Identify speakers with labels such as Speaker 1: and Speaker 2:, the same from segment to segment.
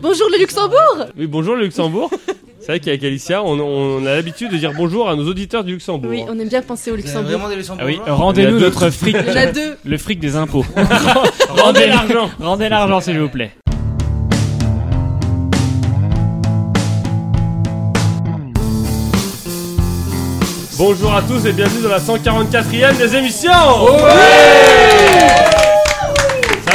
Speaker 1: Bonjour le Luxembourg
Speaker 2: Oui, bonjour le Luxembourg. C'est vrai qu'avec Alicia, on, on a l'habitude de dire bonjour à nos auditeurs du Luxembourg.
Speaker 1: Oui, on aime bien penser au
Speaker 3: Vous avez
Speaker 1: Luxembourg.
Speaker 3: vraiment des
Speaker 4: Ah oui,
Speaker 3: Luxembourgeois
Speaker 2: Il y
Speaker 4: rendez-nous
Speaker 2: a deux.
Speaker 4: notre fric,
Speaker 1: Il y en a deux.
Speaker 4: le fric des impôts.
Speaker 2: Rendez l'argent
Speaker 4: Rendez l'argent, s'il vous plaît.
Speaker 2: Bonjour à tous et bienvenue dans la 144e des émissions Ça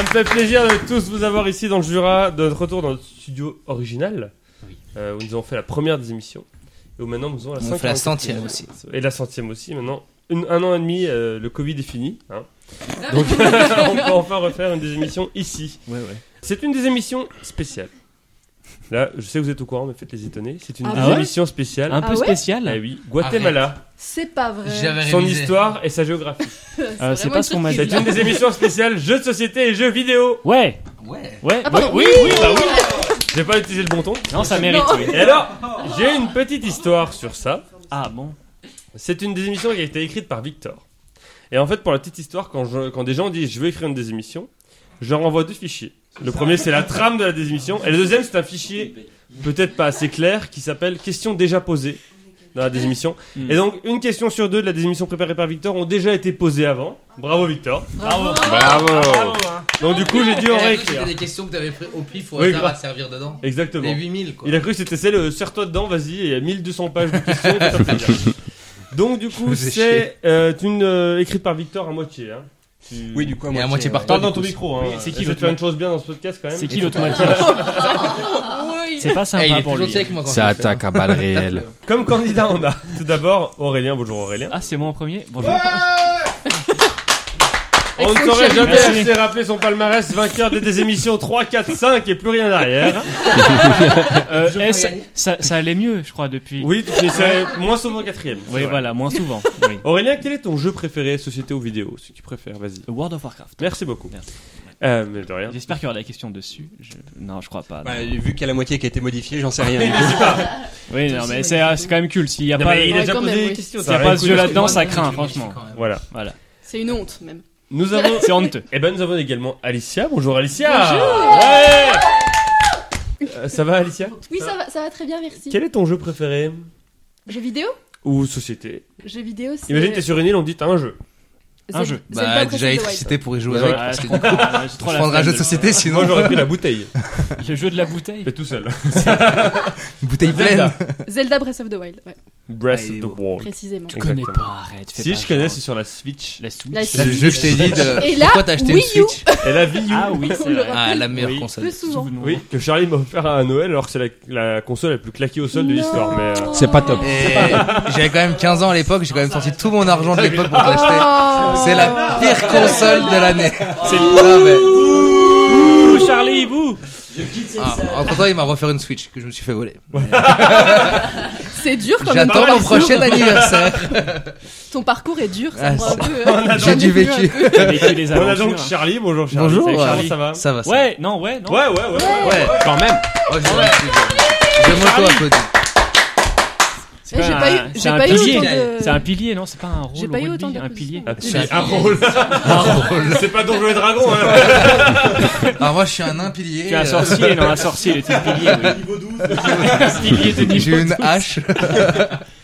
Speaker 2: me fait plaisir de tous vous avoir ici dans le Jura, de notre retour dans notre studio original, euh, où nous avons fait la première des émissions, et où maintenant nous avons la
Speaker 3: On fait la
Speaker 2: 144e.
Speaker 3: centième aussi.
Speaker 2: Et la centième aussi, maintenant. Une- un an et demi, euh, le Covid est fini. hein.
Speaker 1: Ah.
Speaker 2: Donc on peut enfin refaire une des émissions ici. C'est une des émissions spéciales. Là, je sais que vous êtes au courant, mais faites les étonner. C'est une
Speaker 1: Ah
Speaker 2: des
Speaker 4: ouais
Speaker 2: émissions spéciales.
Speaker 4: Un
Speaker 1: Ah
Speaker 4: peu
Speaker 1: ouais
Speaker 4: spécial.
Speaker 2: Eh oui, Guatemala,
Speaker 1: C'est pas vrai.
Speaker 3: J'avais
Speaker 2: son
Speaker 3: révisé.
Speaker 2: histoire et sa géographie.
Speaker 4: Euh, c'est pas ce qu'on m'a
Speaker 2: C'est
Speaker 4: dit.
Speaker 2: une des émissions spéciales jeux de société et jeux vidéo.
Speaker 4: Ouais,
Speaker 3: Ouais.
Speaker 4: ouais,
Speaker 1: Ah, pardon.
Speaker 4: oui, oui, bah oui.
Speaker 2: J'ai pas utilisé le bon ton.
Speaker 4: Non, ça mérite,
Speaker 1: Non.
Speaker 4: oui.
Speaker 2: Et alors, j'ai une petite histoire sur ça.
Speaker 4: Ah bon
Speaker 2: C'est une des émissions qui a été écrite par Victor. Et en fait, pour la petite histoire, quand, je- quand des gens disent je veux écrire une des émissions, je leur envoie deux fichiers. Le premier, c'est la trame de la désémission. Et le deuxième, c'est un fichier peut-être pas assez clair qui s'appelle Questions déjà posées dans la désémission.
Speaker 4: Hmm.
Speaker 2: Et donc, une question sur deux de la désémission préparée par Victor ont déjà été posées avant. Bravo, Victor.
Speaker 4: Bravo.
Speaker 2: Bravo. Donc, du coup, j'ai dû en réécrire.
Speaker 3: C'était des questions que t'avais pris au pif au
Speaker 2: Oui,
Speaker 3: hasard
Speaker 2: grave.
Speaker 3: à te servir dedans.
Speaker 2: Exactement.
Speaker 3: Les 8000 quoi.
Speaker 2: Il a cru que c'était celle, euh, serre-toi dedans, vas-y, et il y a 1200 pages de questions. ça fait plaisir. Donc du coup,
Speaker 3: faisait
Speaker 2: c'est euh, une euh, écrite par Victor à moitié. Hein.
Speaker 5: Oui, du coup, à
Speaker 3: Et
Speaker 5: moitié,
Speaker 3: à moitié
Speaker 5: euh,
Speaker 3: par toi.
Speaker 2: Parle dans ton micro. Hein.
Speaker 4: Oui, c'est qui
Speaker 2: Essaie de
Speaker 4: l'autre
Speaker 2: faire une chose bien dans ce podcast quand même.
Speaker 4: C'est qui l'autre moitié
Speaker 1: Oui.
Speaker 4: C'est
Speaker 3: Eh,
Speaker 4: pas
Speaker 3: il
Speaker 4: sympa
Speaker 3: est
Speaker 4: pour
Speaker 3: plus gentil
Speaker 4: lui.
Speaker 3: avec moi quand
Speaker 5: Ça
Speaker 3: je le fais,
Speaker 5: attaque à balles réelles.
Speaker 2: Comme candidat, on a tout d'abord Aurélien. Bonjour Aurélien.
Speaker 4: Ah, c'est moi en premier Bonjour.
Speaker 2: On ne
Speaker 1: Excellent,
Speaker 2: saurait
Speaker 1: chérie.
Speaker 2: jamais
Speaker 4: Merci.
Speaker 2: assez rappeler son palmarès vainqueur des, des émissions 3, 4, 5 et plus rien derrière.
Speaker 4: Euh,
Speaker 3: Je
Speaker 4: eh,
Speaker 3: vais
Speaker 4: ça,
Speaker 3: gagner.
Speaker 4: ça- ça allait mieux, je crois, depuis.
Speaker 2: Oui, tu finissais moins souvent quatrième. c'est
Speaker 4: Oui,
Speaker 2: vrai.
Speaker 4: voilà, moins souvent. oui.
Speaker 2: Aurélien, quel est ton jeu préféré, société ou vidéo Si tu préfères, vas-y.
Speaker 4: World of Warcraft.
Speaker 2: Merci beaucoup.
Speaker 4: Merci.
Speaker 2: Euh, mais de rien.
Speaker 4: J'espère qu'il y aura des questions dessus. Je- Non, je crois pas. non.
Speaker 5: Bah, vu qu'il y a la moitié qui a été modifiée, j'en sais rien. du coup.
Speaker 4: Oui, non, mais c'est ah, c'est quand même cool. S'il n'y a
Speaker 2: Non,
Speaker 4: pas,
Speaker 2: mais il a
Speaker 1: Ouais,
Speaker 2: déjà
Speaker 1: quand
Speaker 2: posé
Speaker 1: même,
Speaker 2: des
Speaker 1: oui.
Speaker 2: questions.
Speaker 4: S'il y a
Speaker 2: ça
Speaker 4: pas
Speaker 2: rien
Speaker 4: de
Speaker 2: cool.
Speaker 4: jeu
Speaker 3: parce que
Speaker 4: là-dedans,
Speaker 3: moi,
Speaker 4: ça
Speaker 3: je
Speaker 4: craint,
Speaker 3: le modifie
Speaker 4: franchement.
Speaker 3: quand même.
Speaker 2: Voilà.
Speaker 4: Voilà,
Speaker 1: C'est une honte même.
Speaker 2: Nous avons.
Speaker 4: c'est honteux.
Speaker 2: Eh ben, nous avons également Alicia. Bonjour Alicia. Ouais. Euh, ça va Alicia
Speaker 1: Oui, ça va, ça va très bien, merci.
Speaker 2: Quel est ton jeu préféré
Speaker 1: Jeux vidéo
Speaker 2: ou société
Speaker 1: Jeux vidéo, c'est.
Speaker 2: Imagine t'es sur une île, on te dit t'as un jeu.
Speaker 4: un jeu.
Speaker 3: Bah, déjà électricité pour y jouer avec.
Speaker 4: Ah,
Speaker 3: parce
Speaker 4: je
Speaker 3: que-
Speaker 4: comprends, je suis trop
Speaker 3: Je
Speaker 4: la
Speaker 3: prendrai un
Speaker 4: flemme
Speaker 3: jeu de société
Speaker 2: Moi
Speaker 3: sinon.
Speaker 2: j'aurais pris la bouteille.
Speaker 4: Le jeu de la bouteille.
Speaker 2: Mais tout seul.
Speaker 3: Bouteille pleine.
Speaker 2: Zelda.
Speaker 1: Zelda Breath of the Wild, ouais,
Speaker 2: Breath
Speaker 4: Allez,
Speaker 2: of the Wild.
Speaker 1: précisément.
Speaker 4: Je connais
Speaker 2: Exactement.
Speaker 4: pas, arrête. fais
Speaker 2: Si
Speaker 4: pas
Speaker 2: je connais,
Speaker 4: genre.
Speaker 2: c'est sur la Switch.
Speaker 4: la Switch.
Speaker 1: La
Speaker 3: C'est le jeu que je t'ai dit de.
Speaker 1: Et là,
Speaker 3: Pourquoi t'as acheté une
Speaker 1: Wii U.
Speaker 3: Switch
Speaker 2: Et la Wii U.
Speaker 4: Ah oui, c'est vrai.
Speaker 3: Ah, la meilleure
Speaker 2: Oui.
Speaker 3: console.
Speaker 1: Plus souvent.
Speaker 4: Souvenons.
Speaker 2: Oui, que Charlie m'a offert à Noël alors que c'est la, la console la plus claquée au sol de l'histoire. Mais euh,
Speaker 5: C'est pas top.
Speaker 3: Et j'avais quand même 15 ans à l'époque, j'ai quand même sorti tout mon argent de l'époque pour l'acheter.
Speaker 1: Oh.
Speaker 3: C'est la pire console de l'année.
Speaker 2: C'est-
Speaker 3: Non, mais-
Speaker 4: Oh,
Speaker 2: Ouh, Charlie, vous
Speaker 3: entre temps, il m'a refaire une Switch que je me suis fait voler.
Speaker 1: C'est dur quand même.
Speaker 3: J'attends
Speaker 1: ton
Speaker 3: mon
Speaker 1: parcours.
Speaker 3: prochain anniversaire.
Speaker 1: Ton parcours est dur, ça
Speaker 3: Ah,
Speaker 1: me rend un
Speaker 3: c'est-
Speaker 1: peu, euh,
Speaker 3: J'ai
Speaker 1: j'en ai
Speaker 3: du
Speaker 1: vu un
Speaker 3: vécu.
Speaker 1: peu.
Speaker 4: T'as vécu les
Speaker 2: On a
Speaker 4: aventures.
Speaker 2: donc Charlie. Bonjour Charlie.
Speaker 3: Bonjour,
Speaker 2: Salut,
Speaker 3: Charlie.
Speaker 2: Comment ça
Speaker 3: Ça va, ça
Speaker 4: hein. Ouais, non, ouais, non.
Speaker 2: va Ouais, ouais, ouais.
Speaker 3: va. Ouais.
Speaker 5: Quand même.
Speaker 3: Oh, j'ai Je m'auto-applaudis.
Speaker 4: C'est
Speaker 1: Eh,
Speaker 4: pas
Speaker 1: j'ai
Speaker 4: un-
Speaker 1: pas eu-
Speaker 4: c'est
Speaker 1: j'ai
Speaker 4: un
Speaker 1: pas eu
Speaker 4: pilier.
Speaker 1: autant de-
Speaker 4: C'est un pilier, non C'est pas un rôle.
Speaker 1: J'ai
Speaker 4: au
Speaker 1: pas eu
Speaker 4: rugby,
Speaker 1: autant
Speaker 4: un pilier.
Speaker 1: d'applaudissements.
Speaker 2: Ah, C'est un rôle. C'est pas Donjons et Dragons. Hein.
Speaker 3: Ah, Alors moi, je suis un impilier.
Speaker 4: Tu es un sorcier, non Un sorcier, il était pilier. Oui. Niveau 12. pilier de niveau
Speaker 3: euh, J'ai une
Speaker 4: 12.
Speaker 3: hache.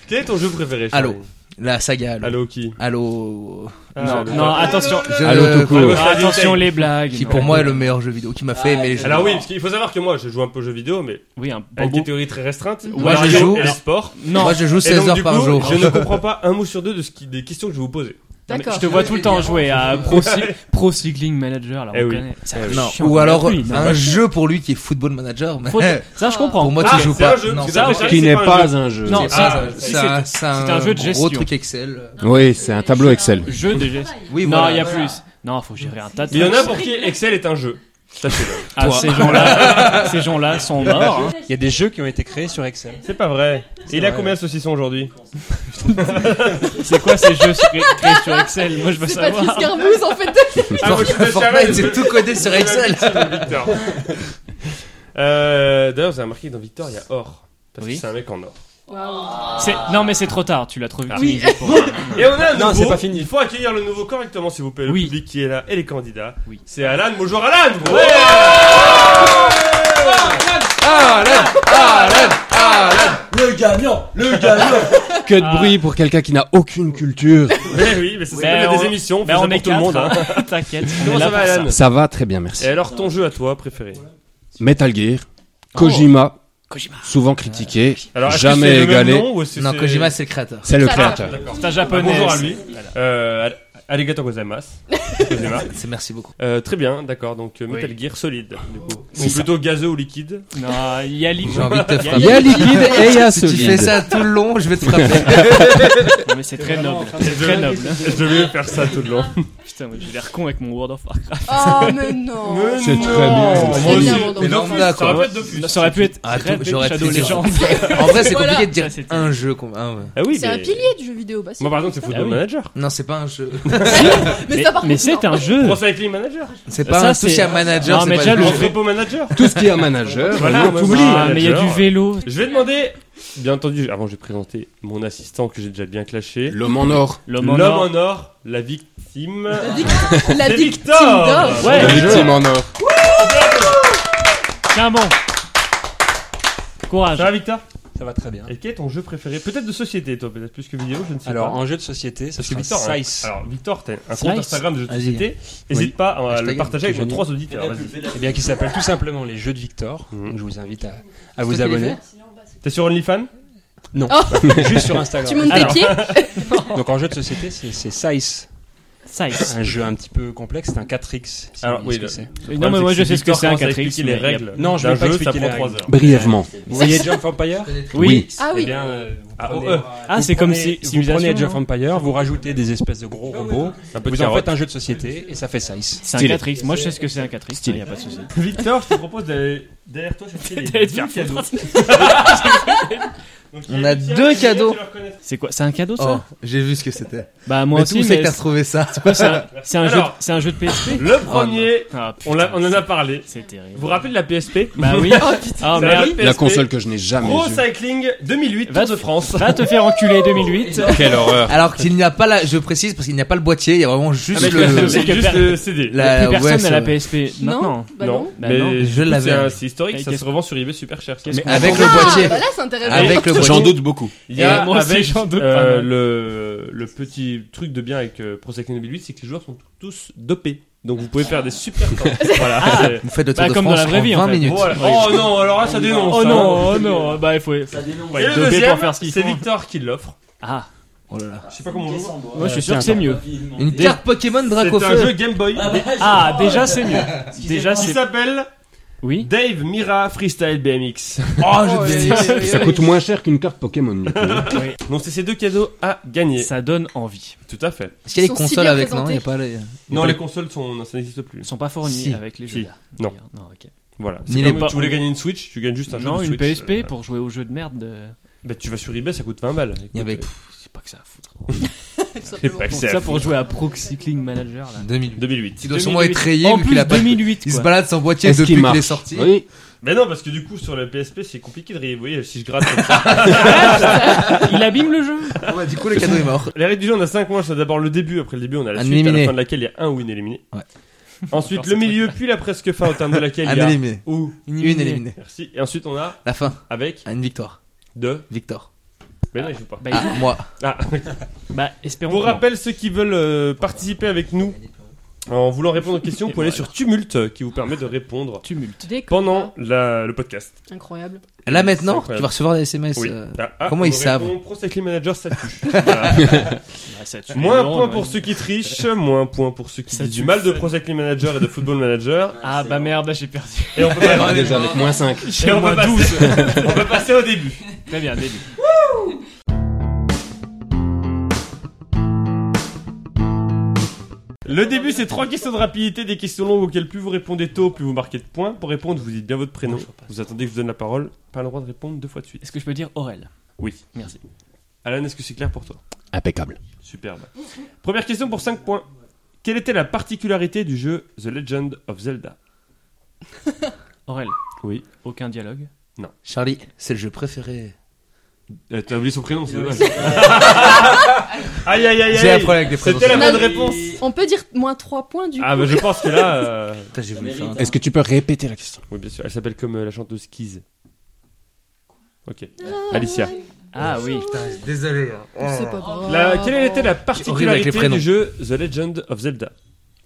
Speaker 2: Quel est ton jeu préféré
Speaker 3: Allô.
Speaker 2: Charlie
Speaker 3: La saga. Allô.
Speaker 2: Allô qui
Speaker 3: Allô.
Speaker 4: Non, non, attention.
Speaker 3: Je-
Speaker 5: Allô, tout court.
Speaker 2: Ah, Allô.
Speaker 4: Ah, Attention les blagues.
Speaker 3: Qui
Speaker 4: non.
Speaker 3: pour moi est le meilleur jeu vidéo qui m'a fait aimer les jeux.
Speaker 2: Alors oui, parce qu'il faut savoir que moi, je joue un peu aux jeux vidéo, mais
Speaker 4: Oui, un
Speaker 2: à une
Speaker 4: bobo.
Speaker 2: catégorie très restreinte.
Speaker 1: Mhm.
Speaker 2: Ou
Speaker 3: Moi,
Speaker 2: alors
Speaker 3: je
Speaker 2: les-
Speaker 3: joue-
Speaker 2: et les sports.
Speaker 4: Non,
Speaker 3: Moi, je joue
Speaker 2: Et
Speaker 3: 16
Speaker 2: donc,
Speaker 3: heures
Speaker 2: du
Speaker 3: par
Speaker 2: coup,
Speaker 3: jour.
Speaker 2: Je ne comprends pas un mot sur deux de ce qui, des questions que je vais vous poser.
Speaker 1: D'accord.
Speaker 4: je te vois tout le temps jouer à Pro, Cy- Pro Cycling Manager. Là, on
Speaker 2: Eh oui.
Speaker 4: connaît. Ça,
Speaker 2: Eh oui.
Speaker 4: chiant,
Speaker 3: Non.
Speaker 4: ça
Speaker 3: Ou
Speaker 4: m'a
Speaker 3: alors euh,
Speaker 4: plu, ça.
Speaker 3: un jeu pour lui qui est Football Manager.
Speaker 4: Faut-
Speaker 3: Mais
Speaker 4: Ça, je
Speaker 3: pour
Speaker 4: comprends.
Speaker 3: moi,
Speaker 2: Ah,
Speaker 3: tu joues
Speaker 2: c'est un
Speaker 3: pas.
Speaker 2: jeu.
Speaker 3: Non,
Speaker 2: c'est
Speaker 3: ça,
Speaker 2: un jeu,
Speaker 4: Qui
Speaker 2: Charlie,
Speaker 5: Qui n'est
Speaker 2: un jeu.
Speaker 5: Ah, pas un jeu.
Speaker 4: Non,
Speaker 3: C'est
Speaker 4: ça,
Speaker 3: un-
Speaker 4: si,
Speaker 3: c'est un-
Speaker 4: c'est-
Speaker 3: c'est un,
Speaker 4: c'est un jeu de gestion.
Speaker 3: gros truc Excel.
Speaker 5: Oui, c'est un tableau Excel.
Speaker 4: jeu de gestion.
Speaker 3: Oui,
Speaker 4: non, il
Speaker 3: voilà.
Speaker 4: y a plus. Non, faut gérer un tas de
Speaker 2: Il y en a
Speaker 4: trucs.
Speaker 2: pour qui Excel est un jeu. Sachez-le.
Speaker 4: Ah, ces gens-là, ces gens-là sont morts. hein.
Speaker 5: Il y a des jeux qui ont été créés sur Excel.
Speaker 2: C'est pas vrai. Et il a
Speaker 3: vrai.
Speaker 2: combien de saucissons aujourd'hui
Speaker 4: C'est quoi ces jeux sur- créés sur Excel Moi, je veux
Speaker 1: C'est Patrice
Speaker 4: savoir.
Speaker 1: Carbouze en fait.
Speaker 2: Ah, moi, je suis
Speaker 3: Fortnite,
Speaker 2: Charlie.
Speaker 3: c'est tout codé sur Excel.
Speaker 2: Victor. Euh, D'ailleurs, vous avez remarqué que dans Victor, il y a or. Parce
Speaker 4: Oui.
Speaker 2: que c'est un mec en or.
Speaker 1: Waouh.
Speaker 4: C'est- Non, mais c'est trop tard. Tu l'as trouvé.
Speaker 1: Oui.
Speaker 4: Ben,
Speaker 2: Et on a un
Speaker 5: Non,
Speaker 2: nouveau.
Speaker 5: c'est pas fini.
Speaker 2: Il faut accueillir le nouveau correctement, s'il vous plaît. Le
Speaker 4: Oui.
Speaker 2: public qui est là et les candidats.
Speaker 4: Oui.
Speaker 2: C'est Alan. Bonjour Alan. Ouais.
Speaker 6: gagnant Le gagnant
Speaker 5: Que de
Speaker 4: Ah.
Speaker 5: bruit pour quelqu'un qui n'a aucune culture.
Speaker 2: Mais oui, mais c'est ça,
Speaker 4: Mais
Speaker 2: il y a des
Speaker 4: on-
Speaker 2: émissions,
Speaker 4: Mais
Speaker 2: on
Speaker 4: on
Speaker 2: pour
Speaker 4: est
Speaker 2: tout le monde.
Speaker 4: quatre,
Speaker 2: hein.
Speaker 4: hein. T'inquiète. on est
Speaker 2: Comment
Speaker 4: là
Speaker 2: ça va,
Speaker 4: pour
Speaker 2: Alan
Speaker 5: Ça va très bien,
Speaker 2: Et
Speaker 5: merci.
Speaker 2: alors, ton jeu à toi préféré
Speaker 5: Metal Gear, Oh. Kojima, souvent critiqué,
Speaker 2: Alors, est-ce que c'est
Speaker 5: jamais
Speaker 2: le même
Speaker 5: égalé.
Speaker 2: nom ou est-ce que
Speaker 3: Non,
Speaker 2: c'est-
Speaker 3: Kojima, c'est le créateur.
Speaker 5: C'est le
Speaker 1: Ça va.
Speaker 5: créateur.
Speaker 2: D'accord.
Speaker 4: C'est un japonais.
Speaker 2: Ah, Bonjour à
Speaker 4: c'est-
Speaker 2: lui. Euh, Arigato gozaimasu. Kojima.
Speaker 3: C'est merci beaucoup.
Speaker 2: Euh, très bien, d'accord. Donc euh, Metal Gear solide, du coup. Ou plutôt gazeux ou liquide.
Speaker 4: Non, il y a Lee.
Speaker 3: J'ai envie de te
Speaker 4: Il y a-
Speaker 5: Il y a
Speaker 3: frapper.
Speaker 5: liquide et il y a
Speaker 3: Si tu fais
Speaker 5: solide.
Speaker 3: ça tout le long, je vais te frapper.
Speaker 4: Non, mais c'est très noble. C'est
Speaker 2: Je-
Speaker 4: très noble.
Speaker 2: Je vais faire ça tout le long.
Speaker 4: Putain, moi, j'ai l'air con avec mon World of Warcraft.
Speaker 1: Oh, mais non. très
Speaker 2: C'est
Speaker 1: bien.
Speaker 2: Moi
Speaker 1: C'est
Speaker 2: aussi.
Speaker 1: bien, mon
Speaker 3: Mais
Speaker 1: nom.
Speaker 3: lambda,
Speaker 2: Ça
Speaker 3: quoi.
Speaker 2: aurait pu être Dofus.
Speaker 4: Ça aurait pu être
Speaker 3: Ah,
Speaker 4: Red
Speaker 3: tout-
Speaker 4: Dead
Speaker 3: j'aurais
Speaker 4: Shadow
Speaker 3: pu dire
Speaker 4: Legends.
Speaker 3: En vrai, c'est compliqué de
Speaker 4: Ça,
Speaker 3: dire
Speaker 4: c'était-
Speaker 3: un jeu. qu'on- ah ouais.
Speaker 2: Ah oui,
Speaker 1: C'est un
Speaker 2: mais-
Speaker 1: pilier du jeu vidéo, bah si.
Speaker 2: Moi, par exemple, c'est
Speaker 4: Ah
Speaker 2: Football
Speaker 4: oui.
Speaker 2: Manager.
Speaker 3: Non, c'est pas un jeu.
Speaker 1: Mais ça, par
Speaker 4: mais
Speaker 1: contre,
Speaker 4: c'est
Speaker 1: non.
Speaker 4: un jeu.
Speaker 2: Pro Cycling Manager.
Speaker 3: C'est
Speaker 4: Ça,
Speaker 3: pas un
Speaker 4: c'est-
Speaker 3: touché à manager.
Speaker 4: Non,
Speaker 3: c'est
Speaker 4: mais
Speaker 3: pas
Speaker 2: Ah
Speaker 4: déjà,
Speaker 3: un
Speaker 4: le-
Speaker 3: jeu.
Speaker 2: Entrepôt Manager.
Speaker 5: Tout ce qui est un manager,
Speaker 2: Voilà,
Speaker 5: non,
Speaker 2: moi,
Speaker 5: t'oublies.
Speaker 4: Ah, mais il y a du vélo.
Speaker 2: Je vais demander, bien entendu, avant j'ai présenté mon assistant que j'ai déjà bien clashé.
Speaker 5: L'homme en or.
Speaker 4: L'homme
Speaker 2: L'homme
Speaker 4: en or.
Speaker 2: en or, la victime.
Speaker 1: La
Speaker 2: C'est
Speaker 1: victime
Speaker 2: Victor.
Speaker 1: d'or.
Speaker 4: Ouais.
Speaker 5: La victime en or.
Speaker 4: Tiens bon. Courage.
Speaker 2: Ça va Victor
Speaker 5: Ça va très bien.
Speaker 2: Et quel est ton jeu préféré Peut-être de société toi, peut-être plus que vidéo, je ne sais
Speaker 5: Alors,
Speaker 2: pas.
Speaker 5: en jeu de société, ça
Speaker 2: Parce que
Speaker 5: sera
Speaker 2: Victor, hein,
Speaker 5: Size.
Speaker 2: alors Victor, t'as un
Speaker 4: Slice.
Speaker 2: compte Instagram de jeux de
Speaker 3: Vas-y.
Speaker 2: société. N'hésite pas à le
Speaker 5: Hashtag
Speaker 2: partager avec nos
Speaker 5: Génie.
Speaker 2: trois auditeurs. vas-y.
Speaker 5: Eh bien, qui s'appelle tout simplement les jeux de Victor.
Speaker 2: Mhm.
Speaker 5: Donc, je vous invite à, à
Speaker 3: C'est
Speaker 5: vous
Speaker 3: toi qui l'as
Speaker 5: abonner.
Speaker 2: T'es sur OnlyFans
Speaker 5: Non,
Speaker 1: Oh.
Speaker 5: juste sur
Speaker 1: Tu
Speaker 5: Instagram.
Speaker 1: montes tes
Speaker 4: Alors.
Speaker 1: pieds
Speaker 5: Donc, en jeu de société, c'est c'est Size,
Speaker 4: Size.
Speaker 5: un jeu un petit peu complexe, c'est un 4X. si
Speaker 2: Alors,
Speaker 5: vous
Speaker 2: oui,
Speaker 5: voyez
Speaker 2: le-
Speaker 5: ce que c'est.
Speaker 4: Non, mais moi je sais ce que c'est un 4
Speaker 2: les règles.
Speaker 5: Non, je
Speaker 2: d'un
Speaker 5: vais pas
Speaker 2: jeu, ça
Speaker 5: expliquer les
Speaker 2: prend trois
Speaker 5: règles.
Speaker 2: heures.
Speaker 5: Brièvement. Vous voyez Age of Empire
Speaker 4: Oui.
Speaker 1: Ah
Speaker 5: Eh
Speaker 1: oui.
Speaker 5: bien, euh, vous
Speaker 2: Ah,
Speaker 5: prenez-
Speaker 2: oh, euh,
Speaker 4: Ah,
Speaker 5: vous
Speaker 4: c'est comme
Speaker 5: prenez-
Speaker 4: si.
Speaker 5: si vous prenez Age of
Speaker 4: civilisation,
Speaker 5: Empire, vous rajoutez des espèces de gros robots,
Speaker 2: Ah un peu de
Speaker 5: vous en
Speaker 2: carotte.
Speaker 5: faites un jeu de société et ça fait Size.
Speaker 4: C'est un
Speaker 5: Stylé.
Speaker 4: 4X. Moi je sais ce que c'est un 4X. Il
Speaker 5: Stylé.
Speaker 4: n'y a pas de souci.
Speaker 2: Victor, je te propose d'aller derrière toi chercher les
Speaker 4: D'aller te faire
Speaker 2: dix cadeaux. Donc, il y
Speaker 3: On a
Speaker 2: les tiens,
Speaker 3: deux
Speaker 2: les tiens,
Speaker 3: cadeaux.
Speaker 2: tu les reconnais.
Speaker 4: C'est quoi C'est un cadeau
Speaker 3: Oh,
Speaker 4: ça
Speaker 3: j'ai vu ce que c'était.
Speaker 4: Bah
Speaker 3: Mais
Speaker 4: moi aussi
Speaker 3: tout c'est
Speaker 4: mais
Speaker 3: que t'as retrouvé ça.
Speaker 4: c'est un- c'est un jeu de-
Speaker 2: Alors.
Speaker 4: c'est un jeu de PSP.
Speaker 2: Le premier,
Speaker 4: Ah, putain,
Speaker 2: on, l'a- on en a parlé.
Speaker 4: C'est terrible.
Speaker 2: Vous vous rappelez de la PSP
Speaker 4: Bah oui. Ah
Speaker 2: C'est un
Speaker 4: merde.
Speaker 2: jeu de
Speaker 5: La
Speaker 2: PSP.
Speaker 5: console que je n'ai jamais
Speaker 2: Pro
Speaker 5: vue.
Speaker 2: Cycling 2008,
Speaker 4: Va
Speaker 2: Tour de
Speaker 4: te-
Speaker 2: France.
Speaker 4: Va te faire enculer 2008.
Speaker 5: Quelle horreur.
Speaker 3: Alors qu'il n'y a pas la, je précise parce qu'il n'y a pas le boîtier, il y a vraiment juste
Speaker 2: Avec
Speaker 3: le.
Speaker 2: le-
Speaker 4: c'est
Speaker 2: c'est
Speaker 4: que
Speaker 2: juste euh,
Speaker 4: per-
Speaker 2: le CD.
Speaker 3: La-
Speaker 4: Plus
Speaker 3: Bah, ouais,
Speaker 4: personne
Speaker 3: ça-
Speaker 4: n'a la PSP maintenant.
Speaker 1: Bah non.
Speaker 2: mais
Speaker 4: Bah non.
Speaker 2: du
Speaker 3: Je
Speaker 2: coup,
Speaker 3: l'avais.
Speaker 2: c'est un- C'est historique,
Speaker 4: Et
Speaker 2: ça
Speaker 4: qu'est-ce-
Speaker 2: se revend sur eBay super cher.
Speaker 4: Qu'est-ce qu'on-
Speaker 3: Avec le
Speaker 1: Ah,
Speaker 3: boîtier.
Speaker 1: bah là, c'est intéressant.
Speaker 3: Avec le boîtier.
Speaker 5: doute beaucoup.
Speaker 2: Il y a
Speaker 4: Et moi aussi,
Speaker 2: avec,
Speaker 4: j'en doute pas,
Speaker 2: euh,
Speaker 4: non.
Speaker 2: le, le petit truc de bien avec euh, Pro Cycling 2008, c'est que les joueurs sont tous dopés. Donc vous pouvez faire des super temps. voilà. c'est-
Speaker 3: Vous faites le tour
Speaker 4: Bah,
Speaker 3: de
Speaker 4: comme
Speaker 3: France
Speaker 4: dans la vraie
Speaker 3: en
Speaker 4: vie, en
Speaker 3: 20
Speaker 4: fait.
Speaker 3: minutes.
Speaker 2: voilà. Oh non, alors là ça dénonce.
Speaker 4: Ah. Oh
Speaker 2: hein.
Speaker 4: non, oh non, bah il faut.
Speaker 2: Et
Speaker 4: Ouais,
Speaker 2: le
Speaker 4: dopé
Speaker 2: deuxième,
Speaker 4: pour faire ce qu'ils
Speaker 2: c'est
Speaker 4: font.
Speaker 2: Victor qui l'offre.
Speaker 4: Ah,
Speaker 3: Oh là là.
Speaker 2: Je sais pas comment on joue.
Speaker 4: moi je suis sûr que c'est mieux.
Speaker 3: Une
Speaker 4: Des-
Speaker 3: carte Pokémon
Speaker 2: C'est un jeu
Speaker 3: Dracofeu.
Speaker 2: Game Boy
Speaker 4: Ah, déjà c'est mieux. Déjà
Speaker 2: qui
Speaker 4: c'est.
Speaker 2: s'appelle
Speaker 4: Oui.
Speaker 2: Dave Mira Freestyle BMX.
Speaker 3: Oh, je déteste.
Speaker 5: Ça coûte moins cher qu'une carte Pokémon. du coup.
Speaker 2: Donc c'est ces deux cadeaux à gagner.
Speaker 4: Ça donne envie.
Speaker 2: Tout à fait.
Speaker 3: Est-ce
Speaker 1: Ils
Speaker 3: qu'il y a les
Speaker 1: sont si
Speaker 3: consoles
Speaker 1: bien
Speaker 3: avec Non, il
Speaker 1: présentés.
Speaker 3: n'y a pas les.
Speaker 2: Non, les consoles sont, non, ça n'existe plus.
Speaker 4: Ils sont pas fournis
Speaker 3: Si.
Speaker 4: avec les
Speaker 2: Si.
Speaker 4: jeux. là.
Speaker 2: Non.
Speaker 4: D'ailleurs. Non, ok.
Speaker 2: Voilà.
Speaker 3: Ni
Speaker 2: C'est
Speaker 3: les
Speaker 2: comme
Speaker 4: pa-
Speaker 2: tu voulais gagner une Switch, tu gagnes juste un jeu
Speaker 4: Non,
Speaker 2: de
Speaker 4: une
Speaker 2: Switch.
Speaker 4: PSP
Speaker 2: Euh,
Speaker 4: pour jouer aux jeux de merde. euh,
Speaker 2: Bah tu vas sur eBay, ça coûte 20 balles.
Speaker 3: Il y avait
Speaker 2: Écoute,
Speaker 4: C'est pas que ça à foutre.
Speaker 2: C'est pas que
Speaker 4: Pour
Speaker 2: c'est
Speaker 4: ça
Speaker 2: à
Speaker 4: pour jouer à Pro Cycling Manager là.
Speaker 3: 2000.
Speaker 2: 2008.
Speaker 3: Il doit sûrement être rayé
Speaker 4: En
Speaker 3: vu
Speaker 4: plus
Speaker 3: qu'il a pas.
Speaker 4: 2008
Speaker 3: Il se
Speaker 4: quoi.
Speaker 3: balade sans boîtier
Speaker 5: Est-ce
Speaker 3: depuis
Speaker 5: qu'il
Speaker 3: qu'il est
Speaker 5: marche
Speaker 3: sorti.
Speaker 5: Oui.
Speaker 2: Mais non, parce que du coup, sur la PSP, c'est compliqué de rayer. Vous voyez, si je gratte. comme ça.
Speaker 4: Il abîme le jeu.
Speaker 3: Bon, bah, du coup, le cadeau est mort.
Speaker 2: les règles du jeu, on a 5 manches. C'est d'abord le début, après le début, on a la
Speaker 3: Un
Speaker 2: suite, à la
Speaker 3: éliminé.
Speaker 2: fin de laquelle il y a un ou une éliminée.
Speaker 3: Ouais.
Speaker 2: Ensuite,
Speaker 4: Encore
Speaker 2: le
Speaker 4: ce
Speaker 2: milieu, puis la presque fin, au terme de laquelle
Speaker 3: Un
Speaker 2: il y a.
Speaker 3: éliminé.
Speaker 2: Ou.
Speaker 3: Une éliminée.
Speaker 2: Merci. Et ensuite, on a
Speaker 3: La fin.
Speaker 2: avec
Speaker 3: Une victoire.
Speaker 2: deux.
Speaker 3: Victor.
Speaker 2: Mais non, il joue pas.
Speaker 4: Bah, il-
Speaker 3: Ah, moi.
Speaker 2: Ah.
Speaker 4: bah, espérons.
Speaker 2: Pour
Speaker 4: que non.
Speaker 2: rappel, ceux qui veulent euh, participer avec nous, en voulant répondre aux questions, vous pouvez aller sur Tumult, euh, qui vous permet de répondre
Speaker 4: Tumulte.
Speaker 2: pendant la- le podcast.
Speaker 1: Incroyable.
Speaker 3: Là
Speaker 2: C'est
Speaker 3: maintenant,
Speaker 2: incroyable.
Speaker 3: tu vas recevoir des SMS.
Speaker 2: Oui.
Speaker 3: euh,
Speaker 2: Ah,
Speaker 3: comment
Speaker 2: on
Speaker 3: ils savent
Speaker 2: répond, Pro Cycling Manager, ça tue. Voilà.
Speaker 4: Bah, ça tue
Speaker 2: Moins
Speaker 4: les
Speaker 2: un
Speaker 4: gens,
Speaker 2: point
Speaker 4: ouais.
Speaker 2: pour ceux qui trichent, moins un point pour ceux qui
Speaker 4: Ça
Speaker 2: disent du
Speaker 4: tue.
Speaker 2: mal de Pro Cycling Manager et de Football Manager.
Speaker 4: Ah bah merde, j'ai perdu.
Speaker 2: Et on peut, pas-
Speaker 5: Ah, Déjà avec moins 5.
Speaker 2: et on peut passer, on peut passer au début.
Speaker 4: Très bien, début.
Speaker 2: Le début, c'est trois questions de rapidité, des questions longues auxquelles plus vous répondez tôt, plus vous marquez de points. Pour répondre, vous dites bien votre prénom. Vous attendez que je vous donne la parole. Pas le droit de répondre deux fois de suite.
Speaker 4: Est-ce que je peux dire Aurel
Speaker 2: Oui.
Speaker 4: Merci.
Speaker 2: Alan, est-ce que c'est clair pour toi
Speaker 5: Impeccable.
Speaker 2: Superbe. Première question pour 5 points. Quelle était la particularité du jeu The Legend of Zelda
Speaker 4: Aurel.
Speaker 2: Oui.
Speaker 4: Aucun dialogue.
Speaker 3: Charlie, c'est le jeu préféré.
Speaker 2: Euh, T'as oublié son prénom, c'est dommage. aïe aïe aïe
Speaker 3: J'ai un
Speaker 2: aïe
Speaker 3: problème avec les prénoms.
Speaker 2: C'était
Speaker 1: Non,
Speaker 2: la bonne
Speaker 1: mais-
Speaker 2: réponse
Speaker 1: On peut dire moins 3 points du coup.
Speaker 2: Ah bah je pense que là... euh,
Speaker 3: Putain, j'ai voulu faire un-
Speaker 5: Est-ce que tu peux répéter la question
Speaker 2: Oui bien sûr, elle s'appelle comme euh, la chanteuse Kiz. Ok. Alicia.
Speaker 4: Ah oui.
Speaker 3: Désolé.
Speaker 5: hein.
Speaker 1: C'est pas grave.
Speaker 2: La- quelle était la
Speaker 3: horrible avec
Speaker 2: particularité
Speaker 3: les prénoms.
Speaker 2: du jeu The Legend of Zelda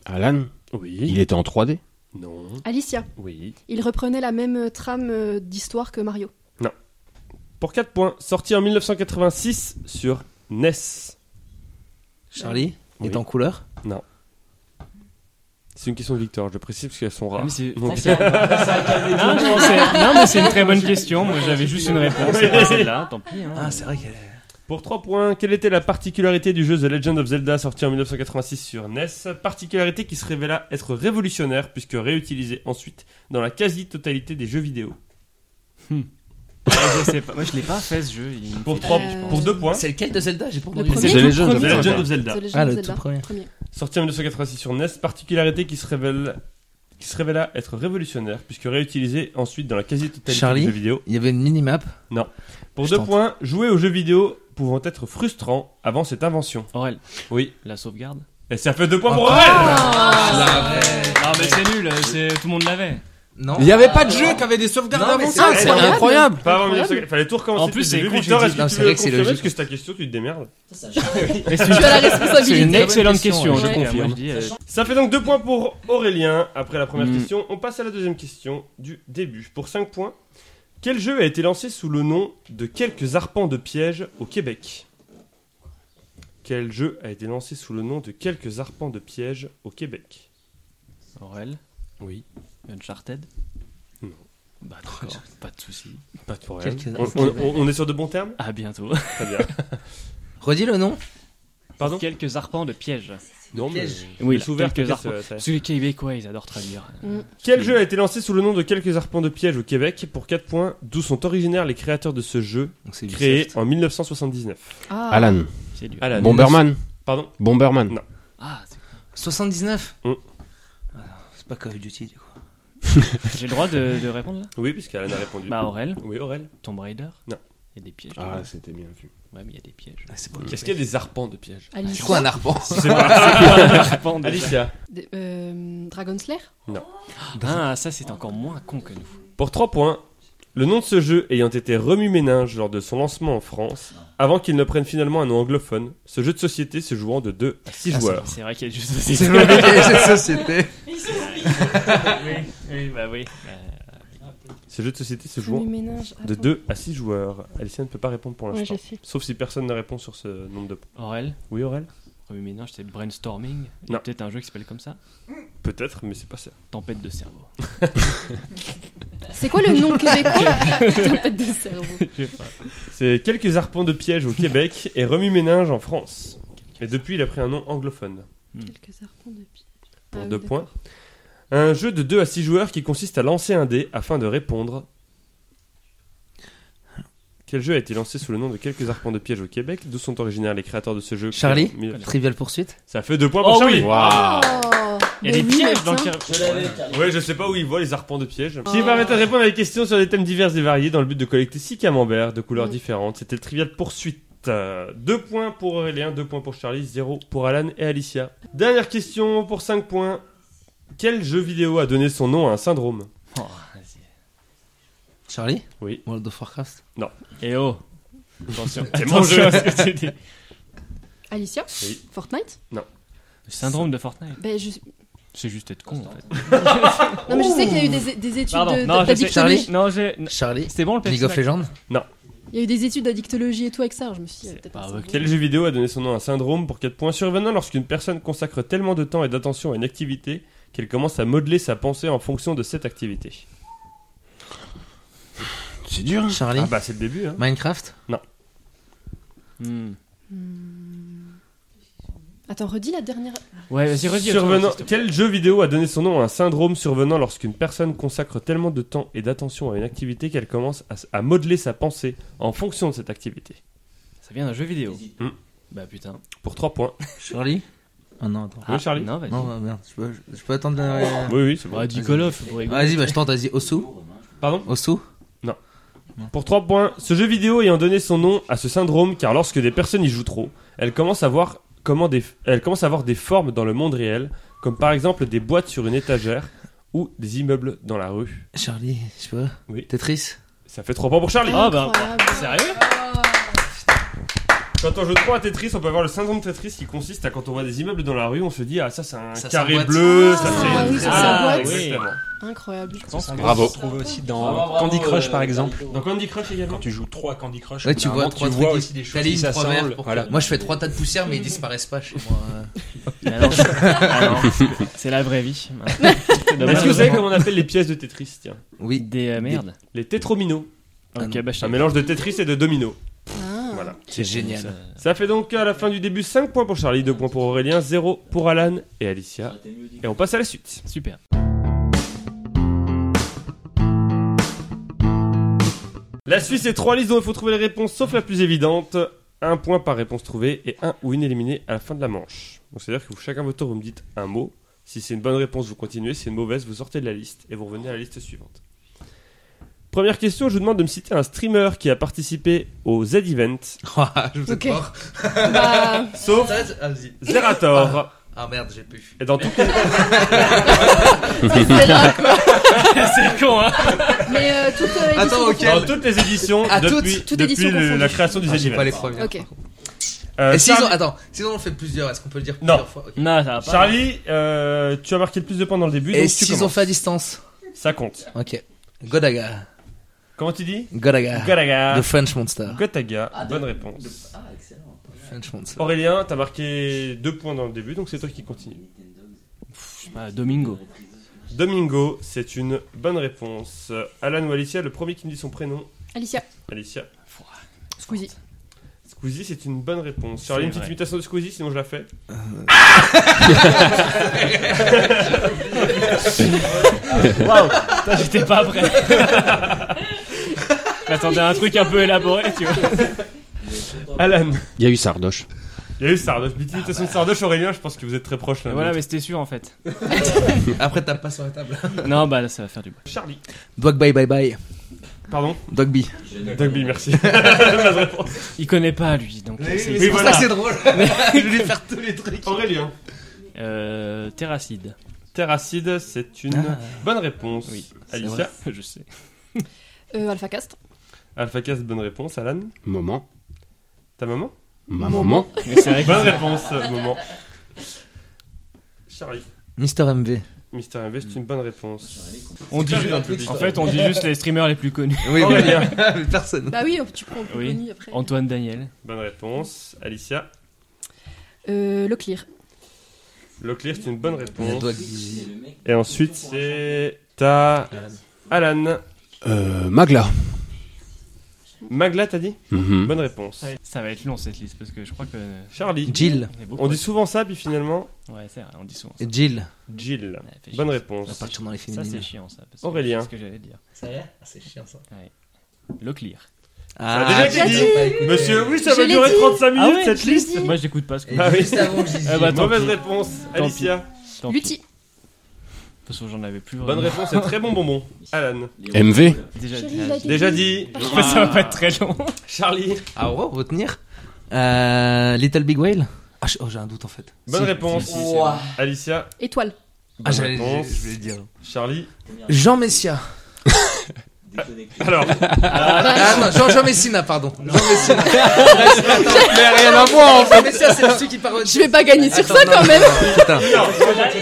Speaker 5: Alan,
Speaker 2: Oui.
Speaker 5: il était en 3D.
Speaker 2: Non.
Speaker 1: Alicia,
Speaker 2: Oui.
Speaker 1: il reprenait la même euh, trame euh, d'histoire que Mario.
Speaker 2: Pour 4 points, sorti en 1986 sur E NES.
Speaker 3: Charlie
Speaker 2: Oui.
Speaker 3: est en couleur.
Speaker 2: C'est une question de victoire, je précise parce qu'elles sont rares.
Speaker 4: mais c'est-
Speaker 2: Donc-
Speaker 4: Non, non, c'est- non, mais c'est une très bonne question. Moi, j'avais juste une réponse. C'est pas celle-là, tant pis. hein.
Speaker 3: Ah, c'est vrai qu'elle est.
Speaker 2: Pour 3 points, quelle était la particularité du jeu The Legend of Zelda sorti en 1986 sur NES Particularité qui se révéla être révolutionnaire puisque réutilisée ensuite dans la quasi-totalité des jeux vidéo.
Speaker 4: Ah, Je sais pas. Moi, je l'ai pas fait ce jeu. Il me
Speaker 2: Pour,
Speaker 4: fait
Speaker 2: trois-
Speaker 1: Euh,
Speaker 2: pour 2 points,
Speaker 3: Hein C'est lequel de Zelda J'ai pas
Speaker 1: entendu. premier
Speaker 5: C'est The Legend
Speaker 2: The
Speaker 5: of
Speaker 1: premier.
Speaker 2: Legend
Speaker 5: Zelda.
Speaker 2: of Zelda.
Speaker 1: The Legend
Speaker 3: Ah,
Speaker 1: of
Speaker 3: le
Speaker 1: Zelda.
Speaker 3: tout premier.
Speaker 2: Sorti en 1986 sur NES, particularité qui se révèle qui se révéla être révolutionnaire puisque réutilisée ensuite dans la quasi-totalité
Speaker 3: Charlie
Speaker 2: des jeux vidéo.
Speaker 3: Il y avait une minimap.
Speaker 2: Pour
Speaker 3: Je
Speaker 2: 2
Speaker 3: tente.
Speaker 2: points, jouer aux jeux vidéo pouvant être frustrant avant cette invention.
Speaker 4: Aurel,
Speaker 2: Oui.
Speaker 4: la sauvegarde
Speaker 2: Et ça fait 2 points pour
Speaker 3: ah,
Speaker 2: elle
Speaker 4: Ah, mais c'est nul, c'est- tout le monde l'avait.
Speaker 3: Non.
Speaker 5: Il n'y avait pas de jeu qui avait des sauvegardes
Speaker 3: Non, Ah, mais
Speaker 5: avant
Speaker 3: c'est-
Speaker 5: ça. C'est
Speaker 1: incroyable.
Speaker 5: incroyable.
Speaker 2: Pas avant
Speaker 1: Incroyable.
Speaker 2: 19... Fallait tout recommencer.
Speaker 4: En plus,
Speaker 2: depuis
Speaker 4: c'est
Speaker 2: le
Speaker 4: con,
Speaker 2: début. Victor,
Speaker 4: je
Speaker 2: est-ce
Speaker 4: dis-
Speaker 2: que
Speaker 3: non,
Speaker 2: tu
Speaker 3: c'est
Speaker 2: veux
Speaker 3: vrai que c'est
Speaker 2: confirmer
Speaker 3: logique.
Speaker 2: Parce que c'est ta question, tu te
Speaker 1: Tu
Speaker 2: démerdes.
Speaker 1: as la
Speaker 4: C'est
Speaker 1: responsabilité.
Speaker 4: une excellente question,
Speaker 3: question,
Speaker 4: je
Speaker 1: ouais.
Speaker 4: confirme. Euh,
Speaker 1: euh,
Speaker 2: Ça fait donc 2 points pour Aurélien après la première
Speaker 4: Mm.
Speaker 2: question. On passe à la deuxième question du début. Pour 5 points, quel jeu a été lancé sous le nom de Quelques arpents de piège au Québec Quel jeu a été lancé sous le nom de Quelques arpents de piège au Québec
Speaker 4: Aurel
Speaker 2: Oui.
Speaker 4: Uncharted
Speaker 2: Non.
Speaker 4: Bah d'accord, pas de soucis.
Speaker 2: Pas de problème.
Speaker 3: Quelques
Speaker 2: On,
Speaker 3: arpents de
Speaker 2: on- on est sur de bons termes
Speaker 4: À bientôt.
Speaker 2: Très bien.
Speaker 3: Redis le nom.
Speaker 2: Pardon
Speaker 4: Quelques arpents de piège.
Speaker 2: Non, mais.
Speaker 4: Oui,
Speaker 2: Laisse ouvert,
Speaker 4: quelques
Speaker 2: peut-être,
Speaker 4: arpents.
Speaker 2: euh, ça-
Speaker 4: Parce que les Québécois, ils adorent traduire.
Speaker 2: Quel jeu a été lancé sous le nom de Quelques arpents de piège au Québec pour 4 points, d'où sont originaires les créateurs de ce jeu
Speaker 3: Donc c'est
Speaker 2: créé
Speaker 3: Ubisoft.
Speaker 2: en 1979
Speaker 1: Ah.
Speaker 5: Alan,
Speaker 4: C'est dur.
Speaker 2: Alan.
Speaker 5: Bomberman.
Speaker 2: Pardon
Speaker 5: Bomberman.
Speaker 2: Non.
Speaker 4: Ah, c'est-
Speaker 3: 79
Speaker 2: Mm.
Speaker 3: Ah, C'est pas Call of Duty du coup.
Speaker 4: j'ai le droit de, de répondre là
Speaker 2: Oui, puisqu'Alan a répondu.
Speaker 4: Bah Aurel,
Speaker 2: Oui, Aurel.
Speaker 4: Tomb Raider
Speaker 2: Non.
Speaker 4: Il y a des pièges.
Speaker 5: Ah, c'était bien vu.
Speaker 4: Ouais, mais il y a des pièges.
Speaker 3: Ah, c'est pas
Speaker 2: Est-ce qu'il y a des arpents de piège
Speaker 3: C'est
Speaker 1: Alicia.
Speaker 3: quoi un arpent
Speaker 4: Arpents de-
Speaker 2: Alicia.
Speaker 1: Des- euh, Dragon Slayer
Speaker 4: Ah, ça c'est encore moins con que nous.
Speaker 2: Pour 3 points, le nom de ce jeu ayant été remue-méninge lors de son lancement en France, avant qu'il ne prenne finalement un nom anglophone, ce jeu de société se jouant de 2 à 6
Speaker 3: Ah,
Speaker 2: joueurs.
Speaker 4: C'est vrai qu'il y a juste
Speaker 3: C'est le jeu de société.
Speaker 4: oui, oui, bah oui.
Speaker 2: Ce jeu de société se
Speaker 1: Premier
Speaker 2: jouant
Speaker 1: ménage.
Speaker 2: de
Speaker 1: Attends.
Speaker 2: 2 à 6 joueurs. Alicia ne peut pas répondre pour
Speaker 1: Ouais,
Speaker 2: l'instant.
Speaker 1: j'ai fait.
Speaker 2: Sauf si personne ne répond sur ce nombre de points.
Speaker 4: Aurel,
Speaker 2: Oui, Aurel
Speaker 4: premier ménage, c'est brainstorming. Il y a
Speaker 2: Non.
Speaker 4: peut-être un jeu qui s'appelle comme ça
Speaker 2: Peut-être, mais c'est pas ça.
Speaker 4: Tempête de cerveau.
Speaker 1: C'est quoi le nom québécois Tempête de cerveau.
Speaker 2: C'est quelques arpents de piège au Québec et remue-méninge en France. Et depuis, il a pris un nom anglophone.
Speaker 1: Quelques arpents de pied.
Speaker 2: Pour
Speaker 1: Ah oui,
Speaker 2: deux
Speaker 1: d'accord.
Speaker 2: points. Un jeu de 2 à 6 joueurs qui consiste à lancer un dé afin de répondre. Quel jeu a été lancé sous le nom de quelques arpents de piège au Québec D'où sont originaires les créateurs de ce jeu
Speaker 3: Charlie
Speaker 2: Mais-
Speaker 3: Trivial poursuite
Speaker 2: Ça fait 2 points pour
Speaker 4: Oh
Speaker 2: Charlie
Speaker 5: Waouh.
Speaker 2: Ah.
Speaker 1: Oh,
Speaker 4: Il y a des
Speaker 1: mais oui,
Speaker 4: pièges dans le
Speaker 1: tiens.
Speaker 4: carré.
Speaker 2: Ouais, je sais pas où ils voient les arpents de piège. Qui permettent de répondre à des questions sur des thèmes divers et variés dans le but de collecter 6 camemberts de couleurs
Speaker 1: Mm.
Speaker 2: différentes. C'était le trivial poursuite. 2 points pour Aurélien, 2 points pour Charlie, 0 pour Alan et Alicia. Dernière question pour 5 points. Quel jeu vidéo a donné son nom à un syndrome
Speaker 4: Oh, vas-y.
Speaker 3: Charlie
Speaker 2: Oui.
Speaker 3: World of Warcraft
Speaker 4: Eh oh Attention,
Speaker 2: C'est mon
Speaker 4: attention
Speaker 2: jeu.
Speaker 4: à ce que tu dis.
Speaker 1: Alicia
Speaker 2: Oui.
Speaker 1: Fortnite
Speaker 4: Le syndrome de Fortnite.
Speaker 1: ben, je...
Speaker 4: C'est juste être con en fait.
Speaker 1: Non, mais je sais qu'il y a eu des, des études
Speaker 4: Pardon,
Speaker 1: de-
Speaker 4: non, je sais.
Speaker 1: d'addictologie.
Speaker 3: Charlie
Speaker 4: Non, j'ai.
Speaker 3: Charlie
Speaker 4: C'était bon le
Speaker 3: League of
Speaker 4: personnage
Speaker 3: Legends
Speaker 1: Il y a eu des études d'addictologie et tout avec ça. Je me suis dit, euh, peut-être
Speaker 4: pas
Speaker 1: pas ça.
Speaker 4: avec
Speaker 2: Quel jeu vidéo a donné son nom à un syndrome pour 4 points survenant lorsqu'une personne consacre tellement de temps et d'attention à une activité qu'elle commence à modeler sa pensée en fonction de cette activité
Speaker 5: C'est dur. hein.
Speaker 3: Charlie
Speaker 2: Ah bah c'est le début hein
Speaker 3: Minecraft
Speaker 4: Hmm.
Speaker 1: Hmm. Attends, redis la dernière.
Speaker 4: Ouais, vas-y, redis.
Speaker 2: Survenant-
Speaker 4: redis,
Speaker 2: Quel jeu vidéo a donné son nom à un syndrome survenant lorsqu'une personne consacre tellement de temps et d'attention à une activité qu'elle commence à, s- à modeler sa pensée en fonction de cette activité
Speaker 4: Ça vient d'un jeu vidéo.
Speaker 2: Hmm.
Speaker 4: Bah putain.
Speaker 2: Pour 3 points.
Speaker 3: Charlie Ah non, attends.
Speaker 2: Oui, Charlie
Speaker 4: Non, vas-y.
Speaker 3: Non, bah, merde, je peux, je- je peux attendre. euh,
Speaker 2: Oui oui c'est bon.
Speaker 4: Bah, dis Call of, pour rigoler.
Speaker 3: Vas-y, bah je tente, vas-y, Osu.
Speaker 2: Pardon
Speaker 3: Osu
Speaker 2: Pour 3 points, ce jeu vidéo ayant donné son nom à ce syndrome, car lorsque des personnes y jouent trop, elles commencent à voir comment des, elles commencent à avoir des formes dans le monde réel, comme par exemple des boîtes sur une étagère ou des immeubles dans la rue.
Speaker 3: Charlie, je peux
Speaker 2: Oui.
Speaker 3: Tetris
Speaker 2: Ça fait 3 points pour Charlie.
Speaker 4: Ah, bah.
Speaker 1: Incroyable.
Speaker 4: Sérieux
Speaker 2: Quand on joue 3 à Tetris, on peut avoir le syndrome Tetris qui consiste à quand on voit des immeubles dans la rue, on se dit Ah, ça c'est un
Speaker 3: Ça, c'est
Speaker 2: carré
Speaker 3: en boîte.
Speaker 2: bleu,
Speaker 1: Ah,
Speaker 2: ça c'est. Ah,
Speaker 1: oui, ça, c'est Ah, en boîte.
Speaker 2: exactement.
Speaker 4: bah.
Speaker 1: Incroyable.
Speaker 5: Bravo.
Speaker 6: On se trouve aussi dans
Speaker 4: Bravo, bravo,
Speaker 6: Candy Crush
Speaker 4: euh,
Speaker 6: par exemple.
Speaker 2: Dans Candy Crush également.
Speaker 6: Quand tu joues 3 Candy Crush, au
Speaker 3: Ouais,
Speaker 6: bout
Speaker 3: tu
Speaker 6: d'un
Speaker 3: vois
Speaker 6: moment,
Speaker 3: trois
Speaker 6: tu
Speaker 3: trucs,
Speaker 6: vois
Speaker 3: aussi des
Speaker 6: ta ligne,
Speaker 3: choses trois
Speaker 6: trois
Speaker 3: verres.
Speaker 6: verres,
Speaker 3: pour
Speaker 6: voilà.
Speaker 3: que- Moi, je fais trois tas de poussière, mais ils disparaissent pas chez moi. euh.
Speaker 4: Ah non, c'est- C'est la vraie vie. C'est dommage.
Speaker 2: Est-ce que vous savez comment on appelle les pièces de Tetris Tiens.
Speaker 3: Oui.
Speaker 4: Des euh, merdes.
Speaker 2: Les tétrominos.
Speaker 3: Ah
Speaker 4: Ok, bah je
Speaker 2: Un
Speaker 4: sais.
Speaker 2: mélange de Tetris et de domino.
Speaker 1: Ah.
Speaker 2: Voilà.
Speaker 3: C'est génial.
Speaker 2: Ça fait donc à la fin du début 5 points pour Charlie, 2 points pour Aurélien, 0 pour Alan et Alicia. Et on passe à la suite.
Speaker 4: Super.
Speaker 2: La Suisse est 3 listes dont il faut trouver les réponses sauf la plus évidente. Un point par réponse trouvée et un ou une éliminée à la fin de la manche. Donc c'est-à-dire que vous, chacun votre tour vous me dites un mot. Si c'est une bonne réponse, vous continuez. Si c'est une mauvaise, vous sortez de la liste et vous revenez à la liste suivante. Première question, je vous demande de me citer un streamer qui a participé au Z-Event,
Speaker 3: je vous ai
Speaker 1: Ok.
Speaker 3: fort.
Speaker 1: Bah,
Speaker 2: sauf
Speaker 3: Ça, c'est- ah, vas-y.
Speaker 2: Zerator.
Speaker 3: Ah merde, j'ai plus.
Speaker 2: Et dans toutes
Speaker 1: c'est là.
Speaker 4: C'est con, hein
Speaker 1: Mais euh, toute euh, édition
Speaker 3: Attends,
Speaker 1: confondue.
Speaker 2: Dans toutes les éditions
Speaker 3: À Ah, toutes,
Speaker 2: depuis,
Speaker 1: toutes
Speaker 2: depuis
Speaker 1: éditions
Speaker 2: le-
Speaker 1: confondues.
Speaker 2: la création du
Speaker 3: Ah, j'ai
Speaker 2: Z-Event.
Speaker 3: pas les premières.
Speaker 1: Ok.
Speaker 2: Euh,
Speaker 3: Et s'ils
Speaker 2: Charlie,
Speaker 3: ont- Attends, sinon on fait plusieurs, est-ce qu'on peut le dire
Speaker 2: Non.
Speaker 3: plusieurs fois Ok.
Speaker 4: Non, ça va pas.
Speaker 2: Charlie, euh, tu as marqué le plus de points dans le début,
Speaker 3: Et
Speaker 2: donc tu
Speaker 3: s'ils ont
Speaker 2: commences.
Speaker 3: fait à distance
Speaker 2: Ça compte.
Speaker 3: Ok. Godaga.
Speaker 2: Comment tu dis
Speaker 3: Godaga.
Speaker 2: Gotaga.
Speaker 3: The French Monster.
Speaker 2: Gotaga, bonne réponse.
Speaker 3: French Monster.
Speaker 2: Aurélien, t'as marqué deux points dans le début, donc c'est toi qui continue.
Speaker 4: Ah, Domingo.
Speaker 2: Domingo, c'est une bonne réponse. Alan ou Alicia, le premier qui me dit son prénom.
Speaker 1: Alicia,
Speaker 2: Alicia.
Speaker 1: Squeezie.
Speaker 2: Squeezie, c'est une bonne réponse. Charlie, une petite
Speaker 4: vrai.
Speaker 2: imitation de Squeezie, sinon je la fais.
Speaker 4: Waouh Putain, J'étais pas prêt. J'attendais un truc un peu élaboré, tu vois.
Speaker 2: Alan.
Speaker 5: Il y a eu Sardoche.
Speaker 2: Il y a eu Sardoche. Petite imitation de Sardoche, Aurélien, je pense que vous êtes très proches. l'un de
Speaker 4: Voilà,
Speaker 2: l'autre.
Speaker 4: mais c'était sûr en fait.
Speaker 3: Après, tape pas sur la table.
Speaker 4: Non, bah là, ça va faire du bruit.
Speaker 2: Charlie.
Speaker 3: Dog bye bye bye.
Speaker 2: Pardon
Speaker 3: Dog bye.
Speaker 2: Dogby, merci. Bonne réponse.
Speaker 4: Il connaît pas lui, donc euh, c'est
Speaker 2: mais
Speaker 3: C'est pour
Speaker 2: voilà.
Speaker 3: ça que c'est drôle. je voulais faire tous les trucs.
Speaker 2: Aurélien.
Speaker 4: Euh. Terracide.
Speaker 2: Terre acide, c'est une bonne réponse.
Speaker 4: Ah. Oui, c'est
Speaker 2: Alicia.
Speaker 4: vrai, Je sais.
Speaker 1: Euh, Alpha Cast.
Speaker 2: Alpha Cast, bonne réponse. Alan,
Speaker 5: Moment.
Speaker 2: ta maman
Speaker 5: Ma maman.
Speaker 4: Mais c'est vrai que.
Speaker 2: Bonne réponse, euh, maman. Charlie.
Speaker 3: Mister MV.
Speaker 2: Mister MV, c'est une bonne réponse.
Speaker 4: On dit
Speaker 2: Super, bien,
Speaker 4: En fait, on dit juste les streamers les plus connus.
Speaker 3: Oui,
Speaker 2: Aurélien.
Speaker 3: mais personne.
Speaker 1: Bah oui, tu prends le plus
Speaker 4: Oui.
Speaker 1: connu après.
Speaker 4: Antoine Daniel.
Speaker 2: Bonne réponse. Alicia.
Speaker 1: Euh, Leclerc.
Speaker 2: Leclerc, c'est une bonne réponse.
Speaker 3: Dog bye.
Speaker 2: Et ensuite, c'est ta. Alan.
Speaker 5: Euh, Magla.
Speaker 2: Magla, t'as dit
Speaker 5: Mhm.
Speaker 2: Bonne réponse.
Speaker 4: Ça va être long cette liste parce que je crois que.
Speaker 2: Charlie.
Speaker 3: Jill.
Speaker 4: On est beaucoup.
Speaker 2: On dit souvent ça, puis finalement,
Speaker 4: Ouais, c'est vrai, on dit souvent. ça.
Speaker 3: Jill.
Speaker 2: Jill.
Speaker 4: Ouais, fait chier.
Speaker 2: Bonne
Speaker 3: On va
Speaker 2: réponse.
Speaker 3: partir dans les
Speaker 4: Ça, c'est
Speaker 3: féminines.
Speaker 4: chiant, ça. parce que
Speaker 2: Aurélien.
Speaker 4: C'est ce que j'allais dire.
Speaker 3: Ça y est C'est chiant ça.
Speaker 4: Le clear.
Speaker 3: Ah,
Speaker 2: a déjà été
Speaker 3: tu
Speaker 2: dit.
Speaker 3: l'as pas écouté.
Speaker 2: Monsieur, oui, ça
Speaker 1: Je
Speaker 2: va
Speaker 1: l'ai
Speaker 2: durer
Speaker 1: dit.
Speaker 2: 35 minutes
Speaker 4: Ah ouais,
Speaker 2: cette liste.
Speaker 4: Moi, je n'écoute pas ce que.
Speaker 3: Et
Speaker 2: Ah oui.
Speaker 3: juste avant, j'y suis.
Speaker 4: Ah bah, tant
Speaker 2: Mauvaise
Speaker 4: pis.
Speaker 2: réponse,
Speaker 4: pis.
Speaker 2: Alicia.
Speaker 4: Tant pis.
Speaker 1: Lutti.
Speaker 4: De toute façon, j'en avais plus.
Speaker 2: Bonne
Speaker 4: vraiment.
Speaker 2: réponse et très bon bonbon. Alan.
Speaker 5: MV.
Speaker 4: Déjà,
Speaker 1: Chérie,
Speaker 4: déjà-
Speaker 1: il a dit-
Speaker 2: Déjà dit.
Speaker 4: Ça va pas être très long.
Speaker 2: Charlie.
Speaker 3: Ah ouais, retenir. Euh, Little Big Whale. Ah, je- oh, j'ai un doute en fait.
Speaker 2: Bonne réponse.
Speaker 4: si, si, c'est
Speaker 3: Ouah.
Speaker 2: Alicia.
Speaker 1: Étoile.
Speaker 3: Ah,
Speaker 2: Bonne
Speaker 3: j'allais
Speaker 2: réponse.
Speaker 3: je vais le dire.
Speaker 2: Charlie.
Speaker 3: Jean Messia.
Speaker 2: Alors,
Speaker 1: Bah,
Speaker 3: Ah non, Jean, Jean Messina, pardon. Jean Messina. Mais rien à voir en fait. Jean Messia, c'est celui qui parodie.
Speaker 1: Je vais pas gagner sur ça quand même.
Speaker 3: Putain.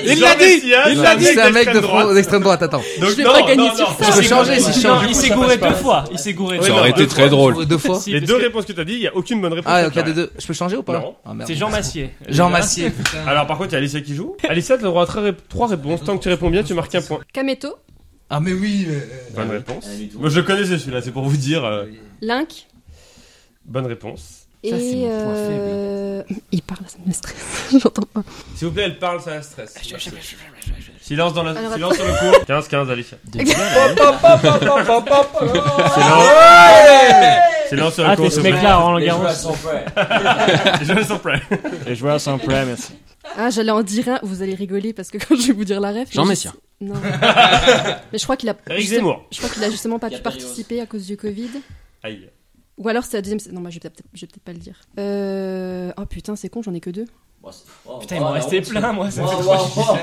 Speaker 2: il
Speaker 3: l'a dit.
Speaker 2: Il l'a dit.
Speaker 3: C'est un mec de
Speaker 2: droite.
Speaker 3: front- d'extrême droite, attends.
Speaker 2: Donc,
Speaker 1: Je vais
Speaker 2: non,
Speaker 1: pas gagner
Speaker 2: non,
Speaker 1: sur
Speaker 2: non.
Speaker 1: ça.
Speaker 3: Je peux changer si je
Speaker 4: Non,
Speaker 3: change.
Speaker 4: il s'est gouré deux fois. Il s'est gouré deux
Speaker 2: Ouais,
Speaker 5: Ça
Speaker 2: non,
Speaker 4: fois.
Speaker 5: aurait été
Speaker 2: deux
Speaker 5: très drôle.
Speaker 3: Deux fois.
Speaker 4: Si,
Speaker 2: Les
Speaker 4: parce
Speaker 2: deux
Speaker 4: que-
Speaker 2: réponses que t'as dit, il n'y a aucune bonne réponse.
Speaker 3: Ah,
Speaker 2: à
Speaker 3: ok, des
Speaker 2: faire.
Speaker 3: deux. Je peux changer ou pas
Speaker 2: Non.
Speaker 3: Ah, merde.
Speaker 4: C'est Jean Massier.
Speaker 3: Jean Massier.
Speaker 2: Alors, par contre, il y a Alicia qui joue. Alicia, t'as le droit à trois ré- trois réponses. Tant que tu réponds bien, tu marques un point.
Speaker 1: Kameto.
Speaker 3: Ah, mais oui. Ah, mais-
Speaker 2: Bonne réponse. Moi, je le connaissais celui-là, c'est pour vous dire. euh,
Speaker 1: Link.
Speaker 2: Bonne réponse.
Speaker 1: Et
Speaker 4: Ça, c'est mon point
Speaker 1: euh, il parle, ça me stresse. J'entends pas.
Speaker 2: S'il vous plaît, elle parle, ça la
Speaker 3: Ah,
Speaker 2: stresse. Silence dans la.
Speaker 1: Alors,
Speaker 2: Silence sur le cours. 15-15, Alicia. Ah Silence sur le
Speaker 4: Ah,
Speaker 2: cours. s'il
Speaker 4: t'es ce
Speaker 2: vous plaît.
Speaker 4: mec-là, Roland Garros.
Speaker 2: Je me sens prêt.
Speaker 4: Les joueurs sont prêts, merci.
Speaker 1: Ah, j'allais en dire un. Vous allez rigoler parce que quand je vais vous dire la ref.
Speaker 5: Jean
Speaker 1: mais je-
Speaker 5: Messia.
Speaker 1: Non. mais je crois qu'il a.
Speaker 2: Eric
Speaker 1: je sais-
Speaker 2: Zemmour.
Speaker 1: Je crois qu'il a justement pas pu participer à cause du Covid.
Speaker 2: Aïe.
Speaker 1: Ou alors c'est la deuxième. Non, bah, je vais peut-être je vais peut-être pas le dire. Euh... Oh putain, c'est con, j'en ai que deux.
Speaker 4: Putain, il m'en restait plein, Ah, moi. Ça me
Speaker 3: Oh,
Speaker 4: fait trop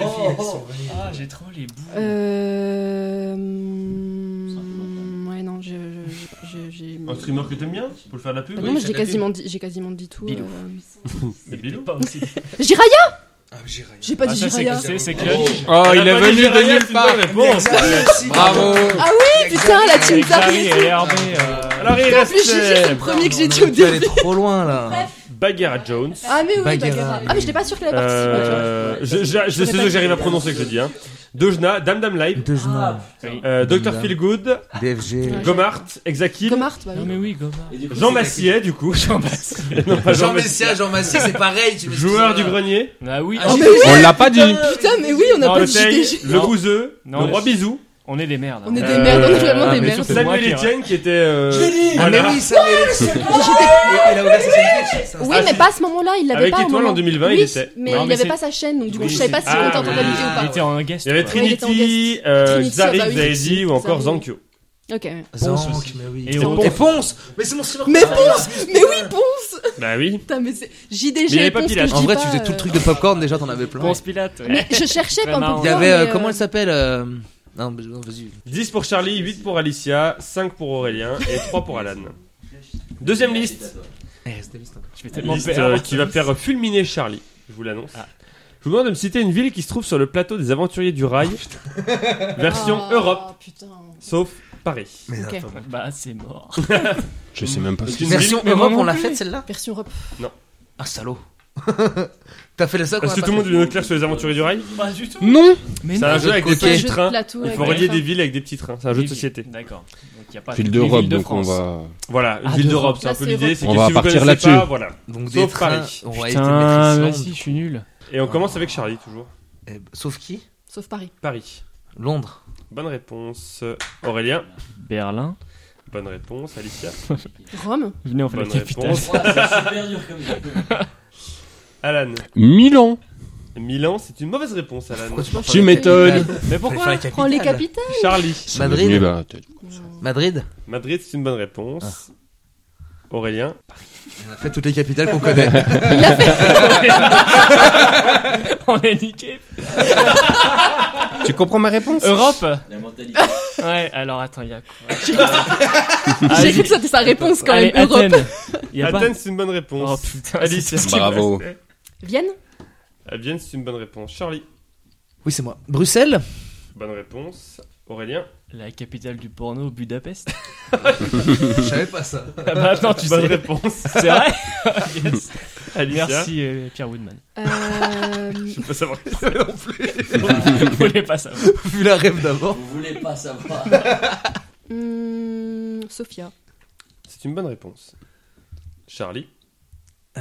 Speaker 4: chier. Ah, j'ai trop les bouts.
Speaker 1: Euh. hum, Ouais, non, je. je- j'ai pas- j'ai- j'ai-
Speaker 2: Un streamer que t'aimes bien Pour le faire de la pub
Speaker 1: Ah
Speaker 3: Oui,
Speaker 1: non, mais
Speaker 3: c'est
Speaker 1: j'ai
Speaker 3: de la
Speaker 1: quasiment, dit, j'ai quasiment dit tout.
Speaker 4: Bilou.
Speaker 1: euh.
Speaker 2: Mais Bilou
Speaker 1: Jiraya
Speaker 3: Ah, Jiraya.
Speaker 1: J'ai pas
Speaker 4: Ah,
Speaker 1: dit
Speaker 4: ça, c'est
Speaker 1: Jiraya.
Speaker 4: que c'est- c'est
Speaker 3: Oh,
Speaker 4: clutch.
Speaker 5: Oh,
Speaker 2: Elle
Speaker 5: il
Speaker 2: a
Speaker 5: est
Speaker 2: pas
Speaker 5: venu
Speaker 2: dit
Speaker 5: de
Speaker 2: Ryan,
Speaker 5: nulle
Speaker 2: c'est
Speaker 5: part.
Speaker 2: une bonne réponse.
Speaker 5: Bravo.
Speaker 1: Oui, putain, la team
Speaker 4: Avec Xavi
Speaker 1: Xavi.
Speaker 4: et Hervé. euh,
Speaker 2: Alors il
Speaker 1: En plus,
Speaker 2: reste
Speaker 1: j'ai dit c'est
Speaker 2: euh,
Speaker 1: le premier que j'ai dit au
Speaker 3: Tu allé
Speaker 1: début.
Speaker 3: trop loin là.
Speaker 2: Bagheera Jones.
Speaker 1: Ah, mais oui,
Speaker 3: Bagheera.
Speaker 1: Bagheera. Ah, mais j'étais pas sûre qu'elle avait participé. tu vois.
Speaker 2: Euh, je- je- je- C'est ceux que j'arrive à prononcer que je dis. Hein. Dojna, Dame Dame Live,
Speaker 3: Deux secondes.
Speaker 2: euh, Dr
Speaker 3: Dame.
Speaker 2: Feelgood,
Speaker 3: DFG.
Speaker 1: Ouais.
Speaker 2: Gomart, Exakil,
Speaker 1: Comme Art, bah
Speaker 4: Non
Speaker 1: oui.
Speaker 4: mais oui, comme
Speaker 2: Jean Massier du coup. Jean Massier. non, pas
Speaker 3: Jean
Speaker 2: Jean Massier.
Speaker 3: Messia, Jean Massier, c'est pareil. tu mets
Speaker 2: Joueur
Speaker 3: tout ça
Speaker 2: du
Speaker 3: là.
Speaker 2: grenier.
Speaker 4: Ah oui,
Speaker 3: Ah,
Speaker 4: oh,
Speaker 3: j'ai-
Speaker 5: On l'a pas dit.
Speaker 1: Putain, mais oui, on n'a
Speaker 2: Non,
Speaker 1: pas
Speaker 2: le
Speaker 1: dit
Speaker 2: Teigne,
Speaker 1: JDG.
Speaker 2: le
Speaker 4: Non.
Speaker 2: Bouzeux,
Speaker 4: Non,
Speaker 2: le
Speaker 4: mais-
Speaker 2: roi Bisou,
Speaker 4: on est des merdes.
Speaker 1: On est
Speaker 2: Euh,
Speaker 1: des merdes, on est vraiment
Speaker 4: ah,
Speaker 1: des
Speaker 4: mais
Speaker 1: merdes.
Speaker 4: C'est moi
Speaker 2: Samuel
Speaker 4: qui-
Speaker 2: Etienne qui était. Euh,
Speaker 3: Ah, mais
Speaker 2: voilà,
Speaker 3: oui, Samuel Etienne. Il a ouvert sa chaîne Twitch, ça.
Speaker 1: Oui,
Speaker 2: Ah,
Speaker 1: mais
Speaker 2: si.
Speaker 1: pas à ce moment-là, il l'avait
Speaker 2: Avec
Speaker 1: pas. au
Speaker 2: Étoile
Speaker 1: moment-
Speaker 2: en 2020, il
Speaker 1: Oui,
Speaker 2: était.
Speaker 1: Mais
Speaker 4: Non,
Speaker 1: il
Speaker 4: mais
Speaker 1: avait
Speaker 4: c'est-
Speaker 1: pas sa chaîne, donc du coup,
Speaker 2: Oui,
Speaker 1: je savais pas
Speaker 2: c'est-
Speaker 1: si on était
Speaker 2: Ah,
Speaker 1: en tentabilité
Speaker 4: Il
Speaker 1: ou
Speaker 4: était en guest.
Speaker 2: Il y avait
Speaker 4: quoi.
Speaker 1: Ouais, il était en
Speaker 2: Trinity, euh,
Speaker 1: Trinity,
Speaker 2: Zarif
Speaker 1: ah bah oui,
Speaker 2: Zaidi ou encore
Speaker 1: Zarif.
Speaker 2: Zankyo.
Speaker 1: pas. Ok. ouais.
Speaker 3: Zank, mais oui.
Speaker 4: Et
Speaker 3: Et
Speaker 4: Ponce.
Speaker 3: Ponce Mais c'est mon streamer
Speaker 1: Mais
Speaker 3: préféré.
Speaker 1: Mais oui, Ponce
Speaker 2: Bah oui.
Speaker 1: Putain, mais c'est
Speaker 2: Mais il y avait
Speaker 1: JDG,
Speaker 2: pas
Speaker 1: Ponce, que
Speaker 2: Pilate.
Speaker 1: je
Speaker 3: En
Speaker 1: dis
Speaker 3: vrai,
Speaker 1: pas,
Speaker 3: tu faisais tout
Speaker 1: euh,
Speaker 3: le truc de popcorn déjà, t'en avais plein.
Speaker 4: Ponce Pilate. ouais.
Speaker 1: Mais je cherchais
Speaker 4: Très
Speaker 1: pas
Speaker 4: marrant.
Speaker 1: pour
Speaker 3: Il y avait. euh, Comment elle s'appelle euh, Non, mais- non, vas-y.
Speaker 2: 10 pour Charlie, 8 pour Alicia, 5 pour Aurélien et 3 pour Alan. Deuxième liste,
Speaker 3: Eh, reste des listes, hein.
Speaker 4: Je vais tellement
Speaker 2: liste
Speaker 4: perdre.
Speaker 2: euh, qui va faire fulminer Charlie, je vous l'annonce. Je vous demande de me citer une ville qui se trouve sur le plateau des aventuriers du rail, version
Speaker 1: Oh.
Speaker 2: Europe,
Speaker 1: putain.
Speaker 2: sauf Paris.
Speaker 3: Mais
Speaker 1: Ok.
Speaker 3: attends.
Speaker 4: Bah c'est mort.
Speaker 5: Je sais même pas ce
Speaker 2: C'est
Speaker 5: que
Speaker 2: une ville-
Speaker 3: Version
Speaker 4: mais
Speaker 3: Europe,
Speaker 4: moi
Speaker 3: on
Speaker 4: non
Speaker 3: l'a
Speaker 4: plus.
Speaker 3: faite celle-là
Speaker 1: Version Europe.
Speaker 3: Ah, salaud. T'as fait la seule qu'on
Speaker 2: Est-ce
Speaker 3: a
Speaker 2: que tout le
Speaker 3: pas fait.
Speaker 2: monde est bien au clair sur les aventuriers du rail
Speaker 4: Pas du tout.
Speaker 5: Non
Speaker 4: Mais
Speaker 2: C'est
Speaker 4: non.
Speaker 2: un jeu avec des
Speaker 3: côté.
Speaker 2: petits
Speaker 1: Jeu de
Speaker 2: trains.
Speaker 1: plateau
Speaker 2: Il
Speaker 1: avec
Speaker 2: faut
Speaker 1: des
Speaker 2: relier
Speaker 1: trains.
Speaker 2: des villes avec des petits trains. C'est un jeu de société.
Speaker 4: D'accord. Donc il y a pas
Speaker 5: Ville
Speaker 4: que les villes
Speaker 5: d'Europe,
Speaker 4: de
Speaker 5: donc on
Speaker 4: France.
Speaker 5: va.
Speaker 2: Voilà, une
Speaker 4: Ah,
Speaker 2: ville
Speaker 4: d'Europe.
Speaker 2: d'Europe, c'est un
Speaker 1: Là,
Speaker 2: peu
Speaker 1: c'est
Speaker 2: l'idée.
Speaker 1: Europe.
Speaker 2: C'est
Speaker 5: On
Speaker 2: que
Speaker 5: va
Speaker 2: si vous
Speaker 5: partir
Speaker 2: connaissez
Speaker 5: là-dessus.
Speaker 2: pas, voilà.
Speaker 3: Donc des
Speaker 2: Sauf
Speaker 3: trains.
Speaker 2: Paris.
Speaker 3: On va éviter
Speaker 4: Putain,
Speaker 3: de
Speaker 4: là,
Speaker 3: mettre
Speaker 4: si, je suis nul.
Speaker 2: Et on commence avec Charlie toujours.
Speaker 3: Islande. Eh, Sauf qui
Speaker 1: Sauf Paris.
Speaker 2: Paris.
Speaker 3: Londres.
Speaker 2: Bonne réponse. euh, Aurélien.
Speaker 4: Berlin.
Speaker 2: Bonne réponse. Alicia.
Speaker 1: Rome.
Speaker 4: Venez, on fait la
Speaker 2: Bonne
Speaker 4: capitale.
Speaker 2: réponse.
Speaker 7: super dur comme jeu.
Speaker 2: Alan.
Speaker 5: Milan.
Speaker 2: Milan, c'est une mauvaise réponse, Alan.
Speaker 5: Tu m'étonnes.
Speaker 2: Mais
Speaker 3: Fallait
Speaker 2: pourquoi
Speaker 3: faire la
Speaker 1: Prends les
Speaker 3: capitale.
Speaker 1: capitales.
Speaker 2: Charlie.
Speaker 5: Ça m'est
Speaker 3: Madrid.
Speaker 5: venu, bah, t'as-
Speaker 3: Madrid.
Speaker 2: Madrid, c'est une bonne réponse.
Speaker 4: Ah.
Speaker 2: Aurélien.
Speaker 3: On a fait toutes les capitales qu'on connaît.
Speaker 4: On est niqué.
Speaker 5: Tu comprends ma réponse
Speaker 4: Europe.
Speaker 7: La mentalité.
Speaker 4: Ouais. Alors attends, il y a quoi
Speaker 1: J'ai
Speaker 4: Allez,
Speaker 1: cru que c'était sa réponse quand
Speaker 4: Ah, allez,
Speaker 1: même. Europe.
Speaker 4: Athènes. Il y a
Speaker 2: Athènes,
Speaker 4: pas.
Speaker 2: c'est une bonne
Speaker 4: Oh
Speaker 2: réponse.
Speaker 4: putain.
Speaker 2: Alicia.
Speaker 5: Bravo.
Speaker 1: Vienne.
Speaker 2: À Vienne, c'est une bonne réponse. Charlie.
Speaker 3: Oui, c'est moi. Bruxelles.
Speaker 2: Bonne réponse. Aurélien.
Speaker 4: La capitale du porno, Budapest.
Speaker 3: Je savais pas ça.
Speaker 4: Ah bah attends, tu
Speaker 2: bonne
Speaker 4: sais.
Speaker 2: réponse.
Speaker 4: C'est vrai Yes.
Speaker 2: Alicia.
Speaker 4: Merci euh, Pierre Woodman.
Speaker 1: Euh,
Speaker 2: Je peux savoir.
Speaker 4: Vous voulez pas savoir.
Speaker 3: Vu la rêve d'avant.
Speaker 7: Vous voulez pas savoir.
Speaker 1: hmm, Sofia.
Speaker 2: C'est une bonne réponse. Charlie.
Speaker 3: Euh,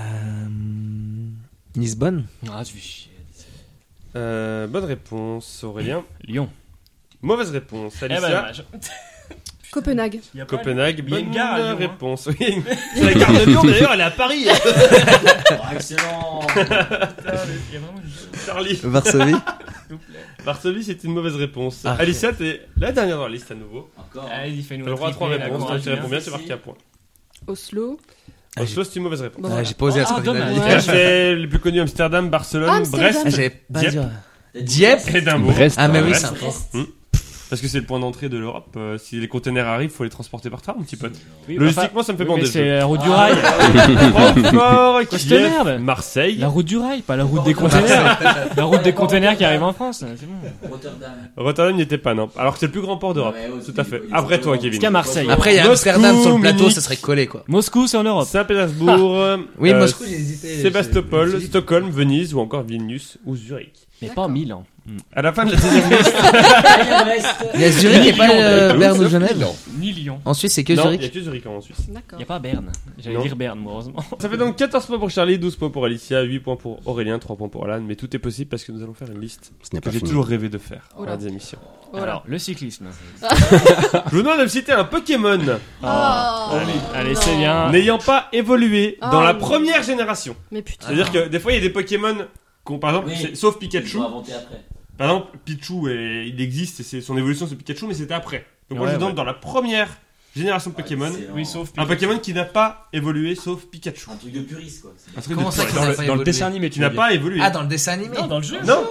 Speaker 3: Lisbonne.
Speaker 4: Ah, tu fais chier.
Speaker 2: Euh, bonne réponse, Aurélien.
Speaker 4: Lyon.
Speaker 2: Mauvaise réponse,
Speaker 4: Eh ben,
Speaker 2: Alicia.
Speaker 4: dommage.
Speaker 1: Copenhague.
Speaker 2: Copenhague,
Speaker 4: Il y a une
Speaker 2: bonne
Speaker 4: gare à Lyon, hein.
Speaker 2: réponse. Oui, il y a une- C'est la gare de Lyon d'ailleurs, elle est à Paris.
Speaker 7: Oh, excellent.
Speaker 4: Il y a vraiment une-
Speaker 2: Charlie.
Speaker 3: Varsovie.
Speaker 2: Varsovie, c'est une mauvaise réponse.
Speaker 3: Ah.
Speaker 2: Alicia, t'es la dernière dans la liste à nouveau.
Speaker 7: Encore. hein.
Speaker 4: Allez, fais-nous
Speaker 2: T'as le droit à 3
Speaker 4: triplé, là, Ah,
Speaker 2: réponses. Toi,
Speaker 4: courage,
Speaker 2: tu réponds
Speaker 4: bien.
Speaker 2: bien, c'est marqué à point.
Speaker 1: Oslo.
Speaker 3: Ah,
Speaker 2: Oslo, c'est une mauvaise réponse.
Speaker 1: Bon, voilà.
Speaker 3: J'ai posé
Speaker 4: Ah,
Speaker 3: à Scandinavie.
Speaker 1: dommage.
Speaker 2: Et après, le plus connu, Amsterdam, Barcelone,
Speaker 1: Amsterdam.
Speaker 3: Ah,
Speaker 2: Brest
Speaker 3: j'avais pas
Speaker 2: Dieppe.
Speaker 3: dit.
Speaker 7: T'as dit
Speaker 3: Dieppe.
Speaker 7: Brest.
Speaker 2: et Edimbourg.
Speaker 5: Brest.
Speaker 3: Ah, mais oui,
Speaker 2: Brest.
Speaker 3: c'est important.
Speaker 2: Parce que c'est le point d'entrée de l'Europe. Euh, si les containers arrivent, faut les transporter par train, mon petit pote.
Speaker 4: Oui, bah, enfin,
Speaker 2: Logistiquement, ça me fait
Speaker 4: oui, mais
Speaker 2: bander.
Speaker 4: c'est
Speaker 2: le jeu.
Speaker 4: la route du
Speaker 7: Ah,
Speaker 4: rail.
Speaker 2: Francfort,
Speaker 4: Quoi, je te
Speaker 2: Kiev,
Speaker 4: merde.
Speaker 2: Marseille,
Speaker 4: La route du rail, pas la route des containers. La route des containers qui arrive en France. là, C'est bon.
Speaker 7: Rotterdam.
Speaker 2: Rotterdam n'y était pas, non. Alors que c'est le plus grand port d'Europe.
Speaker 7: Non, mais ouais,
Speaker 2: Tout à
Speaker 7: c'est-
Speaker 2: fait.
Speaker 7: il-
Speaker 2: Après
Speaker 7: il-
Speaker 2: toi,
Speaker 7: il-
Speaker 2: Kevin.
Speaker 4: Jusqu'à Marseille.
Speaker 3: Après, il y a
Speaker 2: Moscou,
Speaker 3: Amsterdam sur le plateau,
Speaker 2: Munich.
Speaker 3: ça serait collé quoi.
Speaker 4: Moscou, c'est en Europe.
Speaker 2: Saint-Pétersbourg,
Speaker 3: Oui,
Speaker 2: euh,
Speaker 3: Moscou, j'ai hésité.
Speaker 2: Sébastopol, Stockholm, Venise ou encore Vilnius ou Zurich.
Speaker 4: Mais pas en Milan.
Speaker 2: À la fin de la deuxième liste,
Speaker 7: Allez, Brest.
Speaker 3: Il y a Zurich et pas euh, Berne ou Genève.
Speaker 4: Ni Lyon.
Speaker 3: En Suisse, c'est que
Speaker 2: non, il n'y a
Speaker 3: Zurich.
Speaker 2: que Zurich en Suisse.
Speaker 4: Il
Speaker 1: D'accord.
Speaker 4: n'y a pas Berne. J'allais
Speaker 2: Non.
Speaker 4: dire Berne, moi, heureusement.
Speaker 2: Ça fait donc 14 points pour Charlie, 12 points pour Alicia, 8 points pour Aurélien, 3 points pour Alan. Mais tout est possible parce que nous allons faire une liste
Speaker 5: Ce n'est
Speaker 2: que
Speaker 5: pas
Speaker 2: j'ai
Speaker 5: fini.
Speaker 2: toujours rêvé de faire
Speaker 1: Oh là.
Speaker 2: dans des émissions.
Speaker 1: Voilà.
Speaker 4: Alors, le cyclisme.
Speaker 2: Je vous demande de me citer un Pokémon
Speaker 1: Ah,
Speaker 4: allez, allez,
Speaker 1: non.
Speaker 4: c'est bien.
Speaker 2: n'ayant pas évolué
Speaker 1: Ah,
Speaker 2: dans la
Speaker 1: oui.
Speaker 2: première génération.
Speaker 1: Mais putain.
Speaker 2: C'est-à-dire que des fois, il y a des Pokémon. qu'on- Par exemple,
Speaker 7: Oui.
Speaker 2: c'est- sauf
Speaker 7: Ils
Speaker 2: Pikachu,
Speaker 7: l'ont inventé après.
Speaker 2: Par exemple, Pichu, est- il existe, et c'est son évolution c'est Pikachu, mais c'était après. Donc moi,
Speaker 4: Ouais,
Speaker 2: je donne
Speaker 4: ouais.
Speaker 2: dans la première génération de Pokémon,
Speaker 7: Excellent.
Speaker 4: Oui, sauf
Speaker 2: un Pokémon qui n'a pas évolué sauf Pikachu.
Speaker 7: Un truc de puriste quoi.
Speaker 2: Un truc
Speaker 3: Comment
Speaker 2: de
Speaker 3: ça,
Speaker 2: fou.
Speaker 3: qui n'a
Speaker 2: dans,
Speaker 3: pas
Speaker 2: le, dans le
Speaker 3: évolué
Speaker 2: dessin animé, tu n'as pas évolué.
Speaker 3: Ah, dans le dessin animé.
Speaker 4: Non, dans le jeu.
Speaker 2: Non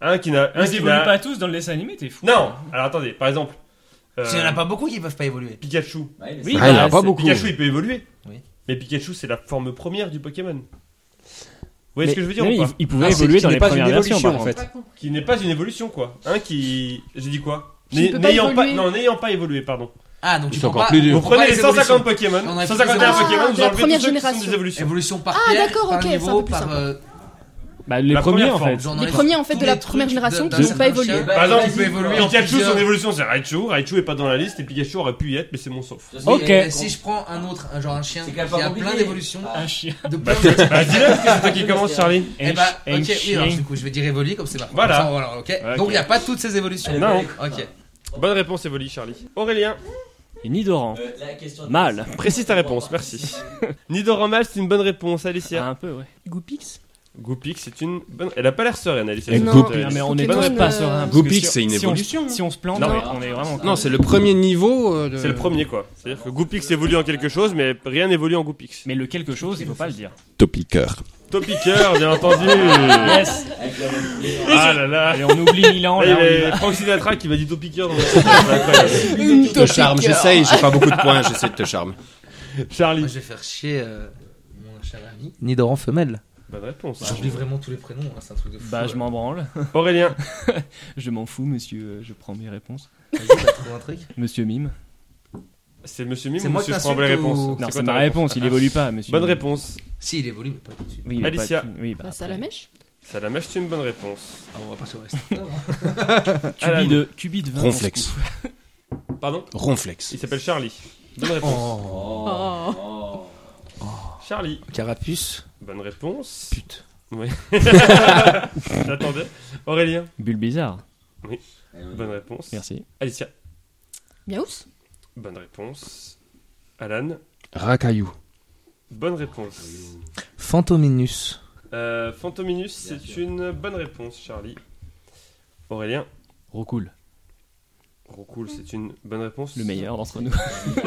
Speaker 2: Un qui n'a... un
Speaker 4: Ils
Speaker 2: qui
Speaker 4: évoluent
Speaker 2: n'a-
Speaker 4: pas tous dans le dessin animé, t'es fou.
Speaker 2: Non Alors attendez, par exemple, euh,
Speaker 3: Il n'y en a pas beaucoup qui peuvent pas évoluer.
Speaker 2: Pikachu.
Speaker 7: Ouais, mais
Speaker 2: Oui,
Speaker 5: Ah, il y en a
Speaker 2: bah,
Speaker 5: pas
Speaker 2: c'est-
Speaker 5: beaucoup.
Speaker 2: Pikachu, il peut évoluer.
Speaker 3: Oui.
Speaker 2: Mais Pikachu, c'est la forme première du Pokémon. Vous voyez
Speaker 4: Mais-
Speaker 2: ce que je veux dire
Speaker 4: mais
Speaker 2: ou
Speaker 4: il,
Speaker 2: pas
Speaker 4: il pouvait
Speaker 5: Ah, c'est
Speaker 4: évoluer
Speaker 5: qu'il
Speaker 4: dans
Speaker 5: n'est
Speaker 4: les
Speaker 5: pas
Speaker 4: premières
Speaker 5: une
Speaker 4: versions,
Speaker 5: évolution,
Speaker 4: par
Speaker 5: en
Speaker 4: contre.
Speaker 2: Qui n'est pas une évolution, quoi. Hein, qui. J'ai dit quoi
Speaker 1: Qui ne peut pas
Speaker 2: N'ayant pas,
Speaker 1: évoluer.
Speaker 2: non, n'ayant pas évolué, pardon.
Speaker 3: Ah, donc tu
Speaker 5: C'est
Speaker 3: prends
Speaker 5: encore
Speaker 3: pas-
Speaker 5: plus dur.
Speaker 2: Vous
Speaker 3: on prend pas
Speaker 2: prenez les 150
Speaker 3: évolutions.
Speaker 2: Pokémon,
Speaker 3: On a plus
Speaker 2: 151
Speaker 1: d'évolutions.
Speaker 2: Pokémon,
Speaker 1: Ah,
Speaker 2: vous
Speaker 1: de la
Speaker 2: enlevez tous
Speaker 1: première
Speaker 2: ceux qui sont
Speaker 1: génération.
Speaker 2: des évolutions.
Speaker 3: Évolution par
Speaker 1: Ah,
Speaker 3: pierre,
Speaker 1: d'accord,
Speaker 3: par
Speaker 1: ok, c'est un
Speaker 3: niveau,
Speaker 1: peu plus
Speaker 3: par,
Speaker 1: simple.
Speaker 3: euh,
Speaker 4: Bah, les
Speaker 2: La
Speaker 4: premiers,
Speaker 2: première
Speaker 4: en fait.
Speaker 2: forme.
Speaker 3: genre dans
Speaker 1: Les premiers, en fait,
Speaker 3: tous
Speaker 1: de la
Speaker 3: les
Speaker 1: première
Speaker 3: trucs
Speaker 1: génération
Speaker 3: d'un-
Speaker 1: n'ont
Speaker 3: d'un
Speaker 1: pas
Speaker 3: certain
Speaker 1: évolué.
Speaker 3: chien.
Speaker 7: Bah,
Speaker 2: Par exemple,
Speaker 7: vas-y,
Speaker 3: il peut évoluer en-
Speaker 2: Pikachu,
Speaker 3: plusieurs.
Speaker 2: son évolution, c'est Raichu. Raichu est pas dans la liste et Pikachu aurait pu y être, mais c'est mon sauf.
Speaker 7: je sais,
Speaker 4: Ok.
Speaker 7: mais
Speaker 3: Si je prends un autre, un genre un chien
Speaker 7: C'est
Speaker 3: qui
Speaker 7: quand
Speaker 3: a
Speaker 7: même pas
Speaker 3: plein
Speaker 7: compliqué.
Speaker 3: d'évolutions,
Speaker 7: Ah.
Speaker 4: Un chien.
Speaker 3: de
Speaker 2: Bah,
Speaker 3: plein
Speaker 2: c'est-
Speaker 3: de-
Speaker 2: bah, dis-le, parce que c'est toi qui commence, Charlie.
Speaker 3: Eh bah,
Speaker 4: Un
Speaker 3: ok, oui, alors
Speaker 4: chien.
Speaker 3: du coup, je vais dire évoluer comme c'est marqué.
Speaker 2: Voilà.
Speaker 3: Comme ça, ok.
Speaker 4: Ok.
Speaker 3: Donc, il n'y a pas toutes ces évolutions.
Speaker 7: Elle est
Speaker 2: Non.
Speaker 7: pas-
Speaker 3: Ah, Ok.
Speaker 2: Bonne réponse, Evoli, Charlie. Aurélien,
Speaker 4: Et Nidoran.
Speaker 7: Euh, la question de-
Speaker 4: Mal.
Speaker 2: précise ta réponse, merci. Nidoran Mal, c'est une bonne réponse, Alicia.
Speaker 4: Un peu, ouais.
Speaker 1: Goupix
Speaker 2: Goupix, c'est une bonne. Elle a pas l'air sereine, Alicia.
Speaker 5: Et
Speaker 2: sur
Speaker 1: Non.
Speaker 2: cette, euh,
Speaker 4: Non, mais on
Speaker 1: Pokémon,
Speaker 4: est pas,
Speaker 1: euh,
Speaker 4: pas serein. parce
Speaker 5: Goupix,
Speaker 4: que si-
Speaker 5: c'est une
Speaker 4: si on-
Speaker 5: évolution. hein.
Speaker 4: Si on se plante,
Speaker 2: Non, mais-
Speaker 4: on est vraiment.
Speaker 5: Non, c'est le premier niveau. euh, de-
Speaker 2: C'est le premier, quoi. C'est-à-dire que Goupix évolue en quelque chose, mais rien n'évolue en Goupix.
Speaker 4: Mais le quelque chose, il faut pas le dire.
Speaker 5: Topiqueur.
Speaker 2: Topiqueur, bien entendu.
Speaker 4: Yes
Speaker 7: Avec la bonne couleur.
Speaker 2: Ah là là.
Speaker 4: Allez, on oublie Milan,
Speaker 2: Là, il
Speaker 4: là, on y
Speaker 2: est
Speaker 4: va.
Speaker 2: Frank Sinatra qui m'a dit Topiqueur. C'est incroyable.
Speaker 5: Je te charme, j'essaye, j'ai pas beaucoup de points, j'essaie de te charmer.
Speaker 2: Charlie.
Speaker 3: Moi, je vais faire chier euh, mon cher ami. Nidoran femelle.
Speaker 2: Bonne réponse.
Speaker 3: Je lis vraiment tous les prénoms, hein, c'est un truc de fou.
Speaker 4: Bah, je m'en branle.
Speaker 2: Aurélien.
Speaker 4: Je m'en fous, monsieur. euh, Je prends mes réponses.
Speaker 3: Vas-y, t'as trouvé un truc
Speaker 4: Monsieur Mime.
Speaker 2: C'est monsieur Mime
Speaker 3: C'est
Speaker 2: ou
Speaker 3: moi
Speaker 2: monsieur
Speaker 3: qui
Speaker 2: je prends les
Speaker 3: t'insulte
Speaker 2: réponses
Speaker 3: ou-
Speaker 4: Non,
Speaker 2: quoi
Speaker 4: c'est
Speaker 2: ta
Speaker 4: ma réponse. Il évolue pas, monsieur.
Speaker 2: Bonne
Speaker 4: Mime.
Speaker 2: réponse.
Speaker 3: Si, il évolue, mais pas tout de suite.
Speaker 4: Oui, il est pas
Speaker 2: Alicia.
Speaker 4: tout- Oui, bah.
Speaker 1: Bah, ça la mèche
Speaker 2: Ça la mèche, c'est une bonne réponse.
Speaker 3: Ah, on va pas sur le reste.
Speaker 2: Alan.
Speaker 4: Cubi de, cubi de vin.
Speaker 5: Ronflex.
Speaker 2: Pardon
Speaker 5: Ronflex.
Speaker 2: Il s'appelle Charlie. Bonne réponse.
Speaker 3: Oh,
Speaker 1: Oh.
Speaker 7: Oh.
Speaker 2: Charlie.
Speaker 3: carapuce.
Speaker 2: Bonne réponse.
Speaker 3: Pute.
Speaker 2: J'attendais. Aurélien.
Speaker 4: Bulle bizarre.
Speaker 2: Bonne réponse.
Speaker 4: Merci.
Speaker 2: Alicia.
Speaker 1: Miaous
Speaker 2: Bonne réponse. Alan.
Speaker 5: Racaillou.
Speaker 2: Bonne réponse.
Speaker 3: Fantominus.
Speaker 2: Euh, Fantominus, c'est une bonne réponse, Charlie. Aurélien.
Speaker 4: Recoule.
Speaker 2: Rocoul, c'est une bonne réponse.
Speaker 4: Le meilleur d'entre nous.
Speaker 7: Oh,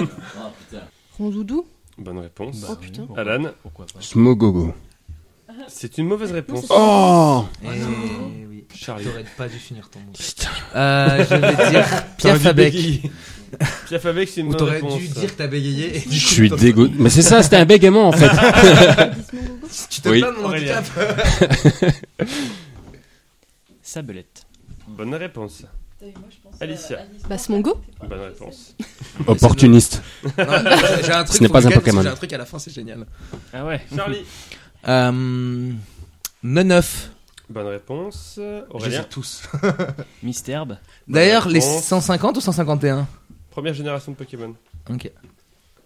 Speaker 7: putain.
Speaker 1: Rondoudou
Speaker 2: Bonne réponse.
Speaker 3: Bah,
Speaker 1: Oh, putain.
Speaker 4: Pourquoi-
Speaker 2: Alan,
Speaker 4: Bah, Pourquoi pas
Speaker 5: Smogogo.
Speaker 2: c'est une mauvaise réponse.
Speaker 1: Non,
Speaker 5: Oh
Speaker 3: Eh oui.
Speaker 2: Charlie.
Speaker 3: T'aurais pas dû finir ton mot. Euh, je vais dire Pierre Fabec.
Speaker 2: Pierre Fabec, c'est une
Speaker 3: Ou
Speaker 2: bonne
Speaker 3: t'aurais
Speaker 2: réponse.
Speaker 3: dû dire que t'as bégayé. et du
Speaker 5: Je
Speaker 3: coup,
Speaker 5: suis
Speaker 3: t'as-
Speaker 5: dégoûté. Mais c'est ça, c'était un bégaiement en fait.
Speaker 3: Tu te
Speaker 5: Oui.
Speaker 3: plains de mon
Speaker 2: Aurélien.
Speaker 3: handicap.
Speaker 4: Sabelette.
Speaker 2: Bonne réponse. Alicia,
Speaker 1: Bah, Smongo
Speaker 2: bonne réponse.
Speaker 5: Opportuniste.
Speaker 3: Non, j'ai- J'ai un truc.
Speaker 5: Ce n'est
Speaker 3: faut
Speaker 5: pas
Speaker 3: que
Speaker 5: un
Speaker 3: je gagne, parce que
Speaker 5: Pokémon.
Speaker 3: J'ai un truc à la fin, c'est génial.
Speaker 4: Ah ouais.
Speaker 2: Charlie,
Speaker 3: Euh, Neneuf.
Speaker 2: bonne réponse.
Speaker 3: Je les ai
Speaker 2: Aurélien,
Speaker 3: tous.
Speaker 4: Misterbe.
Speaker 3: D'ailleurs, les
Speaker 2: réponse.
Speaker 3: 150 ou 151
Speaker 2: première génération de Pokémon.
Speaker 3: Ok.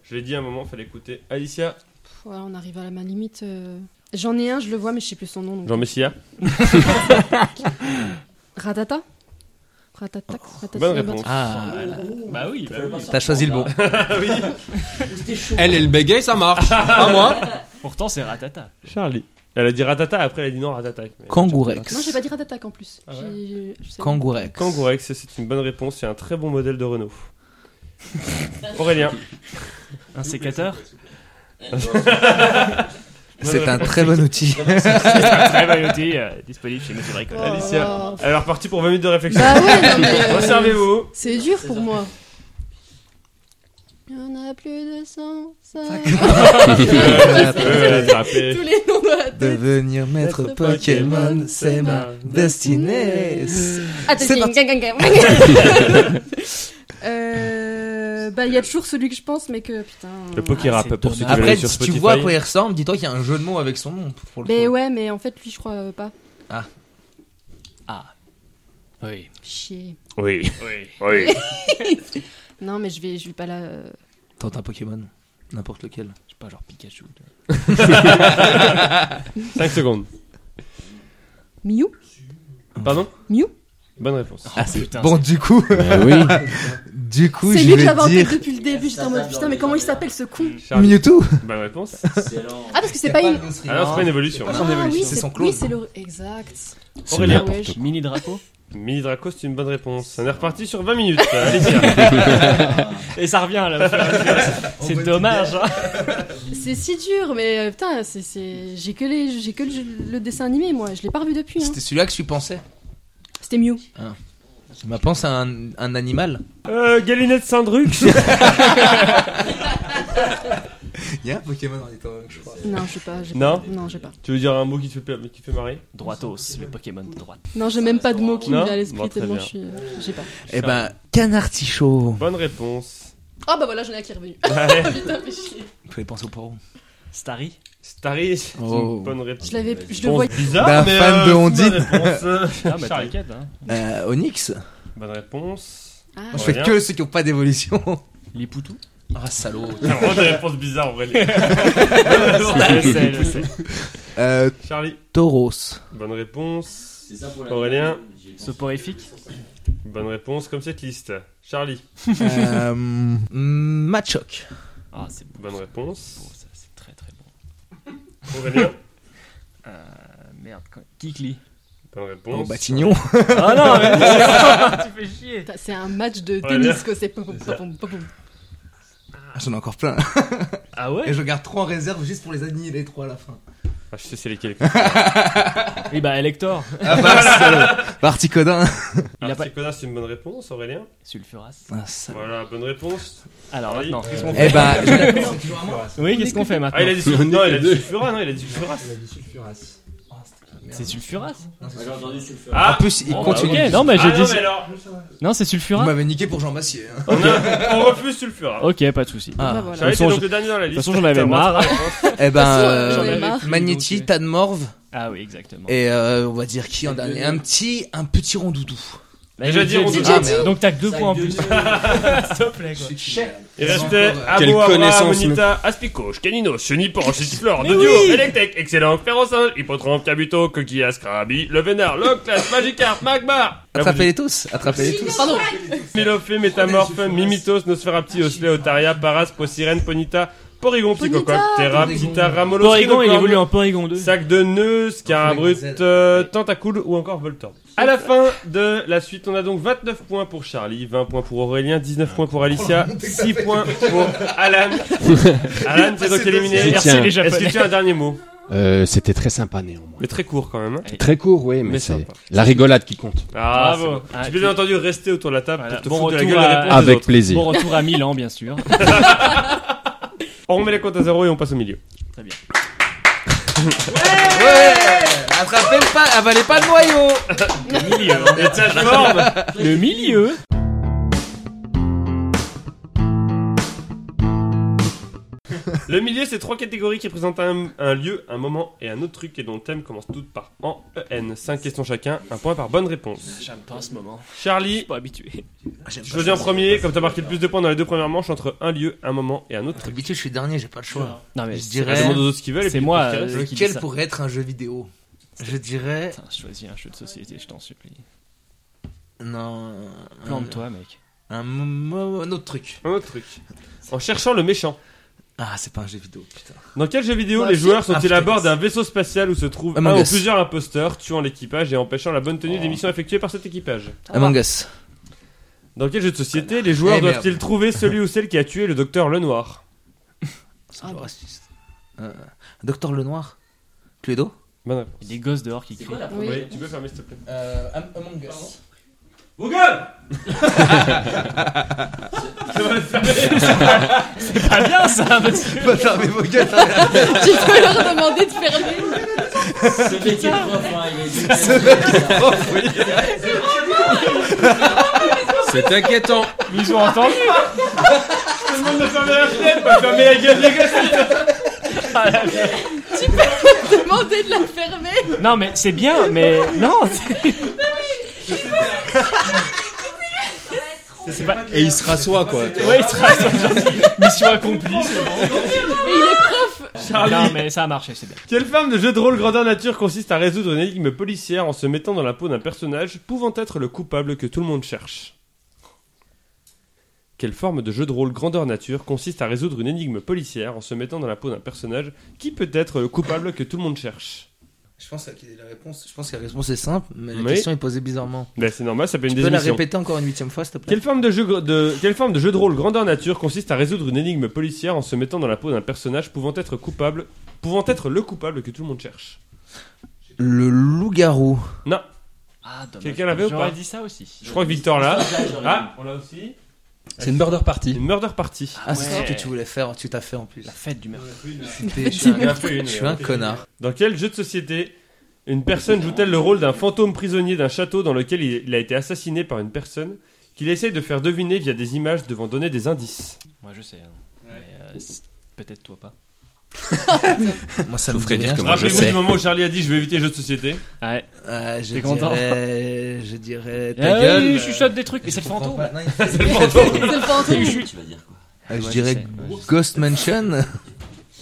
Speaker 2: Je l'ai dit à un moment, fallait écouter. Alicia,
Speaker 1: Pff, voilà, on arrive à la main limite euh. J'en ai un, je le vois, mais je sais plus son nom donc.
Speaker 2: Jean Messia,
Speaker 1: Ratata Ratatax Ratata
Speaker 2: bonne réponse.
Speaker 3: Ah,
Speaker 4: Bah oui, bah oui.
Speaker 3: t'as choisi le bon.
Speaker 2: Ah,
Speaker 5: Elle et le bégaye, ça marche. Pas moi.
Speaker 4: Pourtant, c'est Ratata.
Speaker 2: Charlie. Elle a dit ratata, après elle a dit non ratata. Mais-
Speaker 1: Non, j'ai
Speaker 3: Kangourex.
Speaker 1: pas dit Ratatac en plus.
Speaker 2: Ah ouais.
Speaker 1: J'ai- je sais-
Speaker 3: Kangourex.
Speaker 2: Kangourex, c'est une bonne réponse, c'est un très bon modèle de Renault. Aurélien,
Speaker 4: Un sécateur.
Speaker 3: C'est un très bon outil.
Speaker 4: Très bailloté, euh, disponible chez Monsieur Bricole.
Speaker 2: Alicia.
Speaker 1: Oh.
Speaker 2: Alors parti pour 20 minutes de réflexion.
Speaker 1: Bah ouais, non, mais, euh,
Speaker 2: Conservez-vous.
Speaker 1: C'est dur pour moi. Il y en a plus de 100.
Speaker 2: Euh,
Speaker 1: Tous les noms de la tête.
Speaker 3: Devenir maître
Speaker 1: Maître
Speaker 3: Pokémon,
Speaker 1: Pokémon,
Speaker 3: c'est ma destinée. C'est
Speaker 1: Attends,
Speaker 3: parti.
Speaker 1: Ah, gang, gang, gang. Euh, Bah, il y a toujours celui que je pense, mais que putain.
Speaker 2: Le Pokérap,
Speaker 4: Ah, c'est
Speaker 2: pour ceux qui veulent
Speaker 3: Après,
Speaker 2: aller sur
Speaker 3: si tu
Speaker 2: Spotify.
Speaker 3: vois à quoi il ressemble, dis-toi qu'il y a un jeu de mots avec son nom. Pour le
Speaker 1: Mais
Speaker 3: coup.
Speaker 1: ouais, mais en fait, lui, je crois euh, pas.
Speaker 4: Oui.
Speaker 1: Chier.
Speaker 2: Oui.
Speaker 4: Oui.
Speaker 2: Oui.
Speaker 1: Non, mais je vais, je vais pas là. euh.
Speaker 3: Tente un Pokémon. N'importe lequel.
Speaker 4: Je sais pas, genre Pikachu. tu vois.
Speaker 2: 5 secondes.
Speaker 1: Miou
Speaker 2: Pardon
Speaker 1: Miou
Speaker 2: Bonne réponse.
Speaker 3: Ah,
Speaker 4: c'est- putain,
Speaker 3: Bon,
Speaker 4: c'est-
Speaker 3: du coup,
Speaker 5: Ben oui.
Speaker 3: du coup,
Speaker 1: C'est
Speaker 3: je
Speaker 1: lui que
Speaker 3: vais
Speaker 1: j'avais en tête
Speaker 3: dire
Speaker 1: depuis le début. J'étais en mode putain, mais comment il s'appelle ce con
Speaker 2: Charlie.
Speaker 3: Mewtwo.
Speaker 2: Bonne réponse.
Speaker 7: Excellent.
Speaker 1: Ah, parce que c'est pas une.
Speaker 2: Ah non, c'est pas une évolution.
Speaker 3: son
Speaker 1: Ah oui,
Speaker 3: évolution, c'est
Speaker 1: c'est
Speaker 3: son
Speaker 1: oui,
Speaker 3: clone.
Speaker 1: c'est le. Exact.
Speaker 2: Aurélien.
Speaker 1: Ouais, je-
Speaker 4: Mini drapeau.
Speaker 2: Mini Draco, c'est une bonne réponse. On est reparti sur 20 minutes. euh, Alicia.
Speaker 4: Et ça revient là. au fur et à mesure. c'est dommage. hein.
Speaker 1: C'est si dur, mais euh, putain, c'est- c'est- j'ai que, les... j'ai que le, le dessin animé, moi. Je l'ai pas revu depuis. hein.
Speaker 3: C'était celui-là que je pensais.
Speaker 1: C'était Mew.
Speaker 3: Ah. Tu m'as pensé à un, un animal
Speaker 2: Euh, Galinette Saint-Druc.
Speaker 3: Il y a un Pokémon dans les tomates, je crois.
Speaker 1: Non, je sais pas. j'ai
Speaker 2: Non.
Speaker 1: pas. Non, j'ai pas.
Speaker 2: tu veux dire un mot qui te fait, qui te fait marrer
Speaker 4: Droitos, le Pokémon de droite.
Speaker 1: Non, j'ai même pas de mots qui
Speaker 2: Non
Speaker 1: me vient à
Speaker 2: Bon,
Speaker 1: l'esprit
Speaker 2: très
Speaker 1: tellement
Speaker 2: bien.
Speaker 1: je suis. J'ai pas.
Speaker 3: Eh ben, canartichaud.
Speaker 2: Bonne réponse.
Speaker 1: Ah bah voilà, j'en ai un qui est revenu.
Speaker 2: Ouais.
Speaker 1: Putain, mais chier.
Speaker 3: Vous pouvez penser au poireau.
Speaker 4: Starry
Speaker 2: Starry, c'est
Speaker 3: Oh.
Speaker 2: une bonne réponse.
Speaker 1: Je l'avais. Je le
Speaker 2: Réponse
Speaker 1: voyais.
Speaker 2: bizarre,
Speaker 3: D'un
Speaker 2: mais,
Speaker 3: fan
Speaker 2: euh,
Speaker 3: de
Speaker 2: c'est une
Speaker 3: Ondine.
Speaker 2: Bonne réponse. Euh,
Speaker 4: Ah bah
Speaker 2: Charlie.
Speaker 4: t'inquiète, hein.
Speaker 3: Euh, Onyx
Speaker 2: Bonne réponse.
Speaker 1: Ah,
Speaker 3: Je fais
Speaker 2: Rien.
Speaker 3: que ceux qui n'ont pas d'évolution.
Speaker 4: Les Poutous
Speaker 3: Ah, salaud.
Speaker 2: C'est vraiment des réponses bizarres, en vrai.
Speaker 4: Je sais, je sais.
Speaker 3: Euh,
Speaker 2: Charlie,
Speaker 3: tauros.
Speaker 2: bonne réponse.
Speaker 7: C'est ça pour la
Speaker 2: Aurélien.
Speaker 7: J'ai pensé-
Speaker 4: Soporifique
Speaker 2: Bonne réponse, comme cette liste. Charlie,
Speaker 3: Euh, machoc.
Speaker 4: Ah, c'est bon.
Speaker 2: bonne réponse.
Speaker 4: ça, c'est très très bon.
Speaker 2: Aurélien,
Speaker 4: Euh, merde, quand- Kikli.
Speaker 2: bonne réponse.
Speaker 3: Oh, Batignon.
Speaker 4: Ah non, mais tu fais chier.
Speaker 1: putain, C'est un match de
Speaker 2: Ouais,
Speaker 1: tennis
Speaker 2: merde.
Speaker 1: quoi. C'est. pom, pom, pom, pom, pom.
Speaker 3: J'en ai encore plein.
Speaker 4: Ah
Speaker 3: Et
Speaker 4: ouais
Speaker 3: je garde trois en réserve juste pour les aligner les trois à la fin.
Speaker 2: Ah, je sais c'est lesquels.
Speaker 4: Oui, bah Elector.
Speaker 3: Ah, bah, salaud. Barticodin.
Speaker 4: Il a pas-
Speaker 2: Articoda, c'est une bonne réponse, Aurélien.
Speaker 4: Sulfuras.
Speaker 3: Ah, salaud.
Speaker 2: Voilà, bonne réponse.
Speaker 4: Alors
Speaker 2: Charlie,
Speaker 4: maintenant.
Speaker 2: qu'est-ce qu'on fait
Speaker 3: Eh ben, je-
Speaker 4: Oui, qu'est-ce qu'on fait
Speaker 2: Ah, il
Speaker 4: maintenant
Speaker 2: a dit Sulfura, non, il a dit Sulfura, non, il a dit Sulfura.
Speaker 4: C'est Sulfuras
Speaker 7: Ah, J'ai entendu sur le feu.
Speaker 3: en
Speaker 2: Ah,
Speaker 3: plus, il
Speaker 4: Bon, bah,
Speaker 3: continue.
Speaker 4: ok, non, hein. mais j'ai
Speaker 2: ah,
Speaker 4: dit.
Speaker 2: non, mais alors,
Speaker 4: Non, c'est
Speaker 3: Vous
Speaker 4: Sulfuras
Speaker 3: m'avez niqué pour Jean Massier. hein.
Speaker 2: on, a- on refuse Sulfura.
Speaker 4: Ok, pas de soucis.
Speaker 1: Bah
Speaker 3: Ah.
Speaker 1: voilà.
Speaker 2: Charlie,
Speaker 4: De toute façon,
Speaker 2: t'es donc
Speaker 4: je-
Speaker 2: le dernier dans la liste.
Speaker 4: façon, j'en avais
Speaker 2: T'as le droit de
Speaker 4: marre.
Speaker 2: faire la réponse.
Speaker 3: Eh ben, euh,
Speaker 1: J'en avais
Speaker 4: marre.
Speaker 3: Magnéti,
Speaker 4: Donc,
Speaker 3: Tad Morve.
Speaker 4: Ah oui, exactement.
Speaker 3: Et euh, on va dire qui en dernier Un petit, un petit rondoudou.
Speaker 4: Là,
Speaker 2: Déjà
Speaker 4: il a
Speaker 2: dit, on
Speaker 4: Bah, dit-
Speaker 2: dit-
Speaker 3: Ah, merde.
Speaker 4: Donc t'as que deux
Speaker 7: Ça,
Speaker 4: points en
Speaker 7: deux
Speaker 4: plus.
Speaker 7: minutes.
Speaker 4: S'il te plaît, quoi.
Speaker 2: Il restait Abo,
Speaker 5: Quelle
Speaker 2: Abra,
Speaker 5: connaissance,
Speaker 2: Monita, Aspicoche, Canino, Chenipan, Chitiflore, Dodio, Electek, Excellent, Ferrosinge, Hippotron, Cabuto, Coquilla, Scrabi, Levenard, Loclas, Magikarp, Magmar,
Speaker 3: Attrapez-les tous. Attrapez-les tous.
Speaker 1: Pardon.
Speaker 2: Mélopé, Métamorphe, Mimitos, Nosferapti, Osley, Otaria, Paras, Procyrène, Ponita, Porygon, Psychocoque, Terra, Ptita, Ramolos,
Speaker 4: Porygon, il
Speaker 2: Rhinocorne,
Speaker 4: évolue en Porygon 2.
Speaker 2: Sac de nœuds, Scarabrunt,
Speaker 3: Zèle.
Speaker 2: euh, Tentacool ou encore Voltorb. À la fin de la suite, on a donc 29 points pour Charlie, 20 points pour Aurélien, 19 points pour Alicia,
Speaker 4: Oh,
Speaker 2: 6 points pour Alan. Alan, c'est donc éliminé.
Speaker 4: Merci les
Speaker 5: Tiens.
Speaker 2: Est-ce que
Speaker 4: Japonais.
Speaker 2: tu as un dernier mot
Speaker 5: Euh, C'était très sympa néanmoins.
Speaker 2: Mais très court quand même. hein.
Speaker 5: Très court, oui, mais,
Speaker 2: Mais
Speaker 5: c'est
Speaker 2: sympa.
Speaker 5: la rigolade qui compte.
Speaker 2: Ah,
Speaker 4: Bravo.
Speaker 2: c'est bon.
Speaker 4: Ah,
Speaker 2: tu
Speaker 4: tu-
Speaker 2: peux bien entendu rester autour de la table
Speaker 4: Voilà.
Speaker 2: pour te
Speaker 4: Bon
Speaker 2: foutre de la
Speaker 4: retour
Speaker 2: gueule des
Speaker 4: à-
Speaker 2: réponses des
Speaker 5: Avec
Speaker 2: autres.
Speaker 5: plaisir.
Speaker 4: Bon retour à Milan, bien sûr.
Speaker 2: On remet les comptes à zéro et on passe au milieu.
Speaker 3: Ouais Attrapez le pas, avalez pas le noyau
Speaker 2: Et tiens, je forme
Speaker 4: hein. Le milieu.
Speaker 2: Le milieu, c'est trois catégories qui présentent un, un lieu, un moment et un autre truc et dont le thème commence toutes par en EN. Cinq questions chacun, un point par bonne réponse.
Speaker 4: J'aime pas ce moment.
Speaker 2: Charlie,
Speaker 4: Pas habitué.
Speaker 3: Ah,
Speaker 2: je choisis en premier, comme t'as marqué le plus de points dans les deux premières manches, entre un lieu, un moment et un autre truc.
Speaker 3: D'habitude, je suis dernier, j'ai pas le choix.
Speaker 4: Non mais
Speaker 3: Je
Speaker 4: c'est-
Speaker 2: Ah,
Speaker 3: dirais-
Speaker 2: demande aux autres ce qu'ils veulent. et
Speaker 4: C'est
Speaker 2: puis
Speaker 4: moi,
Speaker 2: ce qui reste.
Speaker 4: euh, qui dit
Speaker 3: Lequel
Speaker 4: ça
Speaker 3: pourrait être un jeu vidéo Je dirais.
Speaker 4: Putain, choisis un jeu de société, je t'en supplie.
Speaker 3: Non.
Speaker 4: Plante-toi, mec.
Speaker 3: Un, un mo- un autre truc.
Speaker 4: euh,
Speaker 2: Un autre truc. En cherchant le méchant.
Speaker 3: Ah, c'est pas un jeu vidéo, putain.
Speaker 2: Dans quel jeu vidéo
Speaker 3: Ouais,
Speaker 2: les
Speaker 3: si.
Speaker 2: joueurs sont-ils
Speaker 3: Ah,
Speaker 2: à bord
Speaker 3: putain.
Speaker 2: d'un vaisseau spatial où se trouvent
Speaker 3: Among
Speaker 2: un ou
Speaker 3: Us.
Speaker 2: plusieurs imposteurs, tuant l'équipage et empêchant la bonne tenue
Speaker 4: Oh.
Speaker 2: des missions effectuées par cet équipage
Speaker 3: Among Us.
Speaker 2: Dans quel jeu de société les joueurs
Speaker 3: Eh, merde.
Speaker 2: doivent-ils trouver celui ou celle qui a tué le docteur Lenoir
Speaker 3: bah, C'est un
Speaker 1: Ah
Speaker 3: peu
Speaker 1: bon.
Speaker 3: raciste. Euh, Docteur Lenoir Cluedo
Speaker 2: Bonne réponse.
Speaker 4: Il y a des gosses dehors qui
Speaker 7: C'est
Speaker 4: crient.
Speaker 7: quoi la
Speaker 1: Oui.
Speaker 2: tu peux fermer s'il te plaît.
Speaker 3: Euh, Among Us.
Speaker 4: Ah bien ça, monsieur.
Speaker 3: Bah, fermez vos gueules, fermez la-
Speaker 1: Tu peux leur demander de fermer.
Speaker 7: Ce mec est prof, hein, il a dit.
Speaker 5: C'est inquiétant.
Speaker 4: Ils ont entendu.
Speaker 2: fermer la gueule, les gars
Speaker 1: Tu peux leur demander de la fermer.
Speaker 4: Non mais c'est bien, mais non. c'est-
Speaker 5: Et il se rassoit, quoi.
Speaker 4: Ouais, il sera mission accomplie. c'est bon.
Speaker 1: Et il est prêt.
Speaker 4: Non mais ça a marché, c'est bien.
Speaker 2: Quelle forme de jeu de rôle grandeur nature consiste à résoudre une énigme policière en se mettant dans la peau d'un personnage pouvant être le coupable que tout le monde cherche Quelle forme de jeu de rôle grandeur nature consiste à résoudre une énigme policière en se mettant dans la peau d'un personnage qui peut être le coupable que tout le monde cherche
Speaker 3: Je pense que la réponse, je pense que la réponse est simple, mais la
Speaker 2: Oui.
Speaker 3: question est posée bizarrement.
Speaker 2: Ben c'est normal, ça peut être
Speaker 3: Tu
Speaker 2: une
Speaker 3: peux la
Speaker 2: démission.
Speaker 3: répéter encore une huitième fois, s'il te plaît
Speaker 2: Quelle forme, de jeu, gr- de, quelle forme de jeu de rôle grandeur nature consiste à résoudre une énigme policière en se mettant dans la peau d'un personnage pouvant être coupable, pouvant être le coupable que tout le monde cherche
Speaker 3: Le loup-garou.
Speaker 4: Ah, dommage.
Speaker 2: Quelqu'un l'avait ou pas
Speaker 4: J'aurais dit ça aussi.
Speaker 2: Je crois que Victor l'a. Ah,
Speaker 7: Ah
Speaker 2: on l'a aussi.
Speaker 5: C'est une murder party.
Speaker 2: Une murder party.
Speaker 3: Ah, c'est
Speaker 4: Ouais.
Speaker 3: ce que tu voulais faire, tu t'as fait en plus.
Speaker 4: La fête du meurtre.
Speaker 3: Je suis un- je suis un
Speaker 2: Dans
Speaker 3: connard.
Speaker 2: quel jeu de société une personne joue-t-elle le rôle d'un fantôme prisonnier d'un château dans lequel il il a été assassiné par une personne qu'il essaye de faire deviner via des images devant donner des indices
Speaker 4: Moi, je sais. hein. Mais, euh, c'est- Peut-être toi pas.
Speaker 3: Moi, ça
Speaker 5: Je
Speaker 3: me ferait
Speaker 5: voudrais dire
Speaker 3: bien.
Speaker 5: que moi, je
Speaker 2: Rappelez-vous
Speaker 5: sais.
Speaker 2: du moment où Charlie a dit je vais éviter les jeux de société.
Speaker 4: Ouais.
Speaker 3: Euh, je
Speaker 4: T'es content
Speaker 3: dirais, je dirais
Speaker 4: Eh
Speaker 3: ta gueule.
Speaker 4: oui, je chuchote des trucs, mais c'est le
Speaker 3: comprends
Speaker 4: fantôme.
Speaker 3: pas. Non, il-
Speaker 7: C'est le
Speaker 1: fantôme.
Speaker 7: Tu vas dire quoi
Speaker 3: Euh, je
Speaker 4: Ouais,
Speaker 3: dirais
Speaker 4: je sais, ouais,
Speaker 3: Ghost Mansion.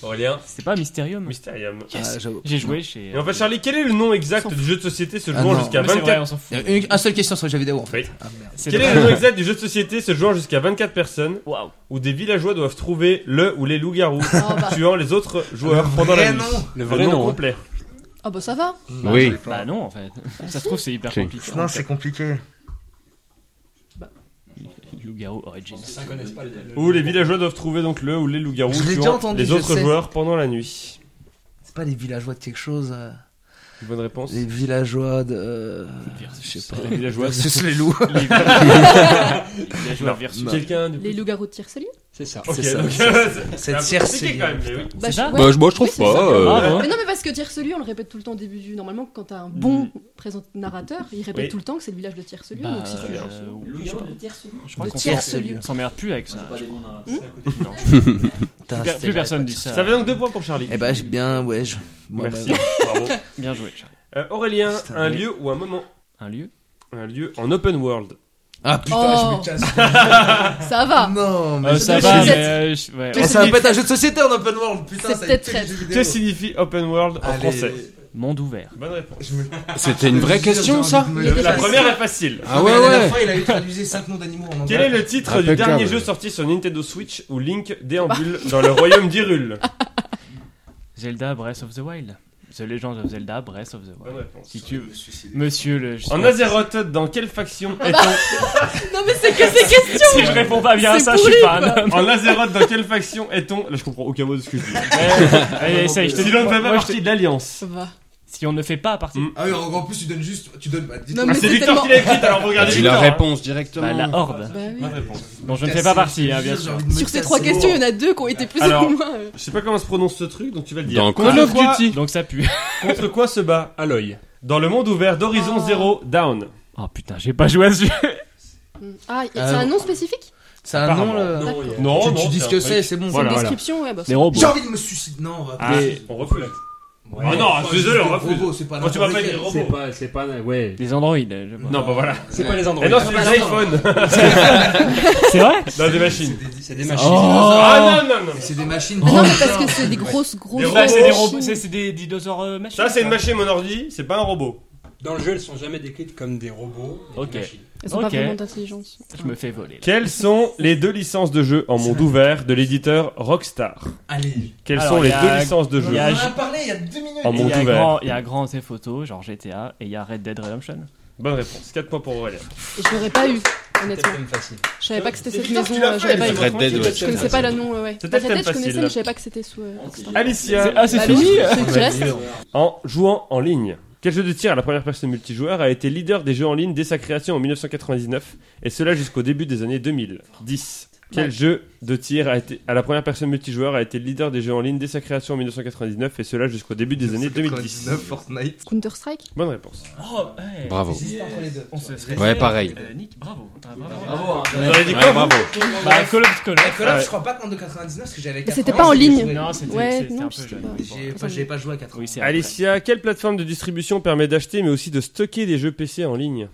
Speaker 2: Aurélien.
Speaker 4: C'était pas Mysterium.
Speaker 2: Mysterium.
Speaker 3: Ah, j'avoue.
Speaker 4: J'ai joué chez.
Speaker 2: Et en fait, Charlie, quel est le nom exact du jeu de société se
Speaker 3: Ah
Speaker 2: jouant
Speaker 3: non.
Speaker 2: jusqu'à
Speaker 4: Mais c'est vrai,
Speaker 2: 24
Speaker 4: on s'en fout.
Speaker 3: Il y a une, un seule question sur le jeu vidéo en fait.
Speaker 2: Oui.
Speaker 3: Ah, merde.
Speaker 4: C'est
Speaker 2: Quel est
Speaker 4: vrai.
Speaker 2: le nom exact du jeu de société se jouant jusqu'à 24 personnes
Speaker 4: Waouh.
Speaker 2: où des villageois doivent trouver le ou les loups-garous
Speaker 1: Ah bah.
Speaker 2: tuant les autres joueurs pendant la
Speaker 3: vrai
Speaker 2: nuit
Speaker 3: nom. hein.
Speaker 5: Le
Speaker 2: Le nom complet.
Speaker 1: Ah bah ça va.
Speaker 5: Oui.
Speaker 4: Bah non, en fait.
Speaker 3: Ah,
Speaker 4: Ça se trouve, c'est hyper
Speaker 5: C'est-
Speaker 4: compliqué.
Speaker 3: Non, c'est compliqué.
Speaker 4: Loup-garou Origins.
Speaker 6: Ça connaissent pas le- le-
Speaker 2: Où les villageois doivent trouver donc le ou les loups-garous
Speaker 3: Je l'ai déjà
Speaker 2: tuant
Speaker 3: entendu,
Speaker 2: les
Speaker 3: je
Speaker 2: autres
Speaker 3: sais.
Speaker 2: joueurs pendant la nuit.
Speaker 3: C'est pas les villageois de quelque chose. euh,
Speaker 2: Bonne réponse.
Speaker 3: Les villageois de. euh, Je sais pas.
Speaker 2: Les villageois.
Speaker 3: Versus les loups.
Speaker 4: Il a joué à versus.
Speaker 3: Non.
Speaker 2: Quelqu'un du
Speaker 1: Les loups-garous de Tiercelli
Speaker 6: C'est ça.
Speaker 2: Ok,
Speaker 3: C'est ça,
Speaker 2: donc-
Speaker 3: c'est
Speaker 2: Ah,
Speaker 3: Cette
Speaker 2: c'est
Speaker 3: tierce.
Speaker 2: compliqué quand même, mais oui.
Speaker 1: Bah,
Speaker 4: C'est
Speaker 1: je-
Speaker 4: ça
Speaker 1: ouais.
Speaker 5: Bah, je- moi,
Speaker 1: Oui,
Speaker 5: je trouve
Speaker 1: c'est
Speaker 5: pas.
Speaker 1: ça.
Speaker 5: euh,
Speaker 4: Bravo.
Speaker 1: Mais non, mais parce que Tiercelli, on le répète tout le temps au début du. Normalement, quand t'as un bon présent- narrateur, il répète
Speaker 2: Oui.
Speaker 1: tout le temps que c'est le village de Tiercelli.
Speaker 4: Bah,
Speaker 1: donc si tu.
Speaker 4: euh,
Speaker 7: Louis
Speaker 4: je sais
Speaker 7: Garou
Speaker 4: pas.
Speaker 7: de Tierce, non
Speaker 4: Je crois
Speaker 3: Le
Speaker 4: qu'on
Speaker 3: tiers
Speaker 4: s'en-
Speaker 3: lieu.
Speaker 4: on s'emmerde plus avec ça.
Speaker 7: C'est pas des bons narrateurs.
Speaker 4: Non.
Speaker 3: Putain,
Speaker 4: Plus-
Speaker 3: c'était
Speaker 4: Plus
Speaker 3: la-
Speaker 4: personne dit ça.
Speaker 2: Ça fait donc deux points pour Charlie.
Speaker 3: Eh bah, j'ai bien, ouais. Je... moi,
Speaker 2: Merci.
Speaker 3: bah,
Speaker 2: Bravo.
Speaker 4: Bien joué, Charles.
Speaker 2: Euh, Aurélien,
Speaker 3: Putain,
Speaker 2: un
Speaker 3: mais-
Speaker 2: lieu ou un moment
Speaker 4: Un lieu
Speaker 2: Un lieu en open world.
Speaker 3: Ah putain, je
Speaker 1: Oh. Ah.
Speaker 3: me casse.
Speaker 1: Ça va.
Speaker 3: Non, mais
Speaker 2: Ah,
Speaker 4: Euh,
Speaker 3: je-
Speaker 4: Ça
Speaker 1: Mais
Speaker 4: va,
Speaker 1: c'est-
Speaker 4: mais. euh, je- ouais.
Speaker 3: Mais ça va pas être un jeu de société en open world. Putain,
Speaker 1: C'est
Speaker 3: ça
Speaker 1: peut-être
Speaker 3: tue les
Speaker 1: traître.
Speaker 3: jeux vidéo.
Speaker 2: Que signifie open world en
Speaker 3: Allez.
Speaker 2: français
Speaker 4: Monde ouvert.
Speaker 2: Bonne réponse.
Speaker 3: Je me-
Speaker 5: C'était une vraie
Speaker 3: Je suis sûr,
Speaker 5: question,
Speaker 3: j'ai
Speaker 5: ça
Speaker 3: envie de me-
Speaker 1: Il était
Speaker 2: La
Speaker 1: facile.
Speaker 2: première est facile.
Speaker 5: Ah
Speaker 3: Non, mais
Speaker 5: ouais,
Speaker 3: La
Speaker 5: ouais.
Speaker 3: dernière fois, il avait traduisé 5 noms d'animaux en
Speaker 2: Quel est le titre du
Speaker 5: Impeccable.
Speaker 2: dernier jeu sorti sur Nintendo Switch où Link déambule
Speaker 4: Ah.
Speaker 2: dans le royaume d'Irul
Speaker 4: Zelda Breath of the Wild. The Legend of Zelda Breath of the
Speaker 2: Bonne
Speaker 4: Wild.
Speaker 2: réponse.
Speaker 4: Si tu veux. Monsieur le. je sais
Speaker 2: En
Speaker 4: pas.
Speaker 2: Azeroth, dans quelle faction
Speaker 4: Ah
Speaker 2: est-on
Speaker 1: Non, mais c'est que ces questions
Speaker 4: Si je réponds pas bien à
Speaker 1: C'est
Speaker 4: ça, je
Speaker 1: pourri,
Speaker 4: suis pas un homme.
Speaker 2: En Azeroth, dans quelle faction est-on Là, je comprends aucun mot de ce que je dis. bah,
Speaker 4: Allez, essaye, je te
Speaker 2: Si l'on ne
Speaker 4: moi,
Speaker 2: fait pas
Speaker 4: moi, je te-
Speaker 2: partie de l'Alliance.
Speaker 1: Ça va.
Speaker 4: Si on ne fait pas partie.
Speaker 2: Mm.
Speaker 3: Ah oui, en en plus, tu donnes juste. Tu donnes. bah, dis-
Speaker 1: Non,
Speaker 2: Ah,
Speaker 1: mais
Speaker 2: c'est
Speaker 1: c'est
Speaker 2: Victor
Speaker 1: tellement.
Speaker 2: qui l'a écrite, alors vous regardez
Speaker 5: Dis
Speaker 2: Victor.
Speaker 5: la
Speaker 2: hein.
Speaker 4: Bah,
Speaker 5: réponse
Speaker 4: la
Speaker 5: directement.
Speaker 4: horde.
Speaker 1: Bah oui.
Speaker 2: Bonne réponse.
Speaker 4: Dont je ne
Speaker 3: Putain,
Speaker 4: fais pas
Speaker 3: c'est-
Speaker 4: partie, hein,
Speaker 3: je
Speaker 4: bien
Speaker 3: jure, j'ai
Speaker 4: sûr.
Speaker 3: envie de me
Speaker 1: Sur ces
Speaker 3: casser.
Speaker 1: trois questions, il y en a deux qui ont été plus
Speaker 2: Alors-
Speaker 1: ou moins. euh.
Speaker 2: Je sais pas comment se prononce ce truc, donc tu vas le dire.
Speaker 5: Dans
Speaker 4: Call
Speaker 5: Call
Speaker 4: of
Speaker 5: of Duty.
Speaker 4: Donc ça pue.
Speaker 2: Contre quoi se bat
Speaker 5: À l'œil.
Speaker 2: Dans le monde ouvert d'Horizon
Speaker 4: Ah.
Speaker 1: Oh.
Speaker 2: Zero Down.
Speaker 4: Oh putain, j'ai pas joué à ce jeu.
Speaker 1: Mm. Ah, y- c'est
Speaker 3: Euh,
Speaker 1: un nom spécifique
Speaker 3: C'est un nom,
Speaker 2: Apparemment.
Speaker 3: le.
Speaker 1: D'accord. C'est
Speaker 2: Non,
Speaker 3: tu, tu dis ce que c'est, c'est bon.
Speaker 2: Voilà,
Speaker 1: une
Speaker 2: voilà.
Speaker 1: description, ouais, bah.
Speaker 4: Des robots.
Speaker 3: J'ai envie de me suicider. Non, on va
Speaker 2: Ah, on refuse. Ah non,
Speaker 3: Enfin,
Speaker 2: désolé, on
Speaker 3: des
Speaker 2: refuse.
Speaker 3: robots, Ah, c'est pas
Speaker 2: Quand tu vas
Speaker 3: n'importe
Speaker 2: pas
Speaker 3: quel.
Speaker 2: dire
Speaker 8: C'est
Speaker 2: robot.
Speaker 8: pas, c'est pas, ouais.
Speaker 4: Des androïdes, je vois.
Speaker 2: Non, bah voilà.
Speaker 8: C'est pas les
Speaker 2: Et
Speaker 3: Oh,
Speaker 8: androïdes.
Speaker 2: non, c'est
Speaker 3: bah,
Speaker 2: des iPhones.
Speaker 4: C'est vrai
Speaker 2: Non, des machines.
Speaker 3: C'est des machines.
Speaker 4: Oh
Speaker 2: Ah non, non, non.
Speaker 3: C'est des machines.
Speaker 1: Ah non, mais parce que c'est des grosses, grosses.
Speaker 2: Des
Speaker 4: Ça,
Speaker 2: robots.
Speaker 4: c'est des
Speaker 1: machines.
Speaker 4: robots, c'est c'est des dinosaures euh, machines.
Speaker 2: Ça, c'est une machine, mon ordi, c'est pas un robot.
Speaker 8: Dans le jeu, elles sont jamais décrites comme des robots. mais des
Speaker 4: Ok.
Speaker 8: machines.
Speaker 1: Elles ont pas
Speaker 4: Ok.
Speaker 1: vraiment d'intelligence.
Speaker 4: Je me fais voler. là.
Speaker 2: Quelles sont les deux licences de jeu en monde ouvert de l'éditeur Rockstar
Speaker 3: Allez.
Speaker 2: Quelles
Speaker 4: Alors,
Speaker 2: sont les
Speaker 4: il y a-
Speaker 2: deux licences de
Speaker 4: il y
Speaker 2: jeu
Speaker 4: a-
Speaker 3: On en a parlé il y a deux minutes.
Speaker 2: en
Speaker 4: Il
Speaker 2: monde
Speaker 4: y, a
Speaker 2: ouvert
Speaker 4: grand, il y a Grand Theft Auto, genre GTA, et il y a Red Dead Redemption.
Speaker 2: Bonne réponse. 4 points pour Aurélien.
Speaker 1: Et je l'aurais pas eu, honnêtement.
Speaker 8: Thème facile.
Speaker 1: Je savais pas que c'était
Speaker 2: C'est
Speaker 1: cette
Speaker 2: Victor
Speaker 1: maison.
Speaker 2: qui l'a
Speaker 1: euh,
Speaker 2: fait,
Speaker 1: J'avais pas
Speaker 2: mais
Speaker 1: eu.
Speaker 2: c'est
Speaker 5: Red Dead.
Speaker 1: Je connaissais pas le nom, ouais, ouais.
Speaker 2: C'était
Speaker 1: Bah,
Speaker 2: le thème
Speaker 1: Red Dead, je connaissais,
Speaker 2: facile.
Speaker 1: mais je savais pas que c'était sous. euh, Rockstar.
Speaker 2: Alicia,
Speaker 4: Ah, c'est
Speaker 1: Bah,
Speaker 4: fini
Speaker 1: le- Celui qui reste.
Speaker 2: en jouant en ligne. Quel jeu de tir à la première personne multijoueur a été leader des jeux en ligne dès sa création en 1999 et cela jusqu'au début des années 2010 Quel
Speaker 1: Ouais.
Speaker 2: jeu de tir a été, à la première personne multijoueur a été leader des jeux en ligne dès sa création en 1999 et cela jusqu'au début des années 2010
Speaker 3: Fortnite.
Speaker 1: Counter-Strike
Speaker 2: Bonne réponse.
Speaker 4: Oh, hey.
Speaker 5: Bravo.
Speaker 3: Juste entre les deux.
Speaker 4: On se serait
Speaker 5: Ouais, pareil.
Speaker 4: Euh, Nick, bravo. Bravo.
Speaker 7: Bravo, hein.
Speaker 2: Vous auriez dit
Speaker 5: Ouais,
Speaker 2: quoi, vous
Speaker 5: bravo.
Speaker 4: Bah, Call of Call
Speaker 3: La
Speaker 4: of.
Speaker 3: Call of,
Speaker 2: Ouais.
Speaker 3: je crois pas qu'en 2,99 parce que j'avais.
Speaker 1: Mais c'était pas en
Speaker 3: 80,
Speaker 1: ligne.
Speaker 3: j'ai joué.
Speaker 4: Non, c'était
Speaker 1: Ouais,
Speaker 4: c'était
Speaker 1: non,
Speaker 4: un
Speaker 1: je
Speaker 4: peu
Speaker 1: sais
Speaker 4: jeune.
Speaker 1: pas.
Speaker 3: J'ai enfin, j'avais pas joué à 80.
Speaker 4: Oui, c'est après.
Speaker 2: Alicia, quelle plateforme de distribution permet d'acheter mais aussi de stocker des jeux PC en ligne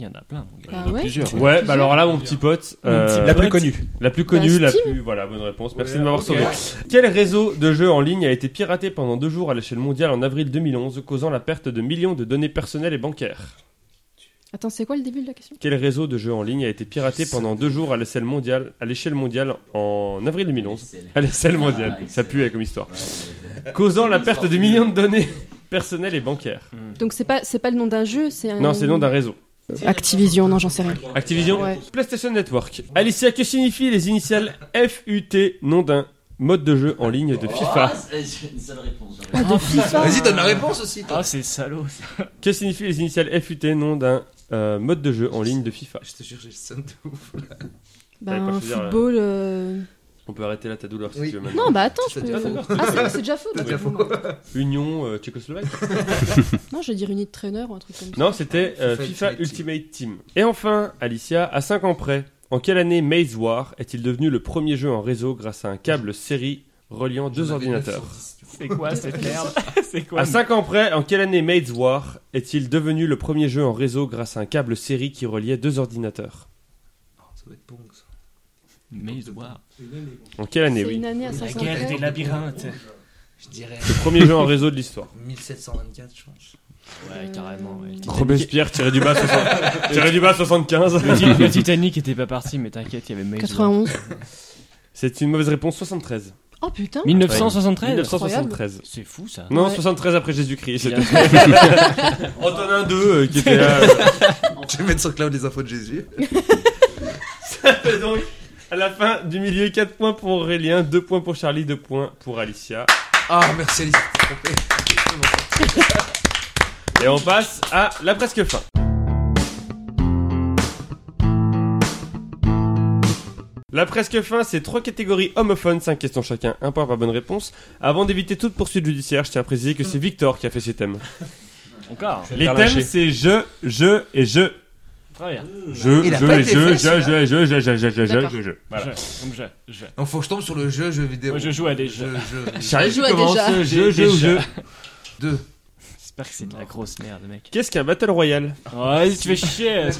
Speaker 4: Il y en a plein. mon gars.
Speaker 1: Bah ouais.
Speaker 5: Plusieurs.
Speaker 2: Ouais, bah alors là, mon petit pote, euh,
Speaker 8: La plus connue.
Speaker 2: la plus connue,
Speaker 1: Bah,
Speaker 2: la
Speaker 1: Steam.
Speaker 2: plus. Voilà, bonne réponse. Merci de m'avoir sauvé. Quel réseau de jeux en ligne a été piraté pendant deux jours à l'échelle mondiale en avril 2011, causant la perte de millions de données personnelles et bancaires
Speaker 1: Attends, c'est quoi le début de la question
Speaker 2: Quel réseau de jeux en ligne a été piraté pendant deux jours à l'échelle mondiale, à l'échelle mondiale en avril 2011 À l'échelle mondiale,
Speaker 7: Ah,
Speaker 2: ça pue hein, comme histoire. Causant la perte de millions de données personnelles et bancaires.
Speaker 1: Donc c'est pas, c'est pas le nom d'un jeu, c'est un.
Speaker 2: Non, c'est le nom d'un réseau.
Speaker 1: Activision, non, j'en sais rien.
Speaker 2: Activision
Speaker 1: Ouais.
Speaker 2: PlayStation Network. Alicia, que signifient les initiales FUT, nom d'un mode de jeu en ligne de FIFA.
Speaker 7: Oh, c'est- c'est une sale réponse.
Speaker 1: Ah, de FIFA
Speaker 3: Vas-y, donne la réponse aussi.
Speaker 4: Ah, c'est salaud. ça.
Speaker 2: Que signifient les initiales FUT, nom d'un euh, mode de jeu en ligne de FIFA
Speaker 3: Je te jure, j'ai le seum de ouf.
Speaker 2: T'avais pas
Speaker 1: Ben,
Speaker 2: pu dire, euh,
Speaker 1: football. euh,
Speaker 2: On peut arrêter là ta douleur si
Speaker 3: Oui.
Speaker 2: tu veux. maintenant.
Speaker 1: Non, bah attends, je
Speaker 3: C'est
Speaker 1: peux.
Speaker 3: déjà faux.
Speaker 1: Ah, c'est c'est déjà faux.
Speaker 3: C'est déjà
Speaker 1: donc,
Speaker 3: faux.
Speaker 1: non.
Speaker 2: Union euh, tchécoslovaque
Speaker 1: Non, je vais dire unit trainer ou un truc comme ça.
Speaker 2: Non, c'était euh,
Speaker 3: FIFA
Speaker 2: FIFA Ultimate Team. Et enfin, Alicia, à 5 ans près, en quelle année Maze War est-il devenu le premier jeu en réseau grâce à un câble série reliant deux
Speaker 3: J'en avais
Speaker 2: ordinateurs
Speaker 3: 910, tu vois.
Speaker 4: C'est quoi cette merde C'est quoi
Speaker 2: À 5 ans près, en quelle année Maze War est-il devenu le premier jeu en réseau grâce à un câble série qui reliait deux ordinateurs
Speaker 3: Oh, Ça doit être bon, ça.
Speaker 4: Mais voir.
Speaker 2: En quelle année,
Speaker 1: C'est
Speaker 2: eh oui
Speaker 1: une année à 500 près.
Speaker 4: labyrinthes.
Speaker 3: Je dirais
Speaker 2: Le premier jeu en réseau de l'histoire.
Speaker 3: 1724, je pense.
Speaker 4: Ouais, carrément. Ouais.
Speaker 2: Robespierre tiré du bas, 60 tiré du bas 75.
Speaker 4: Le, Ti- le Titanic était pas parti, mais t'inquiète, il y avait Maze War.
Speaker 1: 91.
Speaker 2: C'est une mauvaise réponse, 73.
Speaker 1: Oh putain.
Speaker 4: 1973
Speaker 2: 1973.
Speaker 4: C'est fou ça.
Speaker 2: Non,
Speaker 1: Ouais.
Speaker 2: 73 après Jésus-Christ.
Speaker 4: Il y a-
Speaker 2: c'était- Antonin II euh, qui était là. euh.
Speaker 3: Je vais mettre sur Cloud les infos de Jésus.
Speaker 2: Et donc, à la fin du milieu, 4 points pour Aurélien, 2 points pour Charlie, 2 points pour Alicia.
Speaker 3: Ah, merci Alice.
Speaker 2: Et on passe à la presque fin. La presque fin, c'est trois catégories homophones, 5 questions chacun, un point par bonne réponse. Avant d'éviter toute poursuite judiciaire, je tiens à préciser que c'est Victor qui a fait ses thèmes.
Speaker 4: Encore.
Speaker 2: Les thèmes, c'est je, je et je.
Speaker 4: Très bien.
Speaker 2: Je,
Speaker 3: Il a
Speaker 2: je,
Speaker 3: pas
Speaker 2: et
Speaker 3: été
Speaker 2: je, je,
Speaker 3: fait,
Speaker 2: je, je, je, je, je, je, je,
Speaker 1: D'accord.
Speaker 2: je, je. Voilà.
Speaker 4: Je, comme je, je.
Speaker 3: Donc, faut que je tombe sur le jeu, jeu vidéo.
Speaker 4: Moi, je joue à des jeux.
Speaker 3: Jeu, jeu.
Speaker 2: Charlie, tu
Speaker 1: Joue à
Speaker 2: commences.
Speaker 1: déjà.
Speaker 2: Je, je, je, je.
Speaker 3: Deux.
Speaker 4: J'espère que c'est de la grosse merde, mec.
Speaker 2: Qu'est-ce qu'un Battle Royale
Speaker 4: Oh, tu fais chier.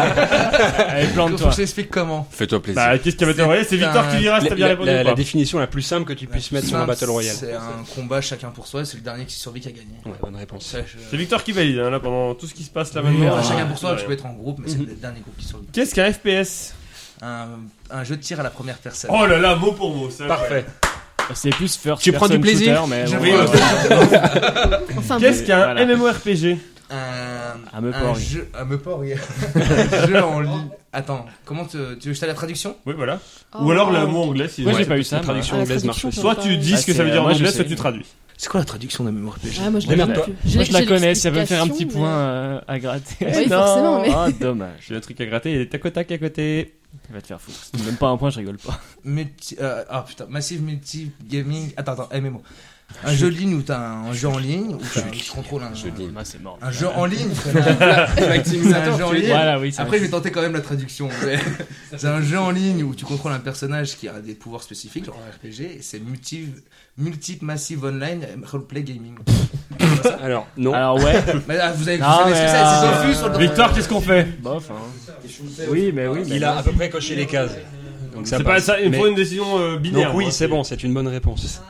Speaker 4: Allez,
Speaker 3: Faut que
Speaker 4: plante-toi.
Speaker 3: je t'explique comment.
Speaker 5: Fais-toi plaisir.
Speaker 2: Bah, qu'est-ce qu'un Battle Royale C'est Victor qui dira si t'as bien
Speaker 8: La,
Speaker 2: répondu
Speaker 8: la-
Speaker 2: ou
Speaker 8: la
Speaker 2: pas.
Speaker 8: définition la plus simple que tu puisses mettre sur un
Speaker 3: Simple,
Speaker 8: Battle Royale.
Speaker 3: C'est un combat chacun pour soi, c'est le dernier qui survit qui a gagné.
Speaker 8: Ouais, bonne réponse.
Speaker 3: Ça, je-
Speaker 2: C'est Victor qui valide, hein, là, pendant tout ce qui se passe là
Speaker 3: Oui,
Speaker 2: maintenant.
Speaker 3: voilà, chacun pour soi,
Speaker 2: Ouais.
Speaker 3: tu peux être en groupe, mais c'est
Speaker 8: Mhm.
Speaker 3: le dernier groupe qui survit.
Speaker 2: Qu'est-ce qu'un FPS
Speaker 3: Un, un jeu de tir à la première personne.
Speaker 2: Oh là là, mot pour mot, ça.
Speaker 8: Parfait.
Speaker 4: C'est plus first
Speaker 8: Tu prends
Speaker 4: person
Speaker 8: du plaisir.
Speaker 4: shooter, mais
Speaker 3: Je
Speaker 4: bon, euh,
Speaker 3: vais-
Speaker 4: ouais, ouais.
Speaker 1: Enfin, bon.
Speaker 2: Qu'est-ce qu'un
Speaker 4: Voilà.
Speaker 2: MMORPG
Speaker 3: Un,
Speaker 4: Ah, me
Speaker 3: un
Speaker 4: porri.
Speaker 3: jeu, à me porri. un jeu en ligne. Attends, comment te- tu veux que je t'aille la traduction
Speaker 2: Oui, voilà.
Speaker 1: Oh,
Speaker 2: Ou alors
Speaker 1: non.
Speaker 2: le mot anglais, si
Speaker 4: Moi,
Speaker 2: Ouais.
Speaker 4: j'ai pas eu ça.
Speaker 8: La traduction
Speaker 1: Ah, la
Speaker 8: anglaise marche
Speaker 1: traduction,
Speaker 2: Soit
Speaker 1: ça
Speaker 2: tu
Speaker 1: va pas,
Speaker 2: dis ce
Speaker 4: Ah,
Speaker 2: que ça veut
Speaker 4: c'est-
Speaker 2: dire en
Speaker 4: moi, je
Speaker 2: anglais,
Speaker 4: sais.
Speaker 2: soit tu traduis.
Speaker 3: C'est quoi la traduction d'un MMORPG
Speaker 1: ouais. Ah, moi je l'ai
Speaker 8: Démerde-toi.
Speaker 1: plus.
Speaker 4: Moi, je la
Speaker 1: j'ai
Speaker 4: connais, ça veut me faire un petit
Speaker 1: l'explication,
Speaker 4: point euh, à gratter.
Speaker 1: Oui,
Speaker 4: Non,
Speaker 1: forcément, mais-
Speaker 4: Ah, dommage.
Speaker 2: J'ai un truc à gratter, il y a des tac au tac à côté.
Speaker 4: Il va te faire foutre. Si tu me donnes pas un point, je rigole pas.
Speaker 3: Multi, euh, ah putain, Massive Multi Gaming. Attends, attends, MMO. Un jeu de ligne où t'as un, un jeu en ligne, où t'as- tu contrôles un,
Speaker 4: Moi, Ah, c'est mort.
Speaker 3: un jeu en ligne. connard.
Speaker 2: Ah,
Speaker 3: C'est un jeu en ligne.
Speaker 4: Voilà, oui, ça
Speaker 3: Après, je vais tenter quand même la traduction. mais- C'est un jeu en ligne où tu contrôles un personnage qui a des pouvoirs spécifiques, genre un RPG, et c'est multi, multiple Massive Online Roleplay Gaming.
Speaker 8: Alors, non.
Speaker 4: Alors, ouais,
Speaker 3: Mais ah, vous avez vous
Speaker 4: Non,
Speaker 3: savez
Speaker 4: mais,
Speaker 3: ce que c'est, c'est
Speaker 4: euh,
Speaker 3: confus sur le
Speaker 2: Victor, qu'est-ce qu'on fait
Speaker 4: bof. Hein. Oui, mais oui, mais.
Speaker 8: Il a à peu près coché les cases. Donc ça
Speaker 2: C'est pas
Speaker 8: passe.
Speaker 2: ça, il me
Speaker 8: Mais-
Speaker 2: faut une décision euh, binaire.
Speaker 8: Donc oui,
Speaker 2: moi.
Speaker 8: c'est bon, c'est une bonne réponse.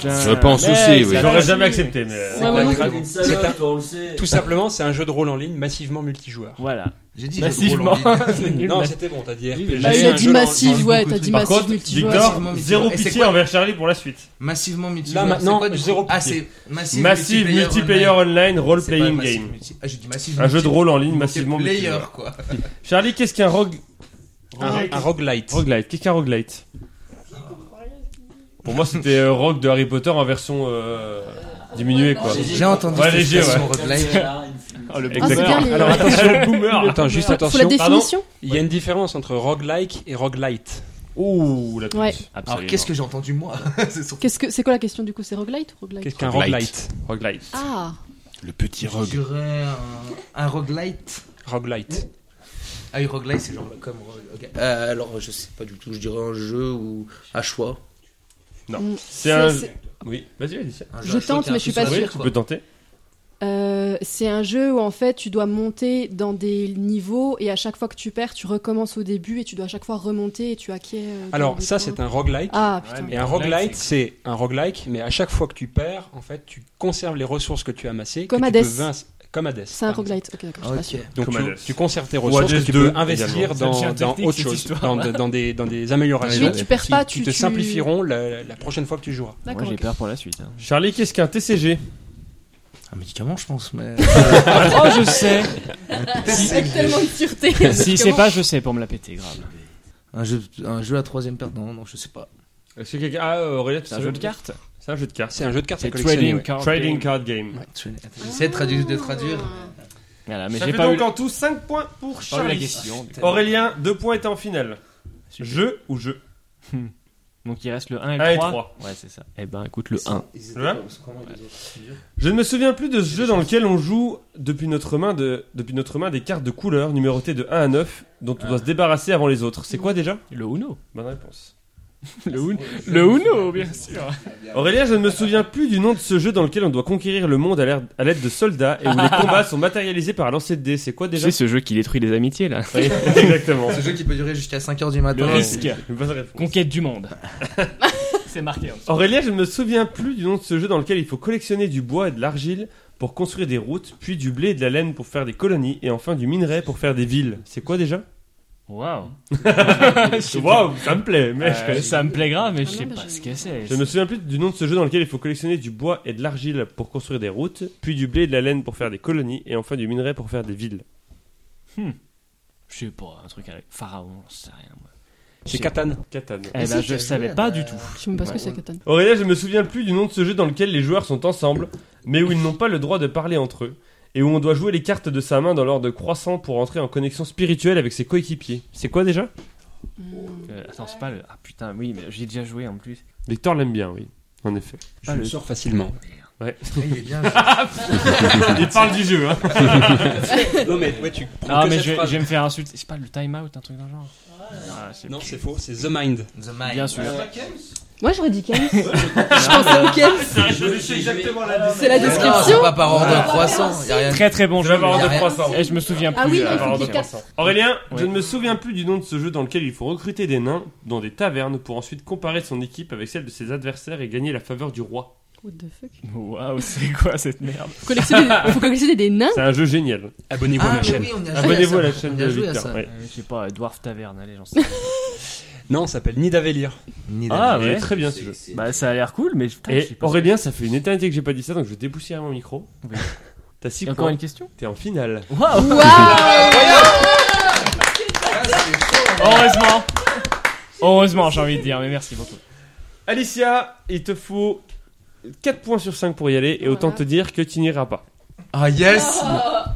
Speaker 4: Putain.
Speaker 5: Je pense aussi, oui.
Speaker 2: J'aurais jamais accepté, mais. euh,
Speaker 1: Ouais, moi non
Speaker 7: T'es
Speaker 1: plus.
Speaker 7: une salope, toi, on le sait.
Speaker 8: Tout simplement, c'est un jeu de rôle en ligne massivement multijoueur.
Speaker 4: Voilà.
Speaker 3: J'ai dit
Speaker 4: Massivement. C'est nul,
Speaker 8: Non,
Speaker 4: mais-
Speaker 8: c'était bon, t'as dit
Speaker 4: Oui,
Speaker 8: RPG.
Speaker 4: mais là,
Speaker 1: Ah,
Speaker 4: J'ai
Speaker 1: il a
Speaker 8: un
Speaker 1: dit
Speaker 8: jeu dans- dans-
Speaker 1: massive, ouais,
Speaker 3: beaucoup
Speaker 1: t'as
Speaker 3: de
Speaker 1: dit
Speaker 3: trucs.
Speaker 2: Par contre,
Speaker 1: massive multijoueur.
Speaker 2: Victor, zéro
Speaker 3: Massivement multijoueur. Et c'est
Speaker 2: pitié
Speaker 3: quoi
Speaker 2: envers Charlie pour la suite.
Speaker 3: Massivement multijoueur.
Speaker 8: Là, maintenant,
Speaker 3: c'est quoi, du coup
Speaker 8: zéro
Speaker 3: Ah,
Speaker 8: piqué.
Speaker 3: c'est massive,
Speaker 2: Massive multiplayer
Speaker 3: online.
Speaker 2: online role
Speaker 3: C'est pas
Speaker 2: playing
Speaker 3: massive
Speaker 2: game.
Speaker 3: multi- Ah, j'ai dit massive
Speaker 2: Un jeu de
Speaker 3: multi-
Speaker 2: rôle en ligne massivement
Speaker 3: player
Speaker 2: multijoueur.
Speaker 3: quoi.
Speaker 2: Charlie, qu'est-ce qu'un rogue
Speaker 8: Un, un roguelite.
Speaker 2: Roguelite, qu'est-ce qu'un roguelite
Speaker 3: Oh,
Speaker 2: Pour moi, c'était euh, Rogue de Harry Potter en version euh, diminuée, quoi.
Speaker 7: J'ai dit-
Speaker 3: J'ai entendu
Speaker 2: Ouais,
Speaker 3: cette
Speaker 2: léger, ouais.
Speaker 3: expression
Speaker 7: Comme
Speaker 3: roguelite.
Speaker 7: c'est là, une fille.
Speaker 4: Oh, le
Speaker 1: Ah, c'est bien,
Speaker 2: Exactement.
Speaker 1: les-
Speaker 8: Alors attention,
Speaker 2: Boomer
Speaker 8: attends, juste
Speaker 1: Faut la
Speaker 8: attention.
Speaker 1: définition
Speaker 8: Il y a une différence entre roguelike et roguelite.
Speaker 2: Ouh, la pute.
Speaker 1: Ouais.
Speaker 3: Alors qu'est-ce que j'ai entendu moi C'est surtout-
Speaker 1: Qu'est-ce que c'est quoi la question du coup C'est roguelite ou roguelite
Speaker 8: Qu'est-ce qu'un roguelite
Speaker 5: Roguelite.
Speaker 2: Roguelite.
Speaker 1: Ah
Speaker 5: Le petit
Speaker 3: Je
Speaker 5: rogue.
Speaker 3: dirais un, un roguelite.
Speaker 8: Roguelite.
Speaker 3: Ah oui, roguelite c'est genre comme rogue. ok. Euh, alors je sais pas du tout, je dirais un jeu ou à choix.
Speaker 2: Non.
Speaker 1: Mm.
Speaker 2: C'est un.
Speaker 1: c'est-
Speaker 2: Oui, vas-y, vas-y.
Speaker 3: Un
Speaker 1: Je
Speaker 3: jeu à choix
Speaker 1: tente,
Speaker 3: qui a un
Speaker 1: mais je suis
Speaker 3: peu
Speaker 1: pas
Speaker 3: sur la
Speaker 1: sûre.
Speaker 3: tête,
Speaker 2: Tu
Speaker 3: quoi.
Speaker 2: peux tenter.
Speaker 1: Euh, c'est un jeu où en fait tu dois monter dans des niveaux et à chaque fois que tu perds, tu recommences au début et tu dois à chaque fois remonter et tu acquiers. euh,
Speaker 8: Alors
Speaker 1: des
Speaker 8: ça,
Speaker 1: points.
Speaker 8: c'est un roguelike.
Speaker 1: Ah putain.
Speaker 8: Et un roguelite, c'est un roguelike, mais à chaque fois que tu perds, en fait, tu conserves les ressources que tu as amassées.
Speaker 1: Comme
Speaker 8: que
Speaker 1: Hades.
Speaker 8: Tu peux vince- comme Hades.
Speaker 1: C'est un
Speaker 8: pardon.
Speaker 1: roguelite. Ok, d'accord, je suis
Speaker 3: Ah,
Speaker 1: pas
Speaker 3: ok.
Speaker 1: sûre.
Speaker 8: Donc
Speaker 2: Comme Hades.
Speaker 8: tu, tu conserves tes
Speaker 2: Ou
Speaker 8: ressources
Speaker 2: Hades
Speaker 8: que tu
Speaker 2: 2
Speaker 8: peux investir
Speaker 2: également.
Speaker 4: Ça devient
Speaker 8: dans, dans
Speaker 4: technique,
Speaker 8: autre
Speaker 4: cette
Speaker 8: chose,
Speaker 4: histoire.
Speaker 8: dans, dans des, dans des améliorations
Speaker 1: Oui, tu perds
Speaker 8: qui,
Speaker 1: pas,
Speaker 8: qui
Speaker 1: tu-
Speaker 8: te
Speaker 1: tu-
Speaker 8: simplifieront la, la prochaine fois que tu joueras.
Speaker 1: D'accord.
Speaker 4: Moi, j'ai
Speaker 1: ok.
Speaker 4: peur pour la suite. hein.
Speaker 2: Charlie, qu'est-ce qu'un TCG
Speaker 3: Un médicament, je pense, mais.
Speaker 4: Oh, je sais.
Speaker 1: Avec tellement de sûreté.
Speaker 4: si c'est pas, je sais pour me la péter, grave.
Speaker 3: un, jeu, un jeu à troisième perdant, non, je sais pas.
Speaker 2: Est-ce que quelqu'un. Ah, Aurélien, tu
Speaker 9: C'est un
Speaker 2: sais-
Speaker 9: jeu de cartes
Speaker 2: C'est un jeu de cartes.
Speaker 8: C'est un jeu de cartes à
Speaker 4: C'est
Speaker 8: collectionner.
Speaker 4: Trading
Speaker 8: ouais.
Speaker 4: Card
Speaker 2: Trading
Speaker 4: Game.
Speaker 2: Card Game.
Speaker 3: J'essaie de traduire. De traduire.
Speaker 9: Voilà, mais
Speaker 2: Ça
Speaker 9: j'ai
Speaker 2: fait
Speaker 9: pas
Speaker 2: donc
Speaker 9: eu,
Speaker 2: en tout 5 points pour
Speaker 9: pas eu la
Speaker 2: Charlie.
Speaker 9: question.
Speaker 2: Aurélien, 2 points étaient en finale.
Speaker 9: Super.
Speaker 2: Jeu ou jeu
Speaker 9: Donc il reste le 1 et le
Speaker 2: Un et
Speaker 9: 3.
Speaker 2: trois.
Speaker 9: Ouais, c'est ça. Eh ben écoute, le 1.
Speaker 2: Voilà. Je ne me souviens plus de ce jeu dans lequel on joue depuis notre main, de, depuis notre main des cartes de couleur numérotées de 1 à 9 dont on doit se débarrasser avant les autres. C'est quoi déjà
Speaker 9: Le Uno.
Speaker 2: Bonne réponse.
Speaker 9: Le Uno, le Uno bien sûr.
Speaker 2: Aurélien, je ne me souviens plus du nom de ce jeu dans lequel on doit conquérir le monde à l'air- à l'aide de soldats et où les combats sont matérialisés par un lancer de dés. C'est quoi
Speaker 9: Tu
Speaker 2: déjà
Speaker 9: sais, ce jeu qui détruit les amitiés là.
Speaker 2: Oui, Exactement.
Speaker 3: Ce jeu qui peut durer jusqu'à 5h du matin.
Speaker 9: Le risque.
Speaker 2: Bonne réponse.
Speaker 9: Conquête du monde. c'est marqué. hein. en dessous.
Speaker 2: Aurélien, je ne me souviens plus du nom de ce jeu dans lequel il faut collectionner du bois et de l'argile pour construire des routes, puis du blé et de la laine pour faire des colonies, et enfin du minerai pour faire des villes. C'est quoi déjà
Speaker 9: Waouh.
Speaker 2: Waouh, ça me plaît, mais
Speaker 9: Euh, ça me plaît grave, mais je
Speaker 1: Ah
Speaker 9: sais
Speaker 1: non, bah,
Speaker 9: pas
Speaker 1: je-
Speaker 9: ce que c'est.
Speaker 2: Je ne me souviens plus du nom de ce jeu dans lequel il faut collectionner du bois et de l'argile pour construire des routes, puis du blé et de la laine pour faire des colonies, et enfin du minerai pour faire des villes.
Speaker 9: Je sais pas, un truc avec Pharaon, j'en sais rien moi.
Speaker 8: C'est Catane.
Speaker 2: Catane.
Speaker 9: Eh ben je savais pas du tout.
Speaker 1: Je sais même pas ce que c'est, Catan.
Speaker 2: Aurélien, je me souviens plus du nom de ce jeu dans lequel les joueurs sont ensemble, mais où ils n'ont pas le droit de parler entre eux, et où on doit jouer les cartes de sa main dans l'ordre croissant pour entrer en connexion spirituelle avec ses coéquipiers. C'est quoi déjà
Speaker 9: Euh, attends, c'est pas le. Ah putain, oui, mais j'y ai déjà joué en plus.
Speaker 2: Victor l'aime bien, oui. En effet.
Speaker 8: Je Ah, le sors facilement.
Speaker 3: Il est bien.
Speaker 2: Il parle du jeu, hein.
Speaker 8: non, mais ouais, tu prends
Speaker 9: Ah,
Speaker 8: que
Speaker 9: mais
Speaker 8: cette
Speaker 9: je vais,
Speaker 8: phrase.
Speaker 9: je vais me faire insulter. C'est pas le time out, un truc dans le genre. Ah, c'est
Speaker 8: Non, c'est faux, c'est The Mind.
Speaker 3: The Mind.
Speaker 9: bien sûr.
Speaker 1: Moi, j'aurais dit Kems. je pensais au Kems.
Speaker 7: C'est exactement la
Speaker 1: C'est la
Speaker 3: Mais non,
Speaker 1: description.
Speaker 3: C'est pas par ordre croissant. Y a rien.
Speaker 9: Très très bon
Speaker 2: Je
Speaker 9: jeu.
Speaker 2: vais avoir
Speaker 3: mais
Speaker 2: de
Speaker 3: rien.
Speaker 2: 300.
Speaker 9: Et je me souviens plus.
Speaker 1: Ah oui,
Speaker 9: euh,
Speaker 1: il faut
Speaker 9: alors,
Speaker 1: qu'il
Speaker 9: de-
Speaker 1: casse.
Speaker 2: Aurélien, je
Speaker 9: Ouais.
Speaker 2: ne me souviens plus du nom de ce jeu dans lequel il faut recruter des nains dans des tavernes pour ensuite comparer son équipe avec celle de ses adversaires et gagner la faveur du roi.
Speaker 1: What the fuck
Speaker 9: Waouh, c'est quoi cette merde
Speaker 1: Faut collectionner des- Faut collectionner des nains
Speaker 2: C'est un jeu génial.
Speaker 8: Abonnez-vous à
Speaker 3: Ah,
Speaker 8: ma
Speaker 3: mais
Speaker 8: chaîne.
Speaker 3: oui, on y a joué
Speaker 2: Abonnez-vous
Speaker 3: ça.
Speaker 2: à la chaîne
Speaker 3: On
Speaker 2: de
Speaker 3: y a joué à
Speaker 2: Victor.
Speaker 3: ça.
Speaker 2: ouais.
Speaker 9: Euh, Je sais pas, euh, Dwarf Taverne, allez, j'en sais rien.
Speaker 8: Non, ça s'appelle Nidavellir.
Speaker 3: Ni
Speaker 9: Ah
Speaker 2: Il est
Speaker 9: ouais
Speaker 2: très bien ce jeu.
Speaker 9: Bah, ça a l'air cool, mais putain, je
Speaker 2: Et
Speaker 9: sais pas.
Speaker 2: Aurélien, ça fait une éternité que j'ai pas dit ça, donc je vais dépoussiérer mon micro.
Speaker 9: Oui.
Speaker 2: T'as 6
Speaker 9: Il y a encore
Speaker 2: points,
Speaker 9: une question
Speaker 2: t'es en finale.
Speaker 9: Waouh Heureusement Heureusement, j'ai envie de dire, mais merci beaucoup.
Speaker 2: Alicia, il te faut 4 points sur 5 pour y aller, et
Speaker 1: Voilà.
Speaker 2: autant te dire que tu n'iras pas.
Speaker 3: Ah yes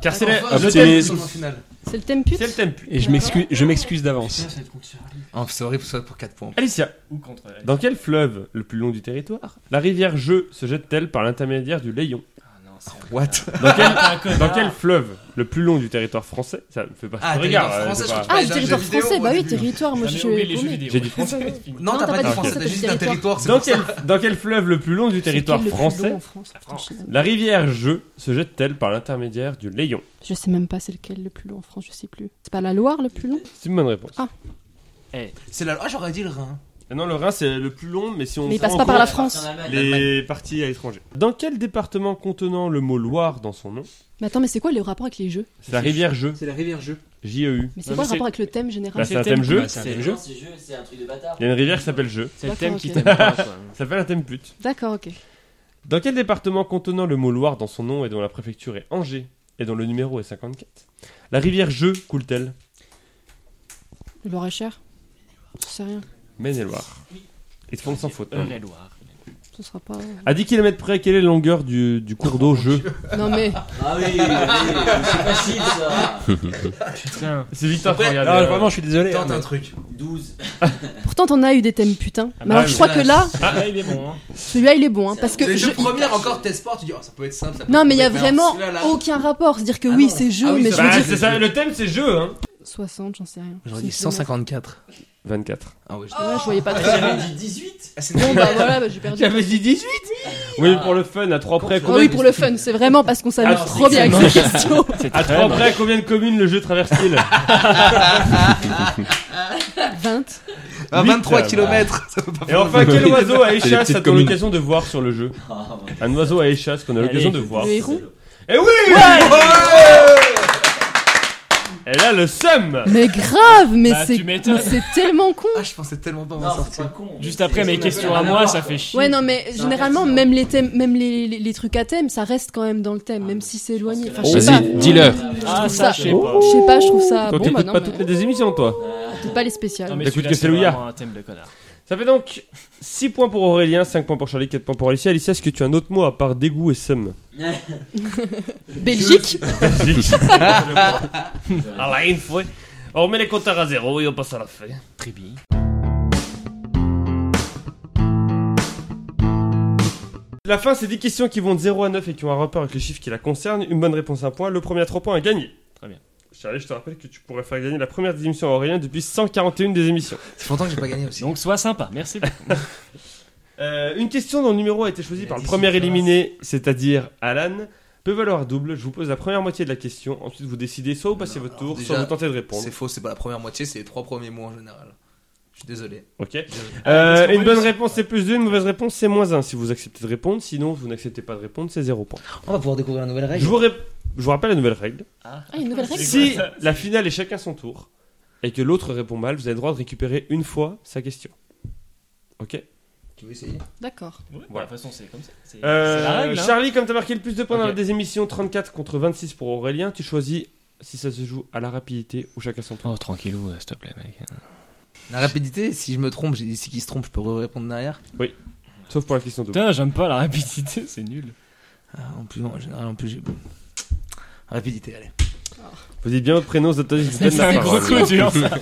Speaker 2: Car c'est la-
Speaker 3: Enfin,
Speaker 2: le thème-
Speaker 8: Optimisme.
Speaker 3: Son nom final.
Speaker 1: C'est le thème pute
Speaker 2: c'est le thème pute.
Speaker 8: Et je m'excuse- je m'excuse d'avance.
Speaker 3: Oh, c'est horrible, ça pour 4 points.
Speaker 2: Alicia,
Speaker 9: Ou contre elle.
Speaker 2: Dans quel fleuve, le plus long du territoire, la rivière Jeu se jette-t-elle par l'intermédiaire du Layon
Speaker 3: What
Speaker 2: dans quel, dans quel fleuve, le plus long du territoire français Ça me fait pas
Speaker 3: Ah,
Speaker 2: regard.
Speaker 3: territoire
Speaker 2: euh,
Speaker 3: français,
Speaker 2: c'est pas-
Speaker 3: je
Speaker 1: Ah,
Speaker 3: Ouais,
Speaker 1: le
Speaker 3: j'ai
Speaker 1: territoire
Speaker 3: vidéo
Speaker 1: français,
Speaker 3: au
Speaker 1: bah oui,
Speaker 3: début.
Speaker 1: territoire, moi je
Speaker 4: J'avais
Speaker 1: suis
Speaker 4: oublié les jeux
Speaker 1: paumée.
Speaker 4: vidéo.
Speaker 2: J'ai dit français.
Speaker 3: Non, t'as pas dit français,
Speaker 1: t'as
Speaker 3: t'as
Speaker 1: dit
Speaker 3: juste dit un
Speaker 1: territoire.
Speaker 3: territoire. c'est
Speaker 2: Dans
Speaker 3: pour ça.
Speaker 2: quel, dans quel fleuve, le plus long du
Speaker 1: C'est lequel
Speaker 2: territoire
Speaker 1: le plus
Speaker 2: français,
Speaker 1: long en France Putain, je sais même-
Speaker 2: la rivière Jeu se jette-t-elle par l'intermédiaire du Layon
Speaker 1: Je sais même pas c'est lequel le plus long en France, je sais plus. C'est pas la Loire le plus long
Speaker 2: C'est une bonne réponse.
Speaker 1: Ah.
Speaker 3: C'est la. Ah, j'aurais dit le Rhin.
Speaker 2: Ah Non, le Rhin, c'est le plus long, mais si on
Speaker 1: Mais il
Speaker 2: prend
Speaker 1: passe
Speaker 2: en
Speaker 1: pas par
Speaker 2: compte-
Speaker 1: la France.
Speaker 2: les parties à l'étranger. Dans quel département contenant le mot Loire dans son nom
Speaker 1: Mais attends, mais c'est quoi le rapport avec les jeux
Speaker 2: C'est la rivière Jeu,
Speaker 8: C'est la rivière jeu.
Speaker 2: J-E-U.
Speaker 1: Mais c'est
Speaker 9: Non,
Speaker 1: quoi
Speaker 9: mais
Speaker 1: le rapport avec le thème général
Speaker 2: Là, c'est Bah, un thème jeu.
Speaker 8: C'est un
Speaker 9: C'est-
Speaker 8: thème jeu.
Speaker 7: C'est jeu, c'est un truc de bâtard.
Speaker 2: Il y a une rivière qui s'appelle Jeu.
Speaker 9: C'est le
Speaker 1: D'accord,
Speaker 9: thème
Speaker 1: ok.
Speaker 9: qui t'aime pas, quoi.
Speaker 2: Ça s'appelle un thème pute.
Speaker 1: D'accord, ok.
Speaker 2: Dans quel département contenant le mot Loire dans son nom et dont la préfecture est Angers et dont le numéro est 54 La rivière Jeu coule-t-elle
Speaker 1: Le Loir-et-Cher Je sais rien.
Speaker 2: Maine-et-Loire. Ils te font sans faute.
Speaker 9: Euh,
Speaker 2: hein.
Speaker 9: Eure-et-Loire.
Speaker 1: Ce sera pas.
Speaker 2: À 10 km près, quelle est la longueur du, du cours d'eau Jeu
Speaker 1: Non mais.
Speaker 7: Ah oui, oui, oui, c'est facile ça.
Speaker 9: Putain.
Speaker 2: C'est Victor qui regarde.
Speaker 8: Ah,
Speaker 2: euh,
Speaker 8: vraiment, je suis désolé. hein,
Speaker 3: Tente
Speaker 8: mais-
Speaker 3: un truc.
Speaker 7: 12.
Speaker 1: Pourtant, t'en as eu des thèmes putain.
Speaker 9: Ah
Speaker 1: mais
Speaker 9: bah
Speaker 1: alors,
Speaker 2: oui,
Speaker 1: je crois
Speaker 3: voilà.
Speaker 1: que là,
Speaker 9: Ah, il est bon, hein.
Speaker 1: celui-là, il est bon. hein, parce que.
Speaker 3: Les
Speaker 1: je-
Speaker 3: jeux premières encore, t'es sport, tu dis, oh, ça peut être simple. ça peut
Speaker 1: Non,
Speaker 3: être
Speaker 1: mais il y a
Speaker 3: mauvais, mais
Speaker 1: vraiment
Speaker 3: alors, celui-là, là,
Speaker 1: aucun rapport. C'est-à-dire que
Speaker 3: Ah
Speaker 1: oui,
Speaker 3: non.
Speaker 1: c'est jeu,
Speaker 3: Ah oui,
Speaker 1: mais
Speaker 3: ça
Speaker 1: je veux
Speaker 2: bah,
Speaker 1: dire.
Speaker 2: c'est ça, le thème c'est Jeu, hein
Speaker 1: 60, j'en sais rien.
Speaker 3: J'aurais dit
Speaker 1: C'est une
Speaker 3: 154.
Speaker 2: 24.
Speaker 3: Ah ouais, je
Speaker 1: Ouais, je voyais pas très bien.
Speaker 7: J'avais dit 18.
Speaker 3: Ah, c'est
Speaker 1: Bon, bah voilà, bah, j'ai perdu.
Speaker 2: J'avais dit 18 Oui, mais pour le fun, à 3 près,
Speaker 1: Ah
Speaker 2: combien,
Speaker 1: oui, pour le fun, c'est vraiment parce qu'on s'amuse
Speaker 2: Ah,
Speaker 1: trop bien avec ces questions.
Speaker 2: à trois près, combien de communes le jeu traverse-t-il
Speaker 1: 20.
Speaker 3: Ah, 23
Speaker 2: Huit,
Speaker 3: km. Ça peut pas
Speaker 2: Et
Speaker 3: faire
Speaker 2: enfin, quel oiseau à
Speaker 5: C'est les
Speaker 2: échasse
Speaker 5: petites
Speaker 2: a-t-on
Speaker 5: communes.
Speaker 2: l'occasion de voir sur le jeu
Speaker 7: Ah, ouais.
Speaker 2: Un oiseau à échasse qu'on a l'occasion de voir.
Speaker 1: Le héron.
Speaker 2: Et oui Et là, le seum
Speaker 1: Mais grave, mais
Speaker 9: Bah,
Speaker 1: c'est
Speaker 9: tu m'étonnes.
Speaker 1: mais c'est tellement con.
Speaker 3: Ah, je pensais tellement pas m'en
Speaker 7: Non, c'est pas
Speaker 3: sortir.
Speaker 7: con.
Speaker 9: Juste
Speaker 7: C'est-
Speaker 9: après mes
Speaker 7: c'est- Ah,
Speaker 9: questions à moi, ça fait chier.
Speaker 1: Ouais, non, mais généralement,
Speaker 7: merci,
Speaker 1: même les thèmes, même les, les, les trucs à thème, ça reste quand même dans le thème, même si c'est éloigné. Enfin, je sais pas.
Speaker 5: Vas-y, dis-leur.
Speaker 9: Ah, ça,
Speaker 1: trouve ça-
Speaker 9: je sais pas.
Speaker 1: Je sais pas, je trouve ça. bon,
Speaker 2: Toi,
Speaker 1: bah
Speaker 2: t'écoutes
Speaker 1: non,
Speaker 2: pas
Speaker 1: mais
Speaker 2: toutes les émissions, toi
Speaker 1: peut-être pas les spéciales.
Speaker 9: Non, mais
Speaker 2: T'écoutes
Speaker 9: celui-là,
Speaker 2: que
Speaker 9: c'est
Speaker 2: Célouia.
Speaker 9: vraiment un thème de connard.
Speaker 2: Ça fait donc 6 points pour Aurélien, 5 points pour Charlie, 4 points pour Alicia. Alicia, est-ce que tu as un autre mot à part dégoût et seum
Speaker 1: Belgique
Speaker 2: À la une fois. On remet les compteurs à zéro et on passe à la fin.
Speaker 4: Très bien.
Speaker 2: La fin, c'est 10 questions qui vont de 0 à 9 et qui ont un rapport avec les chiffres qui la concernent. Une bonne réponse, un point. Le premier à 3 points à gagner.
Speaker 4: Très bien.
Speaker 2: Charlie, je te rappelle que tu pourrais faire gagner la première des émissions à Aurélien depuis 141 des émissions.
Speaker 3: C'est longtemps que j'ai pas gagné aussi.
Speaker 4: Donc sois sympa, merci. beaucoup.
Speaker 2: Euh, une question dont le numéro a été choisi
Speaker 3: Il a
Speaker 2: par le
Speaker 3: dit
Speaker 2: premier
Speaker 3: Superman.
Speaker 2: éliminé, c'est-à-dire Alan, peut valoir double. Je vous pose la première moitié de la question. Ensuite, vous décidez soit vous passez
Speaker 3: Non,
Speaker 2: votre
Speaker 3: alors
Speaker 2: tour, soit
Speaker 3: déjà,
Speaker 2: vous tentez de répondre.
Speaker 3: C'est faux, c'est pas la première moitié, c'est les trois premiers mots en général. Je suis désolé.
Speaker 2: Ok.
Speaker 3: Désolé.
Speaker 2: Euh,
Speaker 10: question
Speaker 2: une bonne
Speaker 10: bonus.
Speaker 2: réponse c'est plus 2, une mauvaise réponse c'est moins 1 si vous acceptez de répondre, sinon vous n'acceptez pas de répondre, c'est 0 points.
Speaker 11: On va pouvoir découvrir une nouvelle
Speaker 2: Je
Speaker 11: règle.
Speaker 2: vous, ré- je vous rappelle la nouvelle règle.
Speaker 1: Ah, une nouvelle règle
Speaker 2: Si la finale est chacun son tour et que l'autre répond mal, vous avez le droit de récupérer une fois sa question. Ok
Speaker 3: Tu veux essayer
Speaker 1: D'accord.
Speaker 2: Voilà.
Speaker 4: De toute façon, c'est comme ça. C'est
Speaker 2: Euh,
Speaker 4: c'est la règle. hein.
Speaker 2: Charlie, comme t'as marqué le plus de points dans
Speaker 4: Ok.
Speaker 2: des émissions, 34 contre 26 pour Aurélien, tu choisis si ça se joue à la rapidité ou chacun son tour.
Speaker 4: Oh, tranquillou, euh, s'il te plaît, mec.
Speaker 3: La rapidité, si je me trompe, j'ai dit si qui se trompe, je peux répondre derrière.
Speaker 2: Sauf pour la question double.
Speaker 4: Putain, j'aime pas la rapidité, c'est nul.
Speaker 3: Ah, en plus, en général, en plus, j'ai. Rapidité, allez.
Speaker 2: Vous dites bien votre prénom, vous attendez, je vous donne
Speaker 4: C'est
Speaker 2: la
Speaker 4: un gros
Speaker 2: parole.
Speaker 4: coup dur, ça.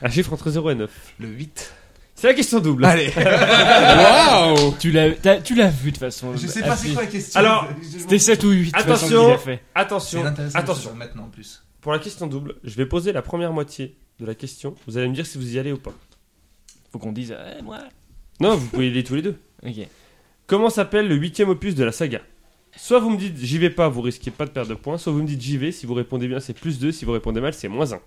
Speaker 2: Un chiffre entre 0 et 9.
Speaker 3: Le 8.
Speaker 2: C'est la question double.
Speaker 3: Allez.
Speaker 5: Waouh
Speaker 4: Tu l'as t'as- tu l'as vu de toute façon.
Speaker 3: je sais pas c'est quoi la question.
Speaker 2: Alors,
Speaker 4: C'était 7 ou 8.
Speaker 2: Attention.
Speaker 4: fait.
Speaker 2: Attention, attention.
Speaker 3: Attention. Maintenant en plus.
Speaker 2: Pour la question double, je vais poser la première moitié de la question. Vous allez me dire si vous y allez ou pas.
Speaker 4: Faut qu'on dise, eh, moi.
Speaker 2: Non, vous pouvez y aller tous les deux.
Speaker 4: Ok.
Speaker 2: Comment s'appelle le huitième opus de la saga Soit vous me dites j'y vais pas, vous risquez pas de perdre de points. Soit vous me dites j'y vais, si vous répondez bien c'est plus 2, si vous répondez mal c'est moins 1.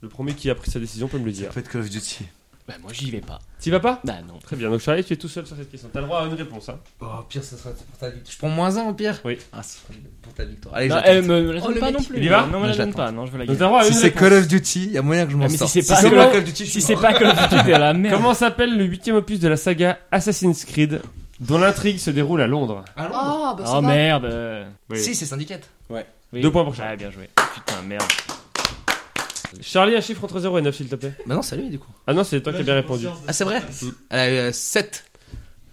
Speaker 2: Le premier qui a pris sa décision peut me le dire.
Speaker 3: Faites Call of Duty.
Speaker 4: Bah, moi, j'y vais pas.
Speaker 2: T'y vas pas
Speaker 4: Bah, non.
Speaker 2: Très bien, donc Charlie, tu es tout seul sur cette question. T'as le droit à une réponse. Hein.
Speaker 3: Oh, pire, ça sera pour ta victoire. Je prends moins 1 au pire
Speaker 2: Oui.
Speaker 3: Ah, c'est pour ta victoire. Allez,
Speaker 4: Non,
Speaker 3: j'attends.
Speaker 4: elle me la
Speaker 1: Oh,
Speaker 4: donne
Speaker 1: le
Speaker 4: pas
Speaker 1: mec.
Speaker 4: non plus.
Speaker 2: Il y va
Speaker 4: Non, me la
Speaker 3: Je
Speaker 4: donne
Speaker 3: l'attends.
Speaker 4: pas. Non, je veux la
Speaker 2: Donc t'as le
Speaker 4: gueule.
Speaker 2: droit à
Speaker 3: Si
Speaker 2: une
Speaker 3: c'est
Speaker 2: réponse.
Speaker 3: Call of Duty, il y a moyen que je m'en
Speaker 4: Ah, mais si
Speaker 3: sorte.
Speaker 4: c'est pas
Speaker 3: c'est
Speaker 4: Call
Speaker 3: pas
Speaker 4: of-
Speaker 3: Call of Duty, je
Speaker 4: Si
Speaker 3: suis
Speaker 4: c'est
Speaker 3: mort.
Speaker 4: pas Call of Duty, t'es à la merde.
Speaker 2: Comment s'appelle le huitième opus de la saga Assassin's Creed dont l'intrigue se déroule à Londres
Speaker 3: Ah, non.
Speaker 1: Oh, bah ça
Speaker 4: Oh
Speaker 1: va.
Speaker 4: merde. euh.
Speaker 2: Oui.
Speaker 3: Si, c'est Syndicate.
Speaker 4: Oui.
Speaker 2: Deux points pour Charles.
Speaker 4: Ouais, bien joué. Putain, merde.
Speaker 2: Charlie, un chiffre entre 0 et 9 s'il te plaît.
Speaker 3: Bah non, c'est lui du coup.
Speaker 2: Ah non, c'est toi qui as bien répondu.
Speaker 3: Ah, c'est vrai Euh, Elle a eu 7.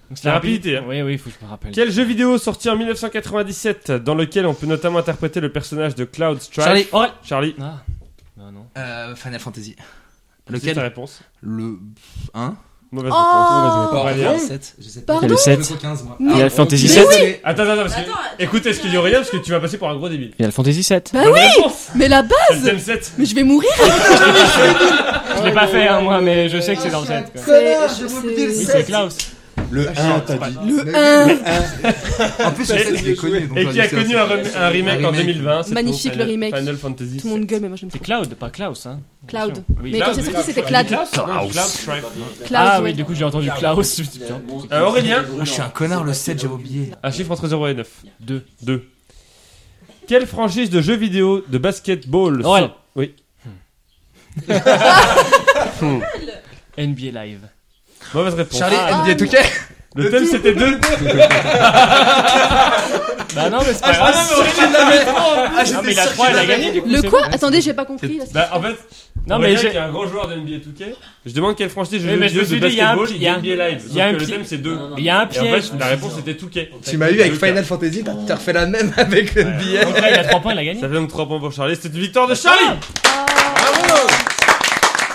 Speaker 4: Donc,
Speaker 2: La rapidité, hein.
Speaker 4: Oui, oui, faut que je me rappelle.
Speaker 2: Quel jeu vidéo sorti en 1997 dans lequel on peut notamment interpréter le personnage de Cloud Strife
Speaker 3: Charlie.
Speaker 4: Oh
Speaker 2: Charlie,
Speaker 4: Ah. Bah, non.
Speaker 3: Euh, Final Fantasy.
Speaker 2: c'est ta
Speaker 3: Lequel
Speaker 2: réponse
Speaker 3: Le 1
Speaker 2: Mauvaise
Speaker 1: Oh
Speaker 2: réponse. hein.
Speaker 1: Pardon
Speaker 2: Aurélien.
Speaker 3: 7. Je sais pas.
Speaker 1: Pardon
Speaker 4: le 7
Speaker 3: 15 moi.
Speaker 1: Mais-
Speaker 4: Final Fantasy
Speaker 1: Mais
Speaker 4: 7
Speaker 1: oui
Speaker 2: Attends, attends, parce que... Écoutez ce qu'il dit Aurélien parce que tu vas passer pour un gros débile.
Speaker 4: Final Fantasy 7
Speaker 1: Bah
Speaker 2: Bonne
Speaker 1: oui
Speaker 2: réponse
Speaker 1: Mais la
Speaker 2: Elle
Speaker 1: base
Speaker 2: t'aime 7
Speaker 1: Mais je vais mourir
Speaker 4: Je l'ai pas fait, hein, moi, mais je sais que c'est dans le 7. quoi.
Speaker 1: Connard,
Speaker 3: je
Speaker 1: je
Speaker 3: vais
Speaker 1: sais.
Speaker 3: oublier le
Speaker 4: Oui, c'est
Speaker 3: 7.
Speaker 4: Klaus.
Speaker 5: Le 1, Ah, t'as dit.
Speaker 1: Le 1
Speaker 3: En plus, le 7 il est connu. donc
Speaker 2: Et
Speaker 3: on
Speaker 2: qui a
Speaker 3: dit c'est
Speaker 2: connu
Speaker 3: un
Speaker 2: un,
Speaker 3: sept.
Speaker 2: rem- un remake en 2020. c'est
Speaker 1: Magnifique,
Speaker 2: pour
Speaker 1: le
Speaker 2: Final-
Speaker 1: remake.
Speaker 2: Final Fantasy.
Speaker 1: Tout le monde gueule, mais moi j'aime
Speaker 4: C'est
Speaker 1: trop.
Speaker 4: Cloud, pas Klaus, hein.
Speaker 1: Cloud.
Speaker 4: Oui.
Speaker 1: Mais quand c'est sorti, c'était Cloud. Cloud,
Speaker 2: Cloud Strife.
Speaker 4: Ah
Speaker 1: ouais.
Speaker 4: oui, du coup, j'ai entendu Klaus. je me suis dit, putain.
Speaker 2: Euh, Aurélien
Speaker 3: Ah, je suis un connard, le 7, j'avais oublié.
Speaker 2: Un chiffre entre 0 et 9. 2. 2. Quelle franchise de jeux vidéo de basketball
Speaker 4: Aurel.
Speaker 2: sont- Oui.
Speaker 4: NBA Live.
Speaker 2: Mauvaise réponse.
Speaker 3: Charlie,
Speaker 4: Ah,
Speaker 3: NBA 2K
Speaker 2: le thème c'était 2.
Speaker 4: Bah non, mais
Speaker 2: Ah,
Speaker 4: c'est pas
Speaker 3: Ah,
Speaker 4: grave. Non, mais la 3, elle a gagné, du coup.
Speaker 1: Le
Speaker 4: c'est
Speaker 1: quoi
Speaker 4: bon.
Speaker 1: Attendez, j'ai pas compris. là, c'est-
Speaker 2: Bah, en fait,
Speaker 4: Non,
Speaker 2: Aurélien,
Speaker 4: mais
Speaker 2: qui
Speaker 4: j'ai.
Speaker 2: est un grand joueur de NBA 2K, je demande quelle franchise de
Speaker 4: Oui,
Speaker 2: jeux
Speaker 4: mais je
Speaker 2: vidéo
Speaker 4: me
Speaker 2: de
Speaker 4: suis dit, il y a un
Speaker 2: basketball
Speaker 4: pi-
Speaker 2: et
Speaker 4: il y a un-
Speaker 2: NBA Live.
Speaker 4: il y a
Speaker 2: Sauf
Speaker 4: un
Speaker 2: que
Speaker 4: pi-
Speaker 2: le thème c'est 2.
Speaker 4: Il y a un
Speaker 2: Et en
Speaker 4: piège.
Speaker 2: fait, la réponse était 2K.
Speaker 11: Tu m'as eu avec
Speaker 2: Deux,
Speaker 11: Final Fantasy, t'as t'as refait la même avec le billet.
Speaker 4: Donc là, il a 3 points, il a gagné.
Speaker 2: Ça fait donc 3 points pour Charlie, c'était une victoire de Charlie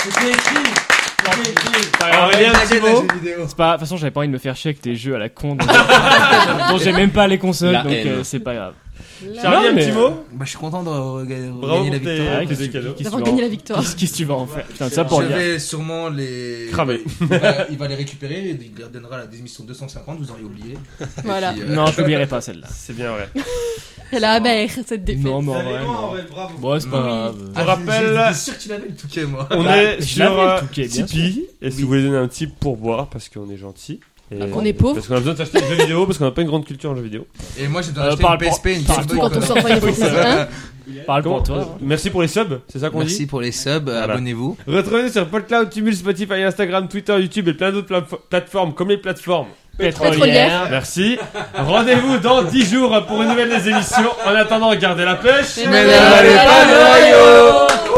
Speaker 12: C'était écrit C'était écrit
Speaker 2: Aurélien, un petit mot
Speaker 4: C'est pas. De toute façon, j'avais pas envie de me faire chier avec tes jeux à la con. donc- Bon, j'ai même pas les consoles,
Speaker 5: La
Speaker 4: donc euh,
Speaker 5: haine.
Speaker 4: c'est pas grave.
Speaker 2: Charlie,
Speaker 4: Non,
Speaker 2: un
Speaker 4: mais-
Speaker 2: petit mot
Speaker 3: Bah, je suis content de regagner
Speaker 2: Bravo
Speaker 3: la
Speaker 2: pour tes- euh,
Speaker 3: victoire.
Speaker 4: Ah,
Speaker 2: tes
Speaker 4: qu'est-ce
Speaker 2: deux
Speaker 4: que-
Speaker 2: cadeaux.
Speaker 4: qu'est-ce que
Speaker 1: D'avoir
Speaker 4: tu
Speaker 1: gagné
Speaker 4: vas-
Speaker 1: la victoire.
Speaker 4: Qu'est-ce qu'est-ce que tu vas en faire Putain, ça pour
Speaker 3: Je
Speaker 4: rien.
Speaker 3: vais sûrement les.
Speaker 2: Cramer.
Speaker 3: Il va, il va les récupérer et il les redonnera à la démission 250, vous auriez oublié.
Speaker 1: Voilà.
Speaker 3: Puis, euh,
Speaker 4: Non, je t'oublierai pas celle-là.
Speaker 2: C'est bien vrai.
Speaker 1: Elle a amère, cette défaite.
Speaker 4: Non, mais en vrai. non. Bon, c'est pas grave.
Speaker 3: Ah,
Speaker 2: rappelle-
Speaker 3: j'étais sûr que tu l'avais le 2K moi.
Speaker 2: On
Speaker 4: Bah,
Speaker 2: est
Speaker 4: je
Speaker 2: sur
Speaker 4: l'avais, le
Speaker 2: euh,
Speaker 4: touquet, bien
Speaker 2: Tipeee, et si
Speaker 3: Oui.
Speaker 2: vous voulez donner un petit pourboire, parce qu'on est gentil. et-
Speaker 1: qu'on est pauvre.
Speaker 2: Parce qu'on a besoin de s'acheter des jeux vidéo, parce qu'on n'a pas une grande culture en jeux vidéo.
Speaker 3: Et moi j'ai besoin
Speaker 4: Euh,
Speaker 3: d'acheter
Speaker 4: parle
Speaker 3: une PSP, une
Speaker 4: parle-
Speaker 3: Game
Speaker 1: Surtout
Speaker 3: Boy
Speaker 1: quand on
Speaker 3: Color.
Speaker 1: sort Final Fantasy hein. 1.
Speaker 4: Parle pour
Speaker 2: Comment-
Speaker 4: toi.
Speaker 2: euh, Merci pour les subs, c'est ça qu'on dit
Speaker 3: Merci pour les subs, euh,
Speaker 2: Voilà.
Speaker 3: abonnez-vous.
Speaker 2: Retrouvez-nous sur PodCloud, Tumul, Spotify, Instagram, Twitter, YouTube et plein d'autres pla- plateformes comme les plateformes. Oh,
Speaker 1: Pétrolière.
Speaker 2: Merci. Rendez-vous dans 10 jours pour une nouvelle des émissions. En attendant, gardez la pêche.
Speaker 1: Mais n'avalez pas de
Speaker 2: maillot